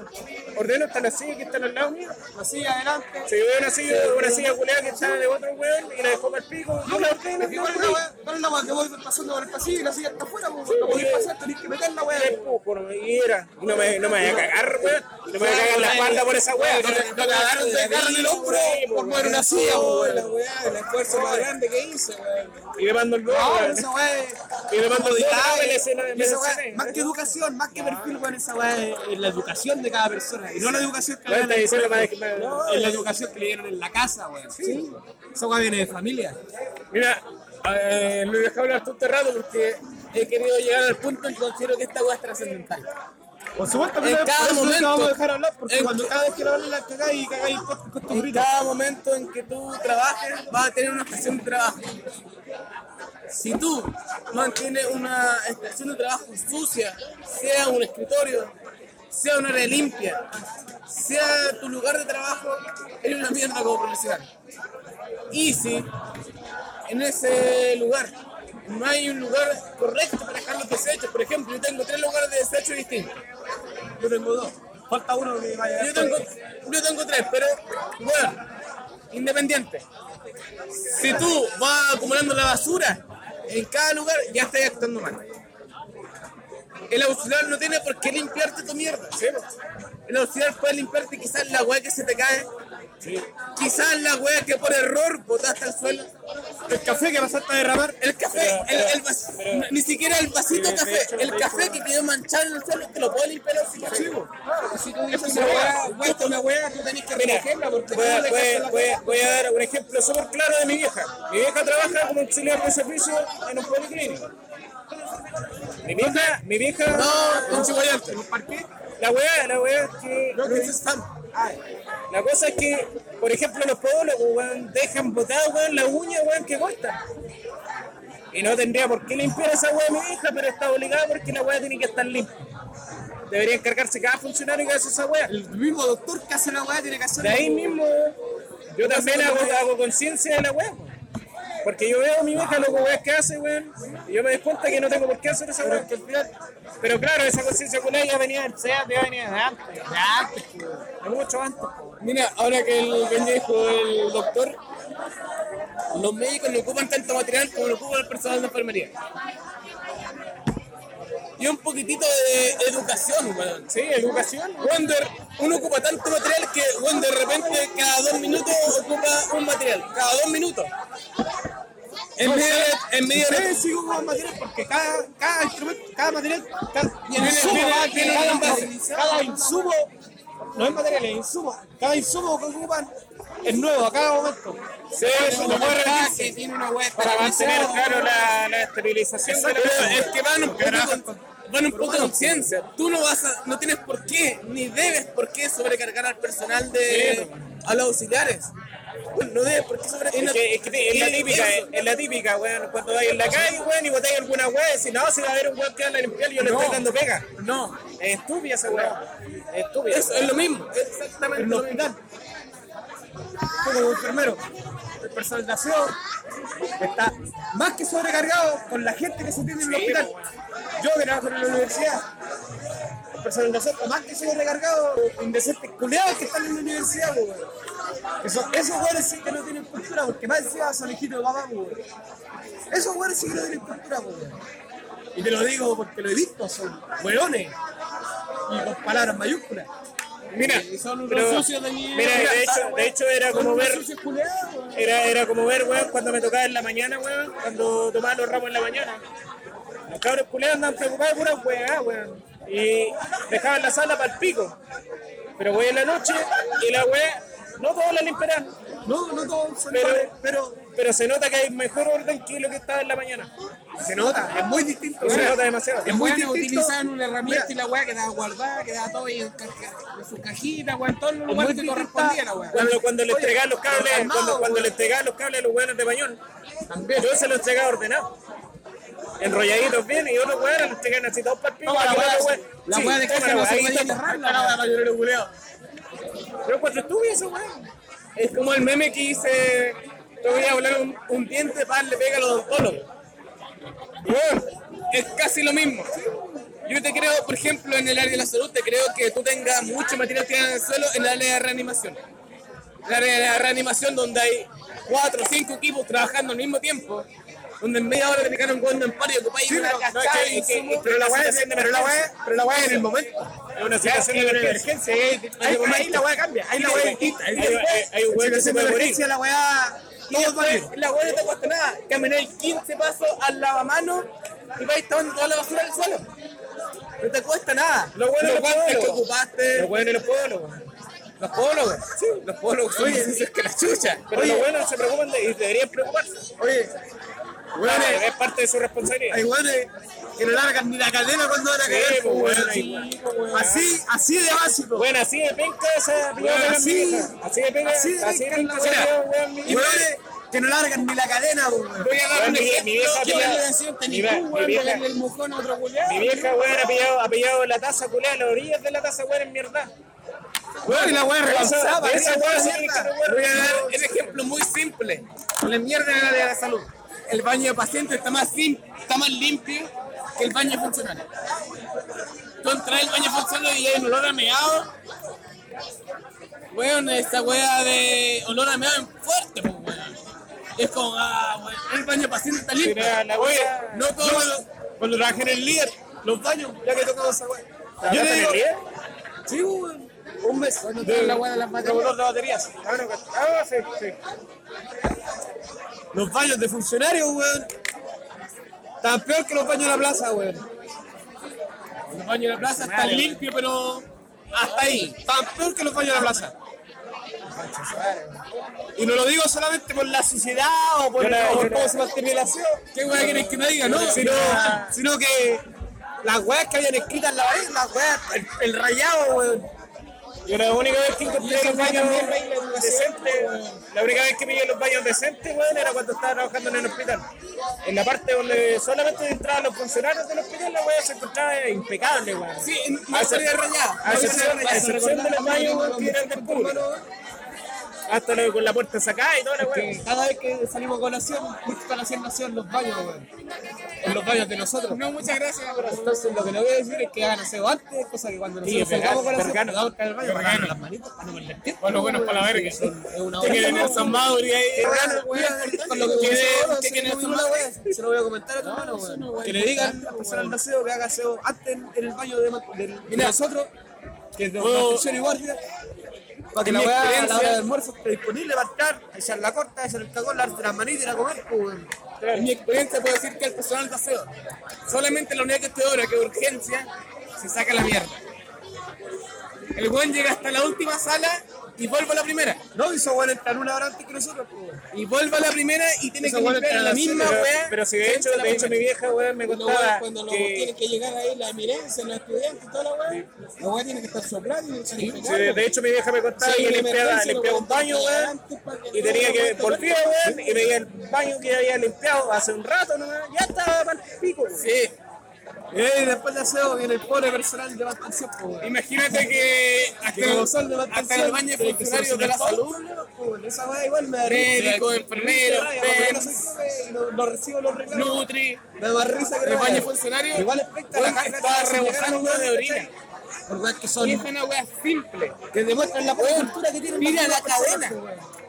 Speaker 2: Ordeno hasta la silla que está al lado mío.
Speaker 9: Así, adelante.
Speaker 2: Si veo una silla, una silla culeada que está de otro weón y la dejó para el pico, yo la ordeno.
Speaker 9: Igual es la weá, igual es la weá que voy pasando por el pasillo y la silla está afuera, weón. No podéis pasar, tenés que meter la weá.
Speaker 2: Le empujo, no me diera. No me, no me vaya a cagar, weón. No me vaya a cagar la espalda por esa weá.
Speaker 1: Lo cagaron de agarrar el hombro por mover una silla,
Speaker 9: Oh,
Speaker 1: weón.
Speaker 9: la weá, el esfuerzo más grande que hice, weón.
Speaker 2: Y le mando el gol,
Speaker 1: Ah,
Speaker 2: weón.
Speaker 9: Esa weá es-
Speaker 2: Y le mando el gol.
Speaker 9: esa weá, más que educación, más que perfil, weón, esa weá es es la educación de cada persona. Y no la educación que le
Speaker 2: Está
Speaker 9: dieron en la
Speaker 2: diciendo
Speaker 9: escuela,
Speaker 2: para que me-
Speaker 9: es la educación que le dieron en la casa, weón. Esa weá viene de familia.
Speaker 2: Mira, eh, lo he dejado hablar todo este rato porque he querido llegar al punto.
Speaker 9: Yo considero que esta weá es trascendental.
Speaker 2: Por supuesto que
Speaker 1: En
Speaker 2: no, por
Speaker 1: cada
Speaker 2: eso nunca
Speaker 1: momento.
Speaker 2: vamos a dejar hablar porque
Speaker 1: En-
Speaker 2: cuando cada vez que lo hablan la cagáis y cagáis con con tu
Speaker 1: En
Speaker 2: grito.
Speaker 1: cada momento en que tú trabajes, vas a tener una estación de trabajo. Si tú mantienes una estación de trabajo sucia, sea un escritorio, sea un área limpia, sea tu lugar de trabajo, eres una mierda como profesional. Y si en ese lugar no hay un lugar correcto para dejar los desechos, por ejemplo, yo tengo tres lugares de desechos distintos. Yo tengo dos.
Speaker 2: Falta uno que vaya a
Speaker 1: Yo tengo, yo tengo tres, pero bueno, independiente. Si tú vas acumulando la basura en cada lugar, ya estás actuando mal. El auxiliar no tiene por qué limpiarte tu mierda. El auxiliar puede limpiarte quizás la weá que se te cae. Quizás la weá que por error botaste al suelo.
Speaker 2: El café que pasaste a derramar.
Speaker 1: El café, el, el vas- ni siquiera el vasito de café, el café que quedó manchado en el suelo, te lo puede limpiar el auxiliar.
Speaker 9: Si tú dices una weá, weá, esta es una weá, tú tenés que recogerla porque
Speaker 2: Voy a,
Speaker 9: tú le
Speaker 2: voy a-
Speaker 9: cagaste la
Speaker 2: voy a- voy a dar un ejemplo súper claro de mi vieja. Mi vieja trabaja como auxiliar de servicio en un policlínico. Mi vieja, mi vieja. No, en Chihuayante. La weá, la weá es que. Ah, La cosa es que, por ejemplo, los podólogos, weón, dejan botada, weón, la uña, weón, que corta. Y no tendría por qué limpiar esa weá mi vieja, pero está obligada porque la weá tiene que estar limpia. Debería encargarse cada funcionario que hace esa weá.
Speaker 9: El mismo doctor que hace la weá tiene que hacer
Speaker 2: De ahí mismo yo también hago, hago conciencia de la weá. po. Porque yo veo a mi vieja loco weá que hace, weón. Y yo me doy cuenta que no tengo por qué hacer esa weá. Pero claro, esa conciencia con ella venía del SEAT, ya venía de antes, de antes, po, de mucho antes. po.
Speaker 1: Mira, ahora que el Benji dijo el doctor, los médicos no ocupan tanto material como lo ocupa el personal de enfermería. Y un poquitito de educación, weón.
Speaker 2: Sí, educación.
Speaker 1: Wonder, uno ocupa tanto material que weón, de repente cada dos minutos ocupa un material. Cada dos minutos. En medio de... En medio de...
Speaker 2: sigo con material porque cada, cada instrumento, cada material, cada,
Speaker 1: el insumo,
Speaker 2: cada-
Speaker 1: tiene
Speaker 2: cada-
Speaker 1: un envase.
Speaker 2: cada insumo, no es material, es insumo. Cada insumo que ocupan es nuevo a cada momento. Sí, lo puede repetirse.
Speaker 9: que tiene una weá
Speaker 2: para mantener claro la, la estabilización de la
Speaker 1: Pero
Speaker 2: persona.
Speaker 1: es que van un poco con, van un poco con ciencia. Tú no vas a, no tienes por qué, ni debes por qué sobrecargar al personal de a los auxiliares. No debes por qué sobrecargar.
Speaker 2: Es que, es que es la típica, eh.
Speaker 1: Eso.
Speaker 2: es la típica, weón. Cuando vais en la calle, weón, y botáis alguna weón, si no, si va a haber un weón que anda a limpiar, yo le estoy dando pega.
Speaker 1: No,
Speaker 2: Es estúpida esa weón. Es estúpida.
Speaker 1: eso es lo mismo. Exactamente
Speaker 2: no
Speaker 1: lo mismo.
Speaker 2: Tú como enfermero, el personal de aseo está más que sobrecargado con la gente que se tiene en el hospital. Yo que trabajo en la universidad, el personal de aseo está más que sobrecargado con indecentes culeados que están en la universidad, po, weón. Eso- esos güeyes sí que no tienen cultura, porque más encima son hijitos de papá, po, weón. Esos güeyes sí que no tienen cultura, po, weón. Y te lo digo porque lo he visto, son hueones. Y con palabras mayúsculas. Mira,
Speaker 1: Son unos
Speaker 2: pero-
Speaker 1: sucios de mierda.
Speaker 2: Mira, de hecho, de hecho era como ver, era, era como ver, weón, cuando me tocaba en la mañana, weón, cuando tomaba los ramos en la mañana. Los cabros culeados andaban preocupados por una weá, weón. Y dejaban la sala para el pico. Pero voy en la noche y la weá, no todos la limpiarán.
Speaker 1: No, no todos son
Speaker 2: Pero,
Speaker 1: iguales.
Speaker 2: pero, pero se nota que hay mejor orden que lo que estaba en la mañana. Se nota, es muy distinto. Se nota demasiado.
Speaker 1: Es muy distinto.
Speaker 9: utilizaban una herramienta y la weá quedaba guardada, quedaba todo ahí en, ca- ca- en su cajita, weón, en todos los lugares que correspondía la weá.
Speaker 2: Cuando, cuando le entregaban los cables,
Speaker 9: armado,
Speaker 2: cuando, cuando
Speaker 9: weón.
Speaker 2: le entregaban los cables a los hueones de bañón, yo se los entregaba ordenados. Enrolladitos bien y otros hueones los entregaban así todos para el pico.
Speaker 9: Toma la
Speaker 2: para que los
Speaker 9: weá, sí.
Speaker 2: hueones-
Speaker 9: La
Speaker 2: Sí,
Speaker 9: weá de
Speaker 2: toma
Speaker 9: caja
Speaker 2: la
Speaker 9: no
Speaker 2: weá,
Speaker 9: se
Speaker 2: ahí
Speaker 9: podía
Speaker 2: está.
Speaker 9: cerrar, la weá.
Speaker 2: Yo encuentro estúpido ese hueón.
Speaker 1: Es como el meme que hice. Te voy a volar un, un diente para le pega al odontólogo. Weón, es casi lo mismo. Yo te creo, por ejemplo, en el área de la salud, te creo que tú tengas mucho material tirado en el suelo en el área de reanimación. En el área de la reanimación donde hay cuatro o cinco equipos trabajando al mismo tiempo, donde en media hora te picaron un guante en paro y ocupáis una
Speaker 2: No, es
Speaker 1: cascada
Speaker 2: que-
Speaker 1: de
Speaker 2: es que-
Speaker 1: insumos.
Speaker 2: pero la weá es pero la weá- pero la weá es en el momento. Es una situación de emergencia. Ahí, ahí- ahí la weá cambia. Ahí la weá es distinta. Ahí hay- Hay un hueón que se puede morir.
Speaker 1: la weá. la weá no te cuesta nada. Camináis 15 pasos al lavamanos y vais tomando toda la basura del suelo. No te cuesta nada.
Speaker 2: Lo bueno es
Speaker 1: los
Speaker 2: los
Speaker 1: guantes que
Speaker 2: podólogos.
Speaker 1: ocupaste.
Speaker 2: Los hueones y los podólogos.
Speaker 1: Los podólogos. Los podólogos son más sucios que la chucha.
Speaker 2: Pero los hueones se preocupan de- y deberían preocuparse.
Speaker 4: Oye,
Speaker 2: Claro, Es parte de su responsabilidad.
Speaker 4: hay hueones que no largan ni la cadena cuando van a
Speaker 2: Sí,
Speaker 4: caer,
Speaker 2: pues,
Speaker 4: pues,
Speaker 2: hueón,
Speaker 4: hueón.
Speaker 2: hay-
Speaker 4: Así, así de básico.
Speaker 2: Bueno, así de penca esa pillada
Speaker 4: Bueno,
Speaker 2: de
Speaker 4: así-
Speaker 2: camisa. Así de penca,
Speaker 4: así de
Speaker 2: así de penca esa
Speaker 4: mira.
Speaker 2: pillada, weón, mi-
Speaker 4: Hueones que no largan ni la cadena, pues, hueón.
Speaker 1: Voy a dar
Speaker 2: Weón,
Speaker 1: un
Speaker 2: mi- mi
Speaker 1: ejemplo. Yo
Speaker 2: vieja pillada-
Speaker 1: le decía,
Speaker 2: mi
Speaker 1: "Tenés
Speaker 2: va-
Speaker 1: tú,
Speaker 2: mi
Speaker 1: weón,
Speaker 2: vieja-
Speaker 1: pegarle el mojón a otro culiao".
Speaker 2: Mi vieja, weón, ha pillado, ha pillado la taza culea a las orillas de la taza, weón, en mierda.
Speaker 4: Hueón, y la hueá relanzaba,
Speaker 2: de esa
Speaker 4: esa
Speaker 2: weón,
Speaker 4: hueá
Speaker 2: sí,
Speaker 4: mierda.
Speaker 2: que no, weón.
Speaker 1: Voy a dar un ejemplo muy simple. La mierda en la área de la salud. El baño de pacientes está más, sim- está más limpio que el baño funcional. Tú entras al baño funcional y hay un olor a meado. Weón, esa wea de olor a meado es fuerte, pues, weón. Es como, ah, weón, el baño de paciente está limpio.
Speaker 2: Mira, la
Speaker 1: Oye,
Speaker 2: wea-
Speaker 1: no todos los-
Speaker 4: Cuando trabajé en el líder, los baños, ya que tocaba esa hueá. Yo le
Speaker 2: ¿Trabajaste en
Speaker 4: digo,
Speaker 2: el líder?
Speaker 4: sí, hueón. Un mes.
Speaker 9: Toda la weá de las baterías.
Speaker 4: Revolor de baterías.
Speaker 2: Ah, no, ah, sí, sí.
Speaker 4: Los baños de funcionarios, weón. Tan peor que los baños de la plaza, weón.
Speaker 1: Los baños de la plaza están
Speaker 2: Madre,
Speaker 1: limpios, pero hasta ahí. Están peor que los baños de la plaza. Y no lo digo solamente por la suciedad o por,
Speaker 2: Yo la-
Speaker 1: o por
Speaker 2: yo la-
Speaker 1: cómo se mantiene la ciudad. ¿Qué weá querés que me diga? No,
Speaker 4: Sino, sino que las weas que habían escritas en la pared, las weas, el, el rayado, weón.
Speaker 2: Yo la única vez que encontré los baños decentes, la única vez que pillé los baños decentes, weón, era cuando estaba trabajando en el hospital. En la parte donde solamente entraban los funcionarios del hospital, la weá se encontraba impecable, weón.
Speaker 1: Sí, no estaría rayado.
Speaker 2: A excepción, a excepción de los baños, weón, que eran del público. Hasta lo- con la puerta sacada y toda la weá.
Speaker 9: Cada vez que salimos con colación, justo están haciendo aseo en los baños, weón. En los baños de nosotros.
Speaker 1: No, muchas gracias.
Speaker 9: Entonces lo que no voy a decir es que hagan aseo antes, cosa que cuando nosotros
Speaker 2: vergano,
Speaker 9: salgamos con aseo,
Speaker 2: vergano.
Speaker 9: vamos al baño, para las manitas, para no perder tiempo.
Speaker 1: Bueno, bueno, para la verga.
Speaker 9: Es una
Speaker 1: Que
Speaker 9: hora.
Speaker 1: en San Mauri ahí.
Speaker 9: Con lo que
Speaker 1: Que-
Speaker 9: conversamos,
Speaker 1: que-
Speaker 9: se
Speaker 1: que
Speaker 9: lo
Speaker 1: no-
Speaker 9: voy a- Se lo voy a comentar a tu hermano, weón. Que le digan a la persona del aseo que haga aseo antes en en el baño de del- de nosotros, que es de nutrición y guardia. Para que la
Speaker 1: mi
Speaker 9: weá a la hora
Speaker 1: experiencia-
Speaker 9: del almuerzo esté disponible para entrar, echar la corta, echar el cagón, lavarse las manitas y ir a comer, pues, weón.
Speaker 1: En mi experiencia puedo decir que el personal de aseo, solamente la unidad que esté ahora, que es urgencia, se saca la mierda. El buen llega hasta la última sala y vuelve a la primera.
Speaker 9: No, hizo bueno entrar una hora antes que nosotros, pues, weón.
Speaker 1: Y vuelve a la primera y tiene
Speaker 9: Esa
Speaker 1: que
Speaker 9: weá
Speaker 1: limpiar
Speaker 9: entra a
Speaker 1: la
Speaker 9: las
Speaker 1: misma
Speaker 9: siete,
Speaker 2: Pero,
Speaker 1: weá.
Speaker 2: pero si de hecho,
Speaker 1: la
Speaker 2: de hecho mi
Speaker 1: primera.
Speaker 2: vieja, weón, me
Speaker 9: Cuando, weón,
Speaker 2: contaba
Speaker 9: cuando los
Speaker 2: que...
Speaker 9: tienen que llegar ahí la eminencia, los estudiantes y toda la weá, la weá tiene que estar soplada y tiene que estar
Speaker 2: sí, de- de hecho mi vieja me contaba que limpiaba, limpiaba un baño, weón, Y tenía que volvía, weón, y veía el baño que había limpiado hace un rato nomás, ya estaba para el pico, weón.
Speaker 1: Sí.
Speaker 9: Eh, Y después de aseo viene el pobre personal de mantención, po, weón.
Speaker 1: Imagínate que
Speaker 9: Que como son de
Speaker 1: hasta, hasta
Speaker 9: mantención,
Speaker 1: el baño de
Speaker 9: tiene que ser
Speaker 1: funcionarios de la
Speaker 9: sin
Speaker 1: salud,
Speaker 9: problema, po, weón. Esa weá igual me daría
Speaker 1: médicos, enfermeros,
Speaker 9: Porque no soy profe y no, no recibo los reclamos.
Speaker 1: Nutri,
Speaker 9: Me da más risa que
Speaker 1: el
Speaker 9: la weá.
Speaker 1: baño funcionario,
Speaker 9: Igual expecta
Speaker 1: weón,
Speaker 9: la carga que
Speaker 1: estaba
Speaker 9: hacen llegar a los
Speaker 1: rebosando de
Speaker 9: weones,
Speaker 1: orina.
Speaker 9: ¿cachai? Por weas que
Speaker 1: Y
Speaker 9: son
Speaker 1: es una weá simple.
Speaker 9: que demuestran la poca cultura que tienen.
Speaker 1: Mira
Speaker 9: las
Speaker 1: la
Speaker 9: personas,
Speaker 1: cadena.
Speaker 9: po, weón.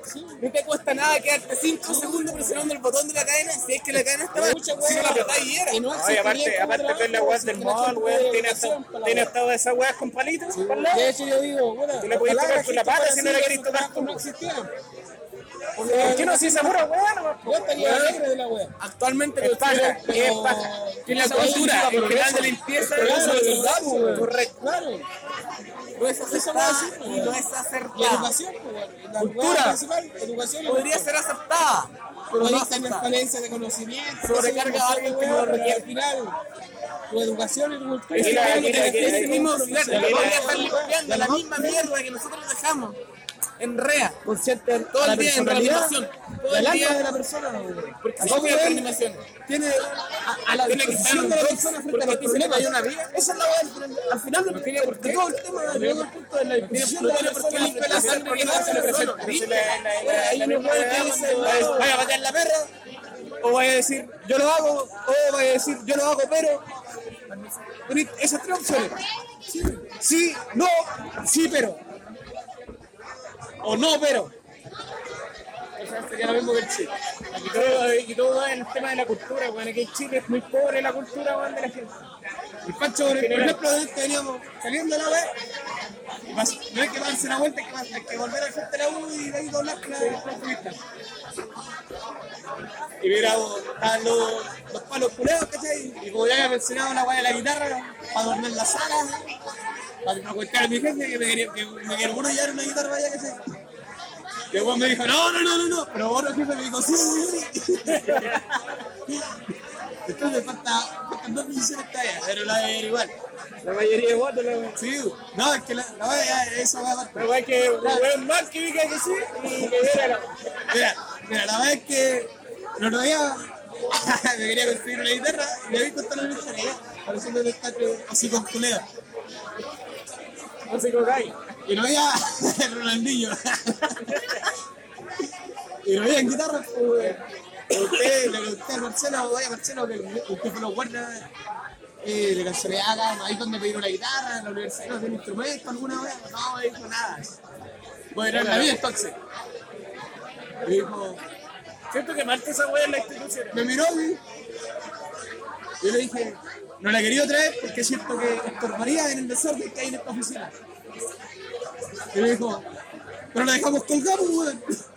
Speaker 1: No te cuesta nada quedarte 5 segundos presionando el botón de la cadena si es que la cadena está mal. Si no la apretás y era.
Speaker 9: Y no
Speaker 2: Oye, aparte,
Speaker 9: existiría como
Speaker 2: aparte
Speaker 9: trabajo
Speaker 2: con la weas
Speaker 9: si
Speaker 2: del
Speaker 9: hubiera hecho
Speaker 2: mall, weón,
Speaker 9: un juego de
Speaker 2: tiene
Speaker 9: educación para
Speaker 2: hasta,
Speaker 9: la
Speaker 2: tiene
Speaker 9: wea.
Speaker 2: hasta de esas weas con palitos, para el lado.
Speaker 9: De hecho, yo digo, puta,
Speaker 2: Tú le podías
Speaker 9: ojalá
Speaker 2: tocar
Speaker 9: la
Speaker 2: con la
Speaker 9: gente
Speaker 2: pata si
Speaker 9: fuera así,
Speaker 2: no la
Speaker 9: que
Speaker 2: querés
Speaker 9: esos
Speaker 2: tocar
Speaker 9: trabajos
Speaker 2: con-
Speaker 9: no existieran.
Speaker 2: ¿Por qué no se hizo pura wea, no?
Speaker 9: Yo estaría alegre de la wea.
Speaker 1: Actualmente
Speaker 2: Es paja,
Speaker 1: considero-
Speaker 2: es paja.
Speaker 1: que la cultura, el general de limpieza, eso de verdad, weón.
Speaker 9: Correcto. Claro.
Speaker 1: No es aceptada y no es
Speaker 9: La
Speaker 1: acertada.
Speaker 9: educación, pues, weón. La
Speaker 1: Cultura.
Speaker 9: wea principal, educación.
Speaker 1: Podría ser aceptada, pero
Speaker 9: Pero
Speaker 1: no
Speaker 9: no tener
Speaker 1: aceptada.
Speaker 9: falencia de conocimiento.
Speaker 1: Sobrecarga
Speaker 9: no sé,
Speaker 1: a alguien que
Speaker 9: weón,
Speaker 1: no lo
Speaker 9: pero
Speaker 1: requiere.
Speaker 9: Al final, tu educación y tu cultura.
Speaker 2: Y la-
Speaker 9: Claro,
Speaker 2: y la-
Speaker 9: que-
Speaker 2: y la-
Speaker 9: ese
Speaker 1: Ese mismo
Speaker 9: mismo
Speaker 1: lugar,
Speaker 9: lugar,
Speaker 1: la
Speaker 2: la-
Speaker 1: podría
Speaker 2: la-
Speaker 1: estar limpiando la misma mierda que nosotros dejamos en rea.
Speaker 9: consciente de
Speaker 1: Todo
Speaker 9: la
Speaker 1: el día en
Speaker 9: personalidad,
Speaker 1: reanimación. Todo
Speaker 9: del
Speaker 1: el
Speaker 9: alma de
Speaker 1: día.
Speaker 9: la persona, weón.
Speaker 1: Porque
Speaker 9: ¿A
Speaker 1: si
Speaker 9: poco,
Speaker 1: no
Speaker 9: weón?
Speaker 1: reanimación.
Speaker 9: tiene a, a la
Speaker 1: Tiene que estar
Speaker 9: disposición
Speaker 1: un
Speaker 9: de la
Speaker 1: doc,
Speaker 9: persona frente a
Speaker 1: porque
Speaker 9: los
Speaker 1: aquí se le
Speaker 9: problemas.
Speaker 1: cayó una vida. ¿eh?
Speaker 9: Esa es la weá, al final del- de todo el tema, de todo el punto de la disposición de la
Speaker 1: problema, porque
Speaker 9: persona
Speaker 1: limpia la sangre
Speaker 9: frente
Speaker 1: que
Speaker 9: a
Speaker 1: no se le
Speaker 9: los
Speaker 1: presenta.
Speaker 9: problemas.
Speaker 2: Entonces, la- la- la-
Speaker 9: Ahí
Speaker 2: la-
Speaker 9: no puede
Speaker 2: la-
Speaker 9: quedarse,
Speaker 2: la-
Speaker 9: weón.
Speaker 1: Vaya a matar la perra. O voy a decir, yo lo hago. O voy a decir, yo lo hago, pero. Tenéis Esas tres opciones. Sí, no, sí, pero. O no, pero.
Speaker 2: sería lo mismo que en Chile. Aquí todo, aquí todo en el tema de la cultura, weón. Aquí en Chile es muy pobre la cultura, weón, de la gente.
Speaker 1: El Pancho, por por ejemplo, de este veníamos saliendo de la web. y pas- No hay que darse una vuelta, hay que, pas- hay que volver al frente de la U y de ahí doblar con la futbolista. Y mira, vos, estaban los, los palos culeados, ¿cachai? Y como ya había mencionado la weá de la guitarra, para adornar la sala, para aguantar a mi jefe, que me quería, que me quería puro llevar una guitarra para allá, ¿cachai? Y el weón me dijo, no, no, no, no, no. Pero bueno, jefe me dijo, sí, sí, sí. Entonces me falta, faltan dos decisiones todavía, pero la de igual.
Speaker 2: La mayoría de votos, la weón.
Speaker 1: Sí, güey. no, es que la, la wea, eso va a
Speaker 2: La weón es que un weón más que diga que sí y que diera la.
Speaker 1: Mira, mira, la verdad es que el otro día me quería conseguir una guitarra y le vi contar la guitarra ya, pareciendo un estadio así con culea.
Speaker 2: Así que, ay,
Speaker 1: Y no veía el Ronaldinho. y no veía en guitarra, pues, güey. Le pregunté- le pregunté a Marcelo, oye Marcelo, que usted fue los guardas. Eh, le cancioné acá, ahí donde pedir una guitarra, en la universidad, no tiene instrumento alguna vez, no me dijo nada. Voy a ir a la vida entonces. Y dijo,
Speaker 2: Siento que marca esa weón en la institución.
Speaker 1: me miró y yo le dije, no la quería traer porque siento que estorbaría en el desorden que hay en esta oficina. Y me dijo, pero la dejamos colgada, pues, weón.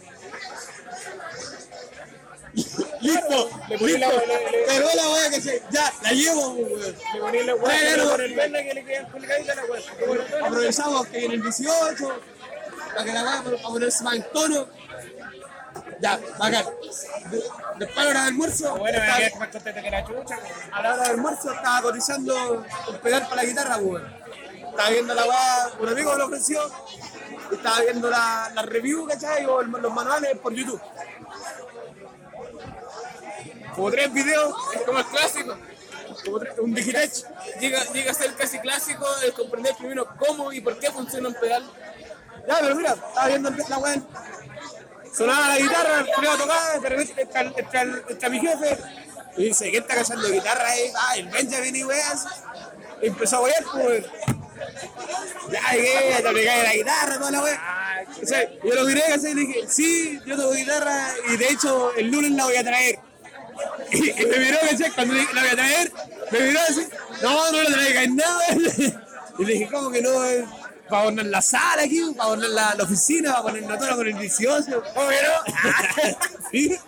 Speaker 1: Listo,
Speaker 2: Le
Speaker 1: listo.
Speaker 2: poní la- le- le-
Speaker 1: Pero la wea que se, ya, la llevo, pues, weón.
Speaker 2: Le poní la weón,
Speaker 1: Bueno,
Speaker 2: le
Speaker 1: no.
Speaker 2: poní el verde que le quedan colgadita a la weón. Como los dos.
Speaker 1: Aprovechamos que viene el 18, para que la vaya a ponerse más en tono. Ya, bacán. De- Después a la hora del almuerzo,
Speaker 2: Bueno, me
Speaker 1: estaba-
Speaker 2: quedé más contento que la chucha, weón.
Speaker 1: a la hora del almuerzo estaba cotizando un pedal para la guitarra, weón. Estaba viendo la weá, un amigo me lo ofreció, y estaba viendo la, la review, ¿cachai? O el- los manuales por YouTube. Como tres videos, es como el clásico. Como tres- un digitech. Llega, llega a ser casi clásico el comprender primero cómo y por qué funciona un pedal. Ya, pero mira, estaba viendo la weá. Sonaba la guitarra, el culeo tocaba, de repente entra, entra, entra mi jefe y dice, ¿quién está cazando guitarra ahí? Ah, el Benjamin y weas. Y empezó a wear, pues. Ya, que te pegáis la guitarra, toda la wea. O sea, yo lo miré ¿cachai? y le dije, sí, yo toco guitarra y de hecho el lunes la voy a traer. Y, y me miró, ¿cachai? Cuando le dije, la voy a traer, me miró así, no, no la traigas nada. Y le dije, ¿cómo que no? eh? Para adornar la sala aquí, para adornar la, la oficina, para poner la tono con el 18. ¿Cómo que no? ¿Sí?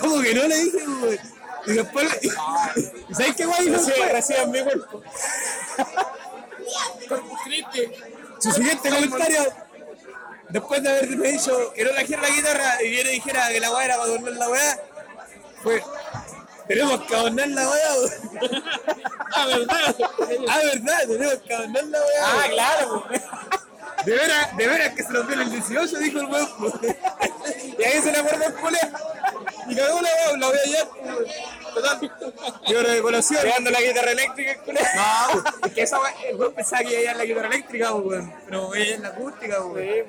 Speaker 1: ¿Cómo que no? Le dije, güey. Y después, ¿Y ¿sabes qué guay? Dijo, gracias, mi cuerpo. Su siguiente comentario, después de haberme dicho que no la dijera la guitarra y viene y dijera que la weá era para adornar la weá, pues tenemos que adornar la weá. weón. Ah, verdad, ah, verdad, tenemos que adornar la weá. Ah, claro, de veras, de veras que se nos viene el 18, dijo el weón. pues. Y ahí se le guardó el culé. Y cagó la weón, la voy a llevar. pues. Total. Y hora de colación.
Speaker 2: Pegando la guitarra eléctrica, el culo.
Speaker 1: No, güey, es que esa weá, el weón pensaba que iba a llevar la guitarra eléctrica, weón. Pero voy a llevar la acústica, weón.
Speaker 2: Es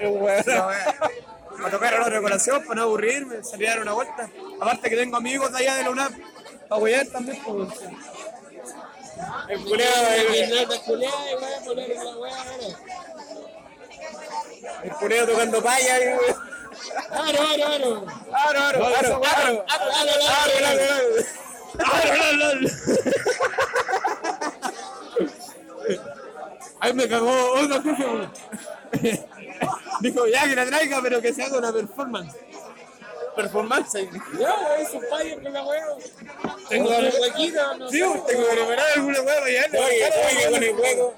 Speaker 2: weón.
Speaker 1: No, güey. Me tocaron la decoración para no aburrirme, salir a dar una vuelta. Aparte que tengo amigos de allá de la UNAP para huear también. pues.
Speaker 2: El culo, el- El culeo tocando paya, güey.
Speaker 1: Aro, aro, aro.
Speaker 2: Aro, aro, aro, aro.
Speaker 1: Aro, aro, aro, aro, aro. Ay, me cagó otra cosa, weón. Dijo, ya que la traiga, pero que se haga una performance. Performance.
Speaker 9: Ya, es un payo con la weón.
Speaker 1: Tengo que
Speaker 9: Huequita, no sé.
Speaker 1: tengo que preparar alguna hueá para llevarle. Oye, oye, con el hueco.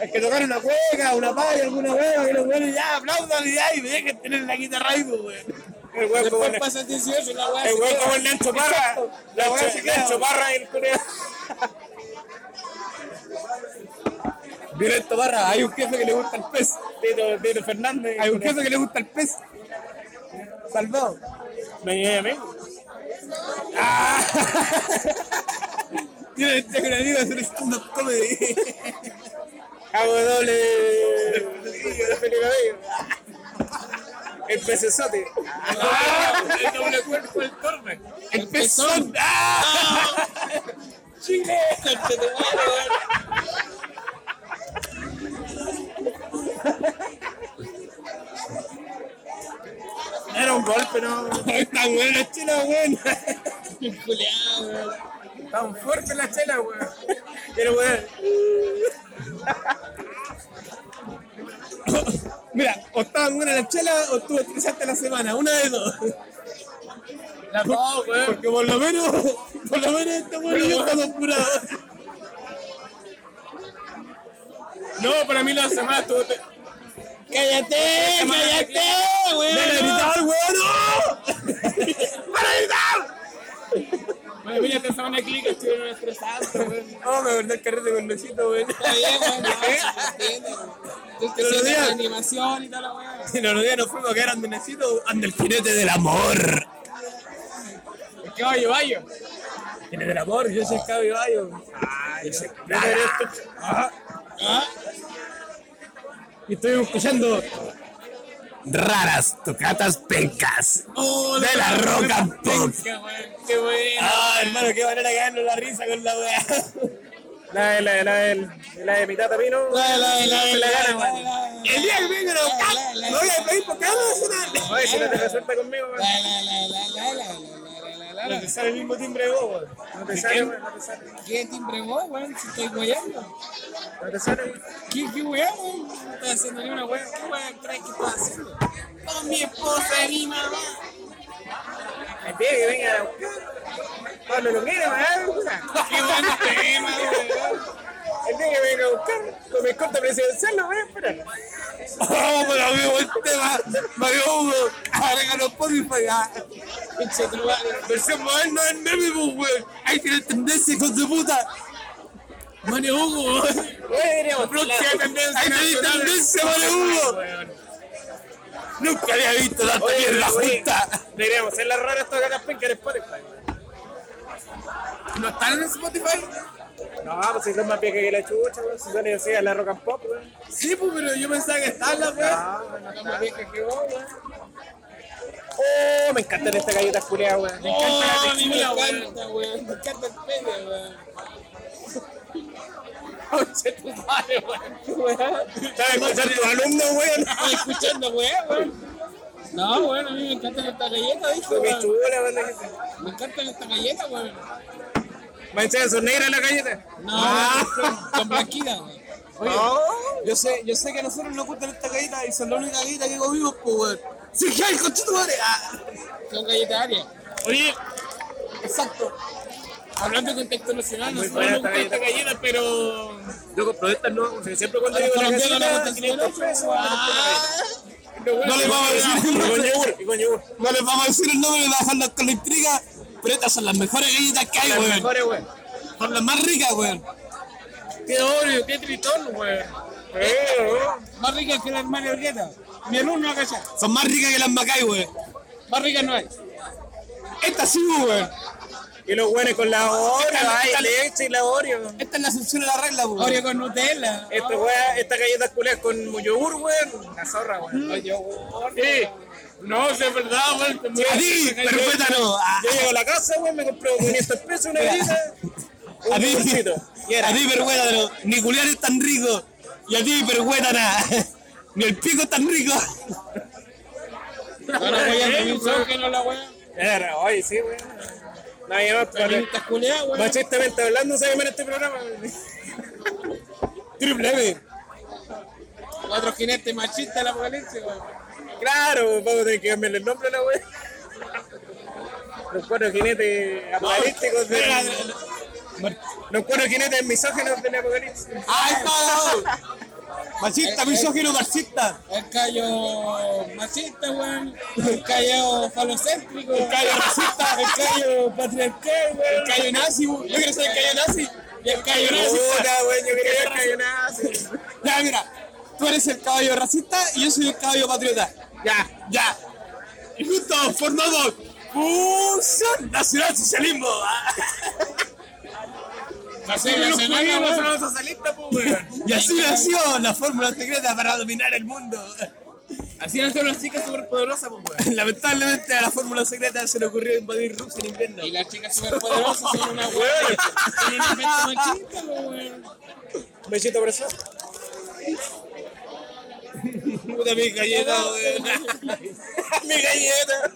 Speaker 1: Es que tocar una cueca, una paya, alguna hueá, que los hueones ya aplaudan y ya, y me dejen tener la guitarra ahí, pues, weón. El hueco,
Speaker 9: Después pasa el 18, la weá.
Speaker 1: el
Speaker 9: se
Speaker 1: hueco
Speaker 9: queda.
Speaker 1: como el Nacho Parra. La hueá se queda. Nacho Parra y el culeo. Violento Parra, hay un jefe que le gusta el pez.
Speaker 2: Tito, Tito Fernández.
Speaker 1: Hay un jefe que le gusta el pez. Salvado.
Speaker 2: Me llevé a mí.
Speaker 1: Tiene que un amigo hacer stand-up comedy.
Speaker 2: Hago doble. Felipe Bello. El pecesote.
Speaker 10: El doble cuerpo del torme.
Speaker 1: El pezón. ¡Ah!
Speaker 2: Era un golpe, ¿no?
Speaker 1: Están buenas chelas, weón.
Speaker 2: Tan fuerte la chela, weón. Pero, weón.
Speaker 1: Mira, o estaban buenas las chelas o tú estresaste la semana. Una de dos.
Speaker 2: La no, weón.
Speaker 1: Porque por lo menos, por lo menos este weón y yo estamos curados.
Speaker 2: No, para mí la semana estuvo. te-
Speaker 1: ¡Cállate! ¡Cállate, weón! ¡Para gritar, weón! ¡No! ¡Para gritar!
Speaker 9: Bueno, mira, esta semana de clic estuvieron estresados, weón.
Speaker 1: No, me acordé el carrete con Luisito, weón. ¿Eh?
Speaker 9: Está bien, weón. No, se entiende, weón. Es Pues que
Speaker 1: Pero lo
Speaker 9: sí,
Speaker 1: digan.
Speaker 9: la animación y toda la weá.
Speaker 1: El otro día nos fuimos a quedar ante Luisito, ante el jinete del amor.
Speaker 9: ¿Qué va yo?
Speaker 1: Jinete del amor, yo soy Cabi Bayo. Ay, yo soy Ajá. Y estuvimos escuchando raras tocatas pencas de la roca pop.
Speaker 9: Qué bueno.
Speaker 1: Ah, hermano, qué manera de caernos la risa con la weá.
Speaker 2: La de, la de, la de, la de mi tata vino.
Speaker 1: La, la, la,
Speaker 2: Se la gana, weón.
Speaker 1: El día que vengan a buscar, me voy a pedir por cada nacional.
Speaker 2: Oye, si no te resuelta conmigo, weón.
Speaker 1: No te sale el mismo timbre de vos,
Speaker 2: No te sale, weón. No te sale.
Speaker 9: ¿Qué timbre vos, weón? Si estoy guayando.
Speaker 2: No te sale, weón.
Speaker 9: ¿Qué, qué weá, weón? No estoy haciendo ni una weá. ¿Qué weá crees que estás haciendo? Con mi esposa y mi mamá.
Speaker 2: El día que venga a buscar. Pablo Longuera, weón. Qué buen tema, weón. El día que venga a buscar con mi corte presidencial, lo voy a esperar.
Speaker 1: Oh, pero amigo, el tema. Mario Hugo, agregalo Spotify. ah.
Speaker 9: Pinche truano.
Speaker 1: Versión moderna del meme, pues, weón. Hay que tener tendencia, hijos de puta. Mario Hugo, weón.
Speaker 2: Próxima tendencia.
Speaker 1: Ahí tenéis
Speaker 2: nacional.
Speaker 1: tendencia, Mario Hugo. Nunca había visto tanta
Speaker 2: Oye,
Speaker 1: mierda
Speaker 2: oye,
Speaker 1: junta.
Speaker 2: Deberíamos ser las raras todas las pencas en Spotify.
Speaker 1: ¿No están en Spotify?
Speaker 2: No, pues si son más viejas que la chucha, weón. Si son así, a la rock and pop, weón.
Speaker 1: Sí, pues, pero yo pensaba que estaban las weas.
Speaker 2: Ah. Oh, me encantan estas galletas culiadas, weón. Me encantan las
Speaker 9: Oh, Me
Speaker 2: texturas, weón.
Speaker 9: encanta, weón. Me encanta el pene, weón.
Speaker 1: ¿Sabes escuchar tus alumnos, weón?
Speaker 9: Estoy escuchando, weón, weón. No, weón, a mí me encantan estas galletas, dijo,
Speaker 2: Me
Speaker 9: weón.
Speaker 2: chula, weón. la gente.
Speaker 9: Me encantan estas galletas, weón.
Speaker 2: Manchada, son negras las galletas.
Speaker 9: No, con- con blanquita, weón.
Speaker 2: Oh.
Speaker 1: Yo sé, yo sé que a nosotros nos gustan estas galletas y son la única galleta que comimos, pues, weón. Sí, ya, el conchito madre. Ah,
Speaker 9: Son galletas Arias.
Speaker 10: Oye,
Speaker 1: exacto.
Speaker 9: Hablando de contexto nacional, no
Speaker 2: buena
Speaker 9: nosotros nos
Speaker 2: esta
Speaker 9: esta galleta, pero...
Speaker 10: yo compré estas nuevas.
Speaker 2: Siempre cuando digo la
Speaker 9: colombianos les
Speaker 2: galleta,
Speaker 9: gustan
Speaker 2: 500 pesos, weón.
Speaker 1: No les vamos a decir,
Speaker 2: Y con yogur, y con yogur.
Speaker 1: no les vamos a decir el nombre, les vamos a dejarlas con la intriga. Pero estas son las mejores galletas que hay,
Speaker 2: Las
Speaker 1: weón.
Speaker 2: mejores, weón.
Speaker 1: Son las más ricas, weón.
Speaker 9: ¡Qué obvio, qué tritón, weón!
Speaker 2: Eh, weón.
Speaker 9: Más rica que la hermana Urrieta. Mi alumno acá ya.
Speaker 1: Son más ricas que las Macay, weón.
Speaker 9: Más rica no hay.
Speaker 1: Estas sí, weón.
Speaker 2: Y los weones con la Oreo, ay, leche y la Oreo.
Speaker 1: Esta es la excepción a la regla, weón.
Speaker 9: Oreo con Nutella.
Speaker 2: Esta weá, estas galletas culiadas con yogur, weón. Mm. La zorra, weón. Oye,
Speaker 10: No, si es verdad, weón.
Speaker 1: A ti, perpétano. A
Speaker 2: Yo llego a la casa, weón, me compré 500 pesos una galleta.
Speaker 1: a
Speaker 2: Un
Speaker 1: ti,
Speaker 2: yogurcito. Y era.
Speaker 1: a ti, perpétano. Ni culiar es tan rico. Y a ti, perpétana. Ni el pico es tan rico.
Speaker 9: No, no voy a tener misógeno la weá.
Speaker 2: Era, oye, sí, weón. Nadie más, pero
Speaker 9: Feministas culiadas, weón.
Speaker 2: machistamente hablando, se llama en este programa. Triple M.
Speaker 9: Cuatro jinetes machistas del apocalipsis, weón.
Speaker 2: Claro, vamos a tener que cambiarle el nombre a la weá. Los cuatro jinetes apocalípticos de. Los cuatro jinetes misógenos del apocalipsis.
Speaker 9: ¡Ay, cagao!
Speaker 1: Machista, misógino, marxista.
Speaker 9: El callo machista, weón. El callo falocéntrico. El callo racista. El callo patriarcal, weón. El callo nazi, weón. Yo quiero ser el callo nazi. Y el callo nazi.
Speaker 2: Puta, weón, yo quería ver cayonazo.
Speaker 1: Ya, mira, tú eres el caballo racista y yo soy el caballo patriota. Ya, ya. Y juntos formamos Fusión Nacional Socialismo.
Speaker 9: Nacional,
Speaker 1: pues, Y así nació la fórmula secreta para dominar el mundo.
Speaker 9: Así nacieron las chicas superpoderosas, pues, weón.
Speaker 1: Lamentablemente a la fórmula secreta se le ocurrió invadir Rusia en invierno.
Speaker 9: Y las chicas superpoderosas son una weón. Son un invento machista, pues, weón.
Speaker 2: Besito preso.
Speaker 9: Puta mi galleta, weón.
Speaker 2: Mi galleta.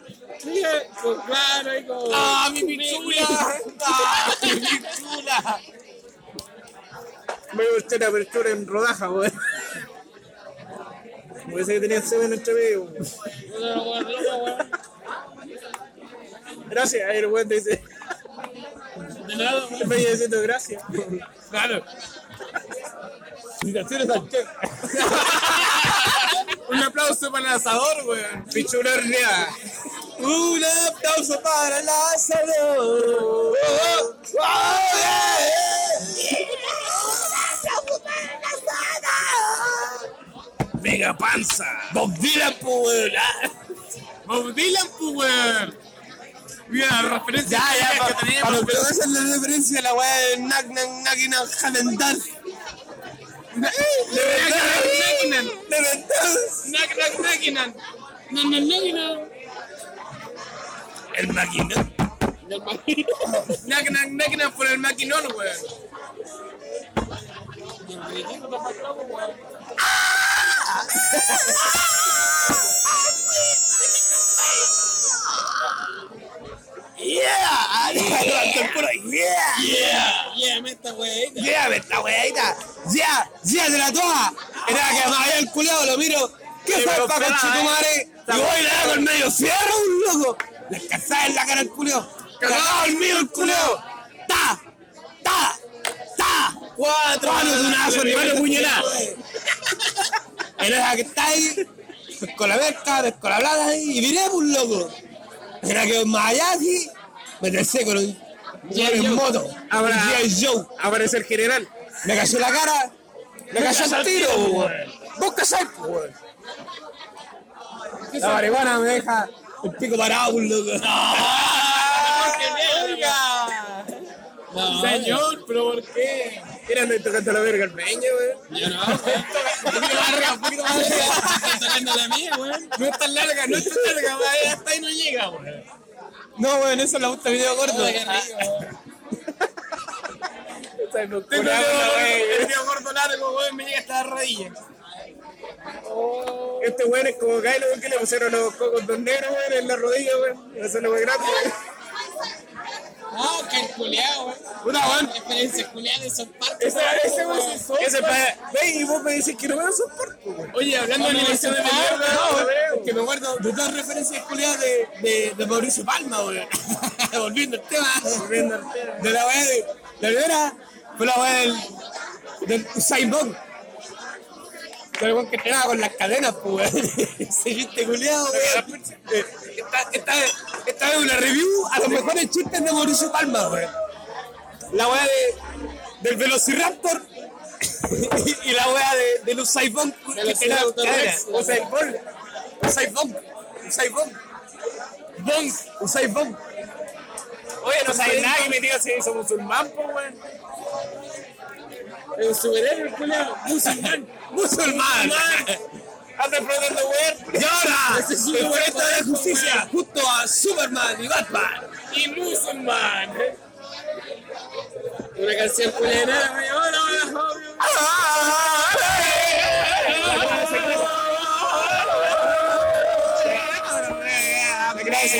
Speaker 9: Con claro, ahí con.
Speaker 1: ¡Ah, mi pinchula! ¡Ah, mi pinchula!
Speaker 2: Me gustó la apertura en rodaja, weón. Parece que tenía sed en nuestro medio. weón.
Speaker 9: Puta, weón, loca, weón.
Speaker 2: Gracias, ahí el weón te dice.
Speaker 9: De nada, weón.
Speaker 2: El medio diciendo gracias.
Speaker 9: Claro.
Speaker 2: Un aplauso para el asador, weón. Pichula horneada. Un aplauso para el asador.
Speaker 1: ¡Mega panza! ¡Bob Dylan, po, weón! Ah.
Speaker 9: Bob Dylan, pues, weón. Mira la referencia
Speaker 1: Ya, ya,
Speaker 9: que
Speaker 1: pa-
Speaker 9: tenemos.
Speaker 1: para los que no hacen la referencia a la weá de Nak Nak Nak y Nak Hanan Dan.
Speaker 9: Nakinan. Nak, nak, nakinan. Nan, nan, nakinan.
Speaker 1: El maquinón.
Speaker 9: Nak, nak, nakinan por el maquinón, weón.
Speaker 1: ¡Yeah! Levanta el culo. ¡Yeah!
Speaker 9: Yeah, me esta weón.
Speaker 1: ¡Yeah! esta weadita! ¡Yeah! ¡Yeah! ¡De la toa! Era que me había el culiao, Oh. lo eh. miro. ¿Qué fue
Speaker 2: pero
Speaker 1: pa' con
Speaker 2: pegada,
Speaker 1: Chitumare? Y voy y le hago el medio cierro, un loco. Le cazaba en la cara el culiao. ¡Cagado el mío el culiao! ¡Ta! ¡Ta! ¡Ta! Cuatro manos de un aso, hermano puñalada. En esa que está ahí, con la verca, descolablada ahí, y miré un loco. Era que más allá así, me tercé con un. en moto.
Speaker 2: Ahora-
Speaker 1: Un G.I. Joe.
Speaker 2: Aparece el general.
Speaker 1: Me cayó la cara. Me cayó el tiro, weón. Vos cazás, po, weón. La marihuana me deja el pico parado, por loco.
Speaker 9: No, señor, pero ¿por qué?
Speaker 2: Mira, estoy tocando la verga al peño, weón.
Speaker 9: Yo no, weón. Un poquito más larga, un poquito más larga. Estoy tocando la mía, weón.
Speaker 2: No es tan larga, no es tan larga, weón. Hasta ahí no llega, weón.
Speaker 1: No, weón, eso le gusta el video corto.
Speaker 9: Puta, qué rico, weón.
Speaker 2: Tengo el dedo- el dedo gordo largo, weón, me llega hasta la rodilla. Este weón es como Kylo, weón, que le pusieron los cocos dos negros, weón, en la rodilla, weón. Eso es lo más grande, weón.
Speaker 9: No, que el culiao, weón.
Speaker 2: Puta, weón.
Speaker 9: Experiencias culiadas son parte.
Speaker 2: Ese, ese weón es Ese pa- Ve, y vos me dices que no me soporte,
Speaker 1: pues,
Speaker 2: weón.
Speaker 9: Oye,
Speaker 1: No,
Speaker 9: hablando de
Speaker 1: no,
Speaker 9: animación de
Speaker 1: no,
Speaker 9: mierda,
Speaker 1: no,
Speaker 9: weón.
Speaker 1: weón, Que me acuerdo de dos referencias culiadas de, de, de Mauricio Palma, weón. Volviendo al tema.
Speaker 2: Volviendo al tema.
Speaker 1: De la weá de. La primera fue la weá del. del Usain Bolt. Fue el weón que entrenaba con las cadenas, pues, weón. Ese chiste culiado, weón. Eh, Esta, esta, esta es una review a los mejores chistes de Mauricio Palma, weón. La weá de, del Velociraptor. y la weá de, del Usain Bolt. que tenía cadenas. Usain Bolt. Usain Bolt. Usain Bolt. Bong. Usain Bolt.
Speaker 2: Oye, no sabes nada que me diga si somos musulmán, po, weón.
Speaker 9: Es un superhéroe, el culiao.
Speaker 1: Musulmán. Musulmán.
Speaker 2: Anda explotando, weón.
Speaker 1: Y ahora,
Speaker 9: Ese es un
Speaker 1: el
Speaker 9: buen
Speaker 1: proyecto de
Speaker 9: trabajo,
Speaker 1: justicia junto a Superman y Batman.
Speaker 9: Y musulmán. Una canción culiada. Hola, hola, joven.
Speaker 1: Ah,
Speaker 2: Oye,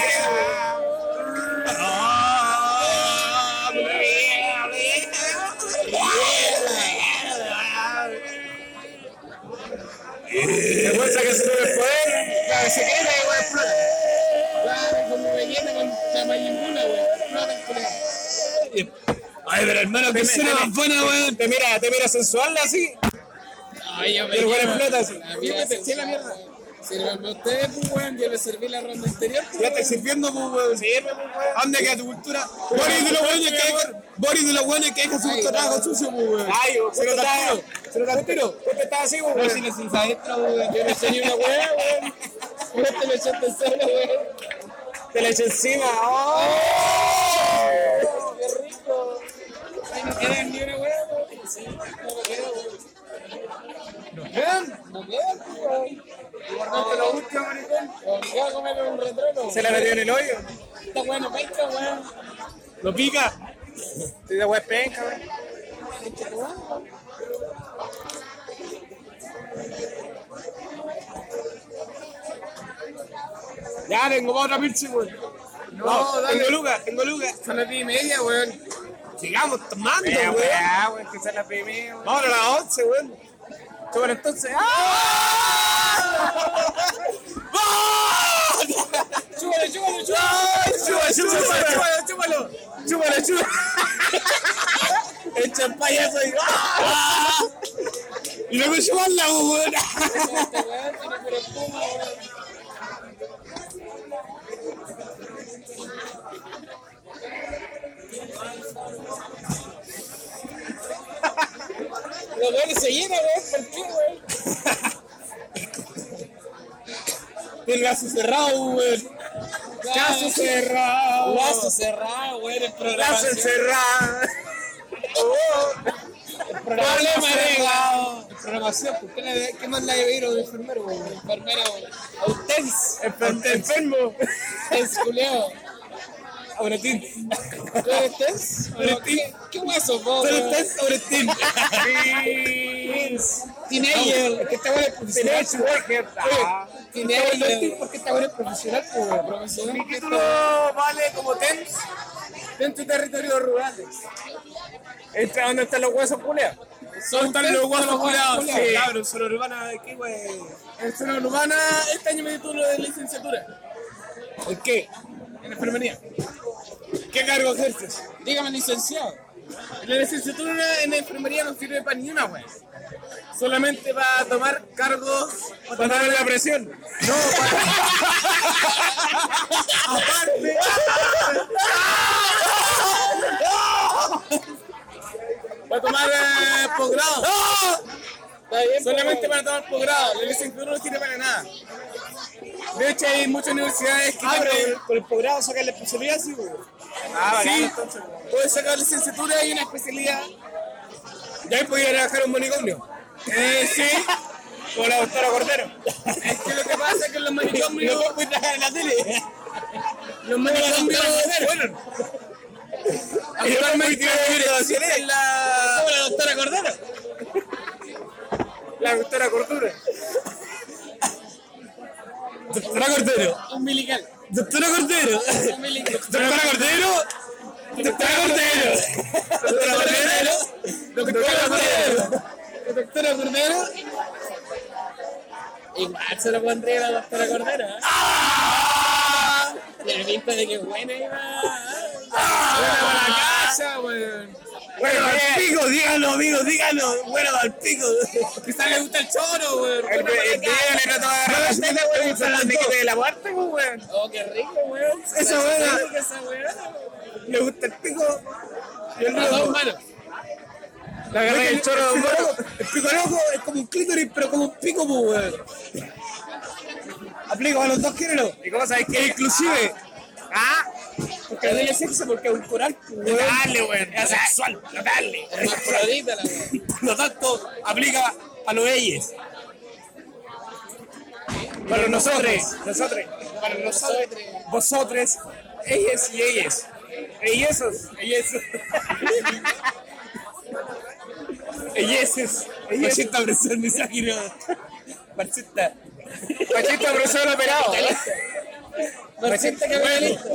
Speaker 1: Demuestra que se tiene el poder.
Speaker 9: La secreta, weón, explota. Claro, como Vegeta con la Majin Buu, la weón. Explota el culiao.
Speaker 1: Ay, pero hermano, que escena más buena, weón. Te mira, te mira sensual así.
Speaker 9: Ay, yo me
Speaker 1: Y el weón
Speaker 9: llevo.
Speaker 1: explota así.
Speaker 9: La mierda, sí, la mierda. Sírvanme ustedes, pues, weón. Yo les serví la ronda anterior. pues,
Speaker 1: Ya está sirviendo, pues, weón. Anda queda tu cultura. Boris de los weones que deja- Boris de los weones que deja su trabajo sucio, pues, weón. Ay, se lo da Se lo da tiro. Usted está así, weón. No, si le sinza extra, weón. Yo no sé ni una Este weá, weón.
Speaker 9: weón. Te lo echaste solo, weón.
Speaker 1: Te la eché encima.
Speaker 2: Oh.
Speaker 9: ¡Qué rico! Ay, pues, no quedan ni una weá, weón. Sí, no me queda, weón. No quedan, weón. Guardarte lo último, maricón. Obligado a comer un retrolo.
Speaker 2: Se la metió en el hoyo.
Speaker 9: Esta weá no pesca, weón.
Speaker 2: Lo pica. Te da weón penca, weón.
Speaker 1: Ya, tengo para otra pizza, weón.
Speaker 2: No,
Speaker 1: Tengo lucas, tengo lucas.
Speaker 2: Son las 10 y media, weón.
Speaker 1: Sigamos tomando,
Speaker 2: Ya,
Speaker 1: weón.
Speaker 2: weá, weón, que son las 10 y media, weón.
Speaker 1: Ahora a las 11, weón.
Speaker 2: Bueno, entonces. ¡Ah!
Speaker 1: ¡Chúpalo, chúpalo, chúpalo! ¡Chúpalo, chúpalo, chúpalo, chúpalo! ¡Chúpalo, chúpalo! El champán ya soy. ¡Ah! Y luego chuparla, weón.
Speaker 9: Esta weá tiene pura espuma, weón. Los weones se llenan, weón. ¿Por qué, weón?
Speaker 1: El gaso cerrado, weón. Gaso cerrado.
Speaker 9: Lazo cerrado, weón, el programa.
Speaker 1: Gaso cerrado.
Speaker 2: Oh.
Speaker 9: Problema de
Speaker 1: Programación, ¿por qué, le- ¿qué más la debe ir a un enfermero, weón?
Speaker 9: enfermera, weón. Autens,
Speaker 1: Enfermo.
Speaker 9: es culeado.
Speaker 1: Ahora ti.
Speaker 9: ¿Tú eres tens?
Speaker 1: Ahora ti.
Speaker 9: ¿Qué hueso, vos?
Speaker 1: Solo
Speaker 9: weón?
Speaker 1: estás sobre Steam.
Speaker 9: Teenager.
Speaker 1: Que esta weá es profesional.
Speaker 2: Teenage Warhead. Ah.
Speaker 9: Teenager. ¿Por qué esta weón es profesional, po, weón?
Speaker 2: Mi
Speaker 9: Profesional. que
Speaker 2: título Oh, vale como TENS
Speaker 9: Ten tu territorio rurales.
Speaker 2: Entra donde están los huesos culeados.
Speaker 1: Son tan los guapos curados.
Speaker 2: Sí.
Speaker 1: Cabrón, solo urbana de qué, weón.
Speaker 9: En zona urbana, este año me titulo de licenciatura.
Speaker 1: ¿En qué?
Speaker 9: En enfermería.
Speaker 1: ¿Qué cargo ejerces?
Speaker 9: Dígame, licenciado. La licenciatura en enfermería no sirve para ni una, weón.
Speaker 2: Solamente va a tomar cargos.
Speaker 1: Para darle la presión.
Speaker 2: Aparte.
Speaker 1: Para tomar eh, posgrado.
Speaker 9: Está bien, po,
Speaker 1: Solamente
Speaker 9: weón.
Speaker 1: para tomar posgrado. La licenciatura no sirve para nada. De hecho, hay muchas universidades que tienen-
Speaker 2: con el posgrado sacar la especialidad, sí, güey. Ah,
Speaker 1: Sí, puedes sacar licenciatura y una especialidad. Ya ahí podía trabajar un manicomio. Eh, sí. Con la doctora Cordero.
Speaker 9: Es que lo que pasa es que los
Speaker 1: No
Speaker 9: manicomios.
Speaker 1: puedo ir a trabajar en la tele.
Speaker 9: Los manicomios.
Speaker 1: Bueno. Actualmente en la... la doctora Cordero.
Speaker 2: La doctora Cordura.
Speaker 1: Doctora Cordero.
Speaker 9: Umbilical.
Speaker 1: Doctora Cordero.
Speaker 9: Umbilical.
Speaker 1: Doctora Cordero. Doctora Cordero. Doctora Cordero. Doctora Cordero.
Speaker 9: Doctora Cordero. Igual se lo pondría a la doctora Cordero. ¿eh? ¿ah? La pinta de que buena iba.
Speaker 1: Bueno, al pico, díganlo, amigo, díganlo. Bueno, al pico. Quizás le gusta el choro, weón. El Diego le trató de agarrar la tele, weón. y se la pegó.
Speaker 2: de la muerte, güey.
Speaker 9: Oh, qué rico, weón.
Speaker 1: Esa buena.
Speaker 9: Esa weona.
Speaker 1: Le gusta el pico. Y el
Speaker 9: Las dos
Speaker 1: loco.
Speaker 9: manos.
Speaker 1: La agarra el choro, weón. El pico loco es como un clítoris, pero como un pico, pues, weón. Aplico a los dos géneros.
Speaker 2: ¿Y cómo sabes que
Speaker 1: Que inclusive.
Speaker 2: Ah,
Speaker 9: Porque no tiene sexo porque es un coral.
Speaker 1: No dale, weón. Es sexual. No dale.
Speaker 9: Hermafrodita la weón.
Speaker 1: Lo tanto, aplica a los ellos. Para nosotros, nosotros, para nosotros, vosotros, ellos y ellas. Ellesos, ellesos. Elleses. Machista opresor misógino. Machista. Machista opresor operado.
Speaker 9: Machista capitalista.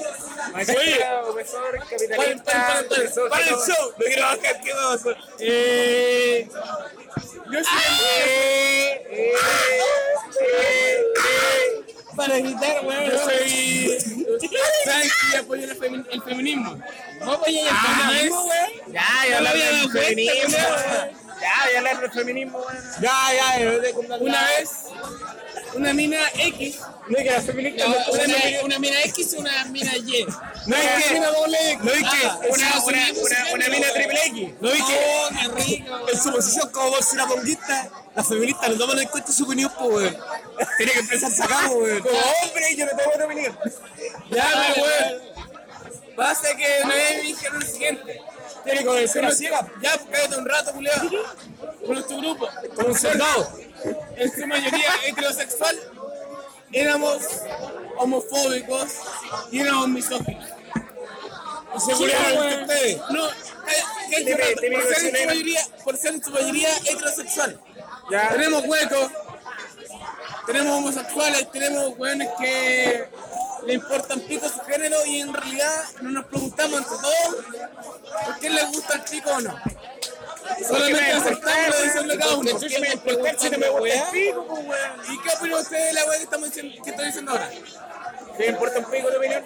Speaker 1: Oye,
Speaker 2: profesor
Speaker 1: para, para,
Speaker 2: capitalista.
Speaker 1: para,
Speaker 2: profesor,
Speaker 1: para el
Speaker 2: todo.
Speaker 1: show. No quiero bajar, qué vamos. Eh, yo soy. Eh, gritar, weón. Yo soy. ¿Sabes que apoyo el, femi- el feminismo? Ah, No apoyé el feminismo, weón.
Speaker 2: Ya,
Speaker 1: No
Speaker 2: ya
Speaker 1: me
Speaker 2: la
Speaker 1: había
Speaker 2: del
Speaker 1: dado cuenta,
Speaker 2: feminismo.
Speaker 1: weón.
Speaker 2: Ya, ya la del feminismo, weón.
Speaker 1: Una vez, una mina X. No hay que hacer feminista. Una, mina- una mina X y una mina Y.
Speaker 2: No es que.
Speaker 1: Una doble X.
Speaker 2: No es que.
Speaker 1: Ah,
Speaker 2: Una,
Speaker 1: sí,
Speaker 2: una,
Speaker 1: sí, sí,
Speaker 2: una,
Speaker 1: sí,
Speaker 2: una
Speaker 1: sí,
Speaker 2: mina
Speaker 1: sí.
Speaker 2: triple X.
Speaker 4: ¿No vi
Speaker 1: Oh, qué rico,
Speaker 4: que en su posición como bolsera ponguista, las feministas no toman en cuenta su opinión, pues, weón? Tiene que empezar a acá, pues, weón.
Speaker 2: Como hombre, yo no tengo que opinión.
Speaker 1: Ya, pero weón. Pasa que una vez me dijeron lo siguiente.
Speaker 2: Tiene que convencer a ciega.
Speaker 1: Ya, pues, cállate un rato, culiado. Con tu grupo. Con un soldado. En su mayoría heterosexual. Éramos homofóbicos y éramos misóginos. Y se culiaron entre ustedes. No, eh, cállate, cállate un
Speaker 2: Dime,
Speaker 1: rato. por,
Speaker 2: dime,
Speaker 1: ser en su
Speaker 2: chileno.
Speaker 1: mayoría, por ser en su mayoría heterosexual.
Speaker 2: Ya.
Speaker 1: Tenemos huecos. Tenemos homosexuales, tenemos hueones que le importan pico su género y en realidad no nos preguntamos entre todos por qué les gusta el chico o no. Solamente aceptamos la decisión de cada uno.
Speaker 2: ¿Qué me importa si no me gusta el pico, pues, weón?
Speaker 1: ¿Y qué opinan ustedes de la hueá que estamos diciendo, que estoy diciendo ahora?
Speaker 2: ¿Me importa un pico la opinión?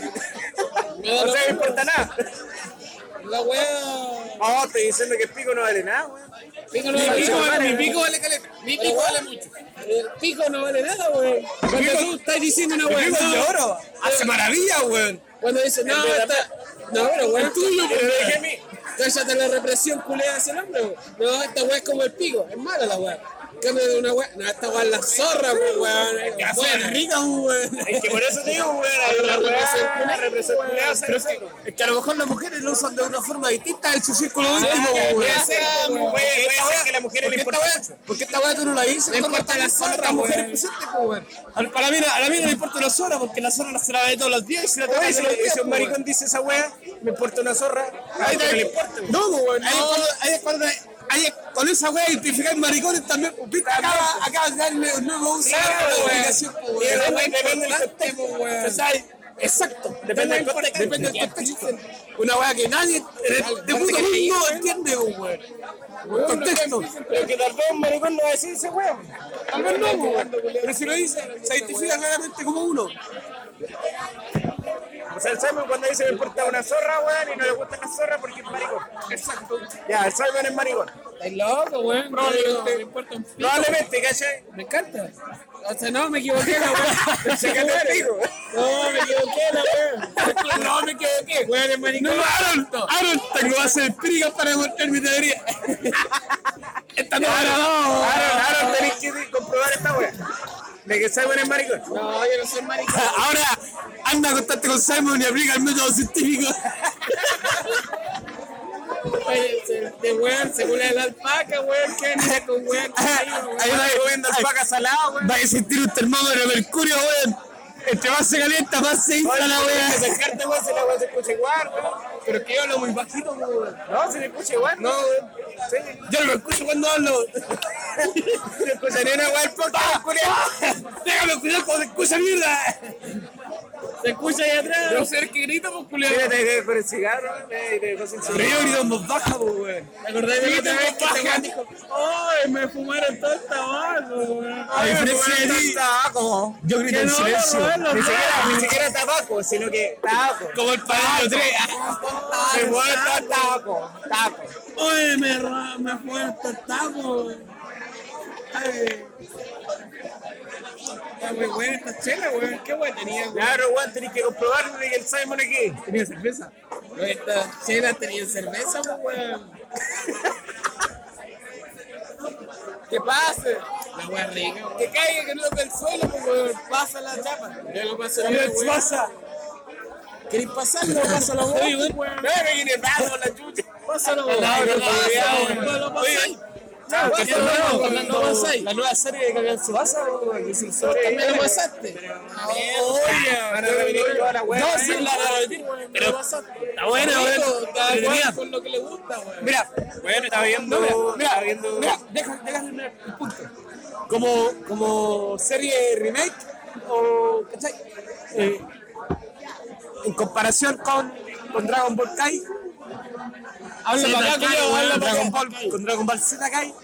Speaker 2: No se me importa nada.
Speaker 1: La hueá.
Speaker 2: Oh, estoy diciendo que el pico no vale nada, weón.
Speaker 9: Pico no
Speaker 1: Mi
Speaker 9: vale
Speaker 1: pico,
Speaker 9: nada.
Speaker 1: vale, mi pico vale caleta. Mi pico vale mucho.
Speaker 9: El pico no vale nada, weón. Cuando tú estás diciendo una weón.
Speaker 4: de
Speaker 9: No,
Speaker 4: oro! ¡Hace maravilla, weón!
Speaker 9: cuando dices, no, está. No, pero weón, es tuyo,
Speaker 2: Pero
Speaker 9: weón.
Speaker 2: dije a mí.
Speaker 9: Cállate la represión culea hacia el hombre, weón. No, esta weón es como el pico. Es mala la weón. Cambio de una weón. No, esta weón es la zorra, pues, weón. Es buena.
Speaker 4: rica, weón!
Speaker 2: Es que por eso te digo, weón, hay una weá, la represión culiao, ¿sabes qué?
Speaker 4: Es que a lo mejor las mujeres lo usan de una forma distinta en su círculo íntimo,
Speaker 2: Puede
Speaker 4: weón.
Speaker 2: ser, weón, puede ser que a las mujeres les importa.
Speaker 4: ¿Por qué esta weá tú no la dices? No importa la zona, las mujeres presentes, po, weón. Al- Para mí, a la mina no le importa la zona, porque la zona se la ve todos los días y se la
Speaker 2: Oye,
Speaker 4: todos
Speaker 2: si
Speaker 4: los días,
Speaker 2: si un
Speaker 4: po,
Speaker 2: maricón dice esa weá, me importa una zorra, a
Speaker 4: Ahí
Speaker 2: otro
Speaker 4: te-
Speaker 2: no le importa.
Speaker 4: este No, pues, weón. Ahí es cuando- ahí es cuando- ahí es- con esa wea identificar maricones también, pues, viste, acaba, acaba de darle un nuevo uso a la comunicación, pues, weón.
Speaker 2: Y la weá depende del contexto, weón.
Speaker 4: O sea, Exacto,
Speaker 2: Depende del
Speaker 4: contexto,
Speaker 2: contexto.
Speaker 4: depende del contexto. Una weá que nadie de, de puto mundo entiende, pues, weón. Contexto.
Speaker 2: Pero que tal vez un maricón no va a decir esa weá.
Speaker 4: Tal vez no, po, weón. pero si lo dice, se identifica claramente como uno.
Speaker 2: O sea, Pues el Simon cuando dice me importa una zorra, weón, y no le gusta la zorra porque es maricón. Exacto. Ya, el Simon es maricón.
Speaker 9: Estás loco, weón. No, no, me importa un pico.
Speaker 2: Probablemente, ¿cachai?
Speaker 9: Me encanta. O sea, no, me equivoqué, la weón.
Speaker 2: Se canta el pico.
Speaker 9: No, me equivoqué, la weón. No, me equivoqué. Weón, es maricón.
Speaker 4: No, Aaron, Aaron, tengo bases empíricas para demostrar mi teoría. Esta no, Aaron, no.
Speaker 2: Aaron, Aaron, tenés que comprobar esta weá. De que Simon es maricón.
Speaker 9: No, yo no soy maricón.
Speaker 4: Ahora anda a contarte con Simon y aplica el método científico.
Speaker 9: Oye, se- de weón, se culea la alpaca, weón. ¿Qué anda con weón?
Speaker 4: Ahí va comiendo alpaca salada, weón. Va a sentir un termómetro de mercurio, weón. Entre más se calienta, más se infla la
Speaker 2: Que
Speaker 4: weá.
Speaker 2: sacarte, weón, si la weá se escucha igual, weón. Pero que yo hablo muy bajito, weón. No, se me escucha igual. No, weón. Sí.
Speaker 4: Yo no lo escucho cuando hablo.
Speaker 2: Se escucharía una weá el podcast, culiao.
Speaker 4: Déjame cuidar cuando se escucha mierda.
Speaker 9: Se escucha ahí atrás.
Speaker 1: Yo ser que grita, pues culiado.
Speaker 2: Mira, te por el cigarro, weón, y te cosas así.
Speaker 4: Pero yo grito en voz baja, po, weón.
Speaker 9: ¿Te acordás de la otra vez que este weón dijo, ¡Ay, me fumaron todo el tabaco, weón!
Speaker 4: A diferencia de ti, yo grito en silencio.
Speaker 2: Ni siquiera, ni siquiera tabaco, sino que tabaco.
Speaker 4: Como el padrino 3.
Speaker 2: Me muerto tabaco, tabaco.
Speaker 9: ¡Ay, me, ra- me fumaron todo el tabaco, weón! Ay. Está muy buena esta chela, weón. ¿Qué weón tenía, weón?
Speaker 2: Claro, weón, tenés que comprobarlo de que el Simon aquí.
Speaker 9: ¿Tenía cerveza? No, esta chela tenía cerveza, pues, weón.
Speaker 1: Que pase.
Speaker 9: La weón rica, weón.
Speaker 1: Que caiga, que no toque el suelo, pues weón. Pasa la chapa.
Speaker 9: Ya lo pasó la weón.
Speaker 1: Pasa.
Speaker 9: ¿Querés pasarlo? Pásalo, weón.
Speaker 1: Pero viene bravo con la chucha.
Speaker 9: Pásalo, weón.
Speaker 1: no, no,
Speaker 9: Pásalo,
Speaker 1: no,
Speaker 9: weón.
Speaker 1: no,
Speaker 9: Lo pasáis.
Speaker 1: Pasa la chapa, weón.
Speaker 9: Lo pasáis.
Speaker 4: La nueva serie de Gabriel Subasa, weón. que es el sol.
Speaker 9: También lo pasaste.
Speaker 2: Oye, van a revenir toda la weá.
Speaker 4: No, sí, la repetir, Pero está bueno, weón. Entretenida.
Speaker 9: Con lo que le gusta, weón.
Speaker 4: Mira,
Speaker 2: Bueno, estaba viendo.
Speaker 4: mira,
Speaker 2: estaba viendo.
Speaker 4: mira, deja, deja terminar el punto. Como, como serie remake, o, ¿cachai? Eh, en comparación con, con Dragon Ball Kai, habla para acá, culiao, habla para Dragon Ball, con Dragon Ball Z Kai,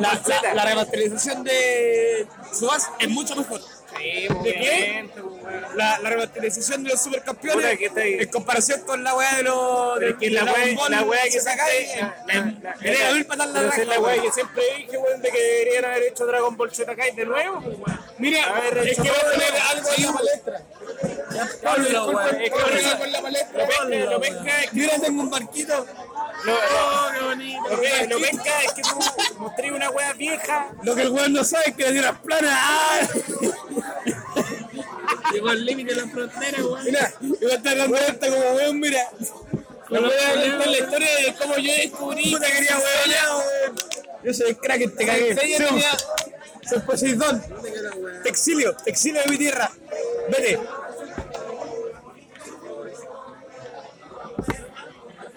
Speaker 4: la, la, la remasterización de Subas es mucho mejor.
Speaker 1: ¿De qué? La, la remasterización de los supercampeones en comparación con la weá de los. de
Speaker 2: que la
Speaker 1: Dragon
Speaker 2: wea-
Speaker 1: Ball
Speaker 2: la wea que
Speaker 1: se sacáis. Quería abrir para la
Speaker 2: Pero esa
Speaker 1: raja,
Speaker 2: es la wea
Speaker 1: weón.
Speaker 2: que siempre dije, weón, de que deberían haber hecho Dragon Ball Z Kai de nuevo, pues, weón.
Speaker 1: Mira,
Speaker 2: haber
Speaker 1: es
Speaker 2: hecho
Speaker 1: que va a
Speaker 2: todo.
Speaker 1: poner algo ahí.
Speaker 3: Ponlo, weón.
Speaker 2: Es que
Speaker 1: Ponlo
Speaker 2: lo-
Speaker 1: con la palestra.
Speaker 2: lo pesca- lo pesca es que-
Speaker 1: Mira, tengo un barquito.
Speaker 2: lo- lo que- lo pesca es que tú mostré una wea vieja.
Speaker 1: Lo que el weón no sabe es que la tierra es plana. ¡Ah!
Speaker 9: Llegó al límite de la frontera, weón.
Speaker 1: Mira, y va a estar dando vuelta como weón, mira. Le voy a contar la historia de cómo yo descubrí. Puta, quería weón, weón. Yo soy el crack, te cagué. Soy, soy Poseidón. Te exilio, te exilio de mi tierra. Vete.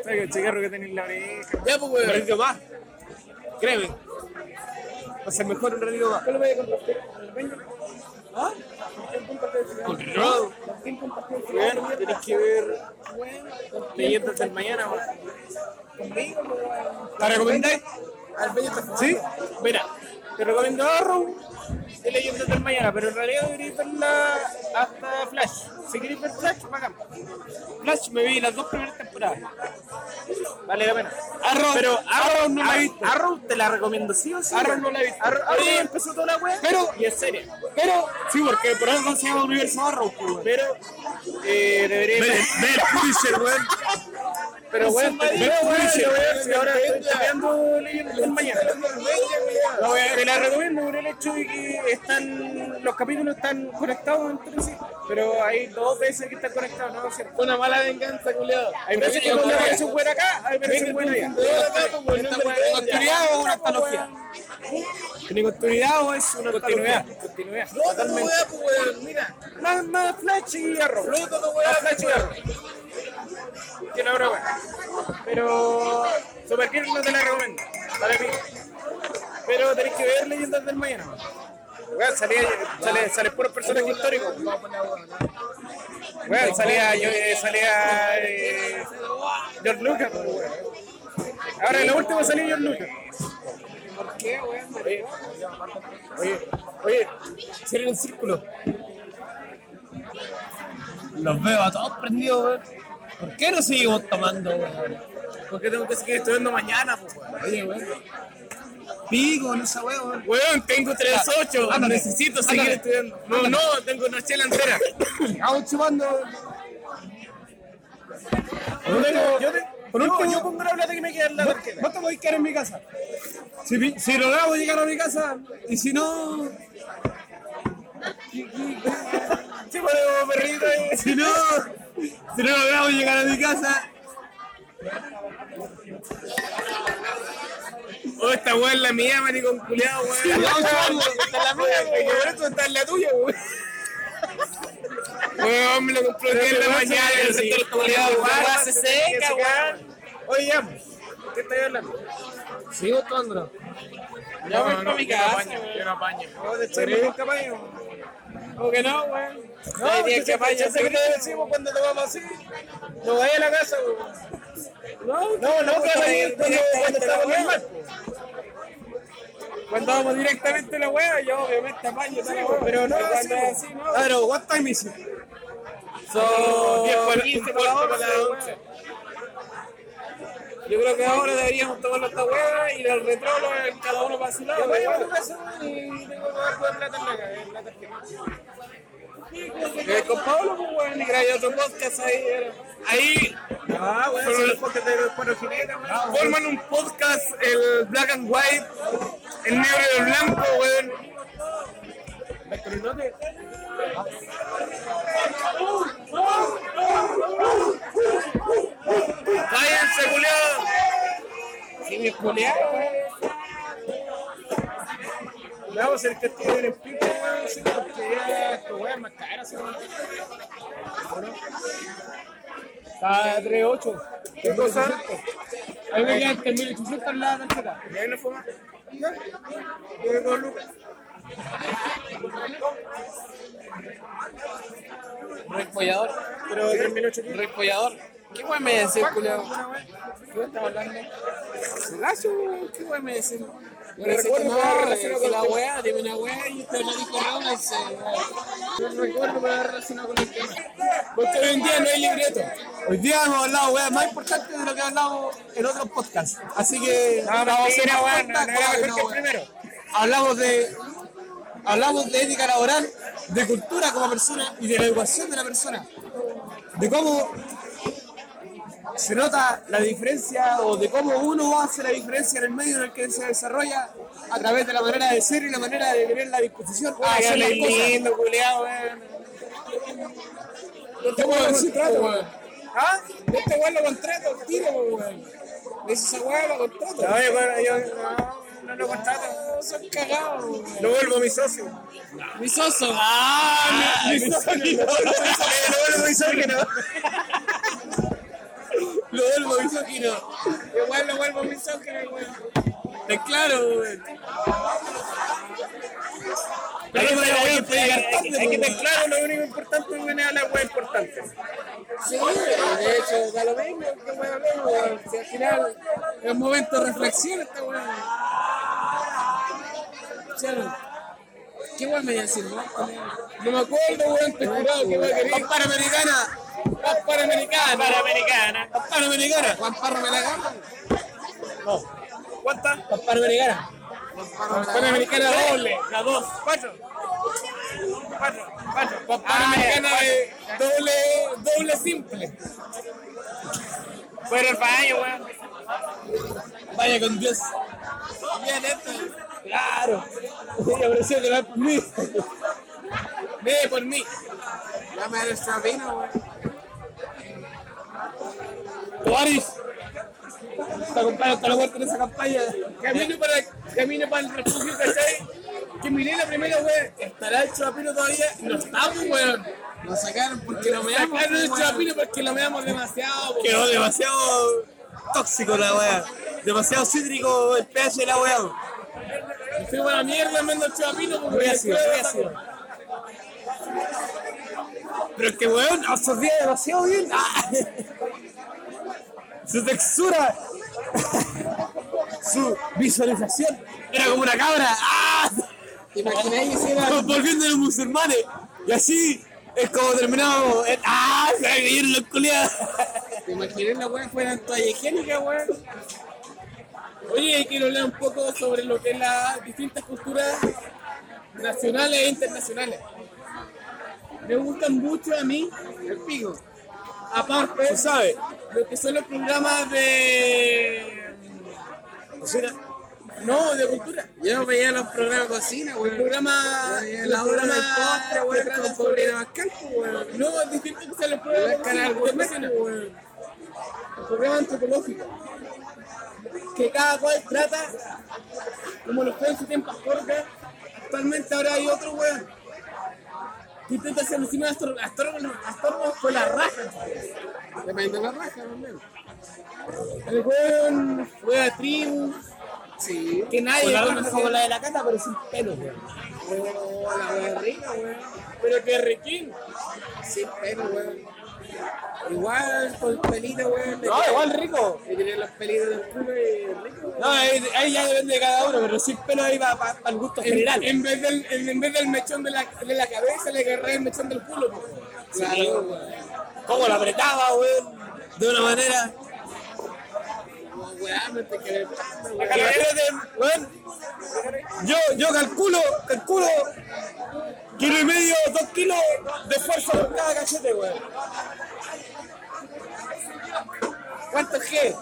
Speaker 2: ¿Sabes el cigarro que tenés en la oreja?
Speaker 1: Ya, pues, weón. Un ratito más. Créeme. Va a ser mejor un ratito más.
Speaker 9: lo voy a compartir? ¿Ah?
Speaker 1: No.
Speaker 2: Weón, tenés que ver leyendas del mañana, weón.
Speaker 1: ¿La recomendáis?
Speaker 2: ¿Sí? Mira, te recomiendo Arrow y Leyendas del Mañana, pero en realidad deberías verla hasta Flash. Si queréis ver Flash, bacán. Flash me vi las dos primeras temporadas. Vale la pena.
Speaker 1: Arrow.
Speaker 2: Pero Arrow
Speaker 1: no la he visto.
Speaker 2: Arrow te la recomiendo sí o sí.
Speaker 1: Arrow
Speaker 2: weón.
Speaker 1: no la he visto.
Speaker 2: Arrow, Arrow
Speaker 1: Oye,
Speaker 2: empezó toda la wea
Speaker 1: pero-
Speaker 2: y es serie.
Speaker 1: Pero, sí, porque por algo se llama Universo Arrow, pues, weón.
Speaker 2: Pero eh, deberíais ver.
Speaker 1: Ver Punisher, weón.
Speaker 2: Pero weón, te
Speaker 1: Ve
Speaker 2: veo, weón,
Speaker 1: Punisher.
Speaker 2: lo voy a ver si ahora estoy cambiando Leyendas del Mañana.
Speaker 1: La voy a
Speaker 2: Te la recomiendo por el hecho de que están, los capítulos están conectados entre sí, pero hay dos veces que están conectados, ¿no? O sea,
Speaker 9: Una mala venganza, culiado.
Speaker 2: hay veces que no aparece un buen acá, hay veces que un buen allá.
Speaker 1: Continuidad o una antología.
Speaker 2: Ni continuidad o es una continuidad. Continuidad. Totalmente. Más, más Flash y Arrow. Más Flash y Arrow. Tiene ahora, weón. Pero Supergirl no te la recomiendo. Para mí. Pero tenés que ver Leyendas del Mañana. Weón, salía, sale, sale puro personaje histórico. Weón, salía, yo, eh, salía eh, George Lucas, pues, weón. Ahora en lo último salió George Lucas.
Speaker 1: Oye, cierren el círculo.
Speaker 3: Los veo a todos prendidos, weón. ¿Por qué no seguimos tomando, weón?
Speaker 2: Porque tengo que seguir estudiando mañana, pues, weón.
Speaker 3: Pico en esa weón.
Speaker 1: Weón, tengo 3-8.
Speaker 3: ándale,
Speaker 1: necesito seguir
Speaker 3: ándale.
Speaker 1: estudiando. No, no, tengo una chela entera.
Speaker 3: Vamos chupando, weón.
Speaker 2: Yo tengo- yo te- yo- yo pongo una plata que me queda en la tarjeta.
Speaker 1: ¿Cuánto voy a quedar en mi casa? Si, pi- si logramos llegar a mi casa, y si no,
Speaker 2: Sí, pero perrito eh.
Speaker 1: si no, si no logramos llegar a mi casa. Oh, esta weón es la mía, maricón culiado, weón.
Speaker 2: Esta es la mía,
Speaker 1: Oye, que por eso está en la tuya, weón. Weón, me lo compró el día de la mañana, el sector culiado, weón.
Speaker 2: weón, se seca, weón. Oye, ya, pues, ¿qué estáis hablando?
Speaker 9: Sigo tomando.
Speaker 2: Ya voy para mi casa, weón. Yo no apaño. No, de hecho, nunca apaño. ¿Cómo que no, weón? No,
Speaker 1: Hay días
Speaker 2: que
Speaker 1: que apaño,
Speaker 2: sé que te decimos cuando tomamos así. No vayas a la casa, weón. No, no, no, que vayas cuando cuando estamos normal.
Speaker 1: Cuando vamos directamente a la weá, yo obviamente apaño, tal, weón.
Speaker 2: Pero no,
Speaker 1: Cuando
Speaker 2: sí, Ah,
Speaker 1: así, no. Claro, what time is it?
Speaker 2: Son
Speaker 1: 10 para
Speaker 2: 15
Speaker 1: 15
Speaker 2: para la
Speaker 1: para la
Speaker 2: 11.
Speaker 1: Yo creo que ahora deberíamos tomar esta weá y el retrolo en cada uno para su lado.
Speaker 2: Voy a
Speaker 1: weón.
Speaker 2: tu casa y tengo que dar toda plata en la en la tarjeta.
Speaker 1: Eh, Con Pablo, pues, weón, y grabé otro podcast ahí. era. Ahí
Speaker 2: Ah, weón,
Speaker 1: Pero-
Speaker 2: son los podcasts de Puerto Jineta, weón.
Speaker 1: forman un podcast, el Black and White, el negro y el blanco, weón. Váyanse, culiados.
Speaker 2: Le vamos a hacer que tienen en pico, weón, sí, porque ya esto, weón, más cara, sí, weón.
Speaker 9: Está 3-8.
Speaker 2: ¿Qué cosa?
Speaker 9: Ahí me quedan 3.800 en la tarjeta.
Speaker 2: ¿Y ahí no fuma? Ya. Yo con Lucas.
Speaker 9: Respollador.
Speaker 2: Pero 3.800.
Speaker 9: Respollador. ¿Qué weón me decís, culiado? ¿Qué weón estás hablando?
Speaker 2: Lazo, ¿qué weón me decís?
Speaker 9: Parece que no, relacionado con la weá, dime una weá y usted no dijo nada. y se- No recuerdo me relacionado con el tema.
Speaker 11: Porque hoy en día no hay libreto.
Speaker 2: Hoy día hemos hablado, weón, más importante de lo que hablamos en otros podcasts. Así que.
Speaker 11: No, no,
Speaker 2: mentira,
Speaker 11: no,
Speaker 2: weón,
Speaker 11: no, no, no, weón.
Speaker 2: Hablamos de. Hablamos de ética laboral, de cultura como persona y de la educación de la persona. De cómo se nota la diferencia o de cómo uno hace la diferencia en el medio en el que se desarrolla a través de la manera de ser y la manera de tener la disposición. a
Speaker 11: Ah, ya
Speaker 2: hacer las
Speaker 11: le
Speaker 2: cosas.
Speaker 11: lindo, culiao, weón.
Speaker 9: No te puedo decir trato, weón.
Speaker 2: ¿Ah?
Speaker 9: No te weón lo contrato, al tiro, weón. Le dices esa weá, lo contrato.
Speaker 2: No, yo, yo- no, no lo contrato.
Speaker 9: No, son cagados, weón.
Speaker 2: Lo vuelvo mi socio.
Speaker 9: Mi soso.
Speaker 2: Lo vuelvo mi socio, no.
Speaker 9: Lo vuelvo misógino. Igual lo vuelvo misógino, weón.
Speaker 11: Te claro, weón. Pero no la weón puede llegar tarde,
Speaker 2: Hay que
Speaker 11: weón.
Speaker 2: tener claro, lo único importante weón, es la wea importante.
Speaker 9: Sí, de hecho, da lo mismo que weón hablemos, weón. Si al final es un momento de reflexión esta weón. Chalo. ¿Qué weón me iba a decir, no? No me acuerdo, weón, te jurado que weón quería.
Speaker 2: Paz Panamericana.
Speaker 9: Paz Panamericana.
Speaker 12: Panamericana.
Speaker 2: Paz Panamericana.
Speaker 9: Juan Parro me la gana.
Speaker 2: ¿Cuántas?
Speaker 9: Juan Parro me la gana. Panamericana doble.
Speaker 12: La dos.
Speaker 2: Cuatro. Cuatro. Cuatro.
Speaker 9: Juan Panamericana de Ah, eh, doble, doble simple.
Speaker 12: Fueron para año, weón.
Speaker 9: Vaya con Dios. este.
Speaker 2: Bien, esto.
Speaker 9: Claro. Ella parecía que no es por mí. Ve por mí. Dame el sabino, güey. Toaris. Te acompaño hasta la muerte en esa campaña.
Speaker 11: Camino para, camino para el refugio, ¿cachai? Que miré la primera, weón. ¿Estará el chapino todavía? No está, pues, weón.
Speaker 9: Nos sacaron porque no me amo.
Speaker 11: Sacaron el chapino porque lo meamos demasiado, pues. weón. pues, Quedó demasiado tóxico la weá. Demasiado cítrico el pH de la weá. Fui buena mierda, menos el chapino, pues, porque voy a decir,
Speaker 1: Pero es que, weón, absorbía demasiado bien. Ah. Su textura, su visualización, era como una cabra. ¡Ah!
Speaker 9: ¿Te imagináis que si era
Speaker 1: Estamos volviendo a los musulmanes. Y así es como terminamos. ¡Ah! Se cayeron los culiados.
Speaker 9: ¿Te imaginas la weá fuera toalla higiénica, weón? Oye, quiero hablar un poco sobre lo que es las distintas culturas nacionales e internacionales. Me gustan mucho a mí, el pico. Aparte, ¿sabes? Lo que son los programas de. Cocina. No, de cultura. Yo veía los programas de cocina, El weón. programa. El La hora programa del postre, que weón, trata con sobre-
Speaker 11: Pero más calco, weón.
Speaker 9: No, es distinto que sean los
Speaker 11: El
Speaker 9: programas
Speaker 11: canal,
Speaker 9: de cocina, weón. El programa antropológico. que cada cual trata, como lo fue en su tiempo Astorga, actualmente ahora hay otro weón que intenta ser encima de Astorga. Astorga, no, Astorga fue la raja. Depende de la raja, weón. El weón fue a tribu, Sí. que nadie conoce,
Speaker 1: la de la cata, pero sin pelo, weón.
Speaker 9: Oh, la weón rica, weón.
Speaker 11: Pero que riquín.
Speaker 9: Sí, pero weón. Igual con pelito, weón.
Speaker 1: No, igual rico.
Speaker 9: Le tienen los pelitos del culo y rico.
Speaker 1: No, ahí, ahí ya depende de cada uno, pero sin pelo ahí va para el gusto general.
Speaker 11: En vez del, en, en vez del mechón de la, de la cabeza, le agarré el mechón del culo, pues. po.
Speaker 9: Claro, weón.
Speaker 1: Cómo lo apretaba, weón. De una manera.
Speaker 9: Como, Weón, me estoy calentando, weón.
Speaker 1: Imagínate, weón. Yo, yo calculo, calculo kilo y medio, dos kilos de fuerza por cada cachete, weón.
Speaker 9: ¿Cuántos G?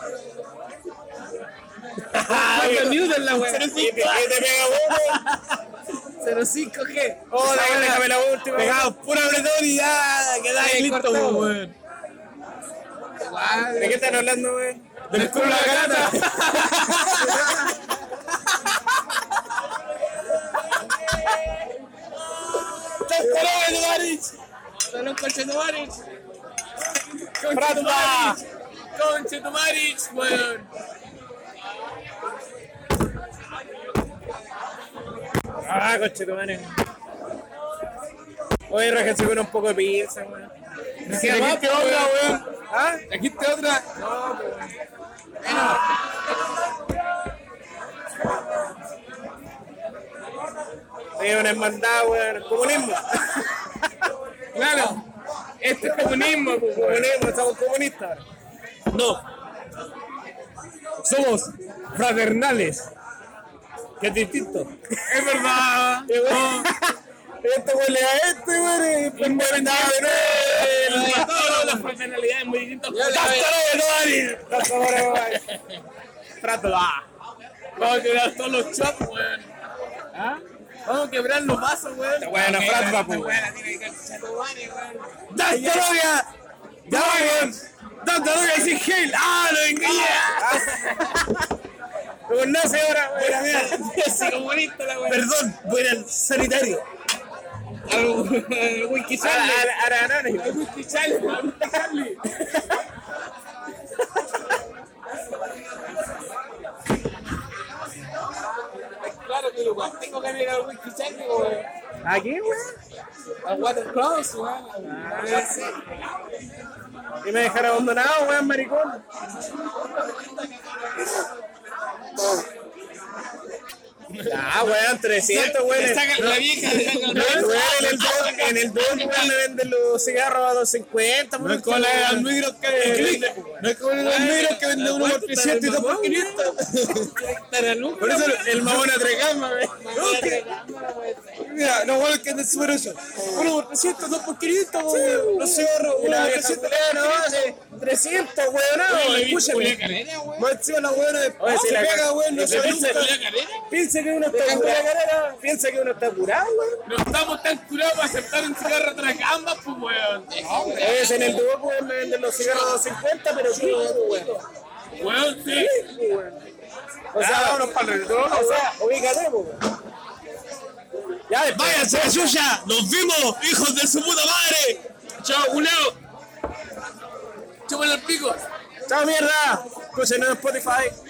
Speaker 1: Ay,
Speaker 9: Newton la weón.
Speaker 1: pero sí,
Speaker 9: 05G.
Speaker 1: Oh,
Speaker 2: Esa
Speaker 1: la
Speaker 2: weá,
Speaker 1: déjame
Speaker 2: déjame
Speaker 1: la última. Pegado, pura apretón y ya quedáis listo,
Speaker 9: cortado.
Speaker 1: weón.
Speaker 9: Igual.
Speaker 2: ¿De qué están hablando, weón?
Speaker 1: Del culo a la gata.
Speaker 9: Solo un coche de Maric.
Speaker 1: Fratupa.
Speaker 9: Conche de Maric, weón.
Speaker 2: Ah, coche, tu madre. Oye, rejense con un poco de pizza, weón.
Speaker 11: Si trajiste otra, weón.
Speaker 2: ¿Ah?
Speaker 11: Trajiste otra.
Speaker 2: Es una hermandad, weón. Comunismo.
Speaker 1: Claro. Este es comunismo, pues, weón.
Speaker 2: Comunismo, estamos comunistas. ahora.
Speaker 4: No. Somos fraternales. Que es distinto.
Speaker 1: Es verdad.
Speaker 2: Y, weón, Este huele a este, weón. y hermandad de nuevo.
Speaker 1: Todas las personalidades muy distintas.
Speaker 2: Hasta ahora, weón.
Speaker 1: Vamos a quebrar todos los chops, weón. Vamos a quebrar los vasos, weón.
Speaker 2: Bueno, Fratva, pues.
Speaker 4: ¡Dantarovia! ¡Ya, weón! ¡Dantarovia sin gel! ¡Ah, lo engañé!
Speaker 2: Pues no sé ahora, weón.
Speaker 4: Perdón, voy a ir al sanitario.
Speaker 1: Al whisky
Speaker 2: Ahora,
Speaker 1: Charlie.
Speaker 2: ahora, ahora, no, no.
Speaker 1: Al whisky Charlie, al whisky Charlie.
Speaker 9: Claro que lo weón, tengo que ir al whisky Charlie, weón.
Speaker 2: Aquí, weón.
Speaker 9: Al Water Cross, weón.
Speaker 2: Y me dejaron abandonado, weón, maricón. Ah, weón, 300,
Speaker 1: Le
Speaker 2: weón.
Speaker 1: saca- La vieja le saca
Speaker 2: No, weón, en el don, en el don, weón, me venden los cigarros a 250, weón.
Speaker 1: No es como la de los negros que No es como la de los negros que vende uno por 300 y dos por 500. Por eso el- el mamón a tres gamas, weón. Mira, los huevos que andan súper eso. Uno por 300, dos por 500, weón. Los cigarros,
Speaker 2: Y
Speaker 1: uno
Speaker 2: la
Speaker 1: por
Speaker 2: vieja
Speaker 1: 300.
Speaker 2: culea, no, hace 300, weón, no, escúchame.
Speaker 1: Más encima la huevona de
Speaker 2: Oye, si
Speaker 1: se
Speaker 2: la-
Speaker 1: pega, weón, no
Speaker 2: la
Speaker 1: se
Speaker 2: piensa-
Speaker 1: nunca.
Speaker 2: Piensa que uno está curado, piensa que uno está curado, weón.
Speaker 1: No estamos tan curados para aceptar un cigarro a tres gamas, pues, weón.
Speaker 2: Es en el Duoc, weón, me venden los cigarros a 250, pero sí, weón.
Speaker 1: Weón, sí.
Speaker 2: O sea, vámonos para el retorno. O sea, ubícate, po, weón. Ya,
Speaker 1: este.
Speaker 2: después,
Speaker 4: ¡Váyanse la suya! ¡Nos vimos, hijos de su puta madre!
Speaker 1: Chao, culeo. Chúpale el pico.
Speaker 2: chao mierda. Escúchenos en Spotify.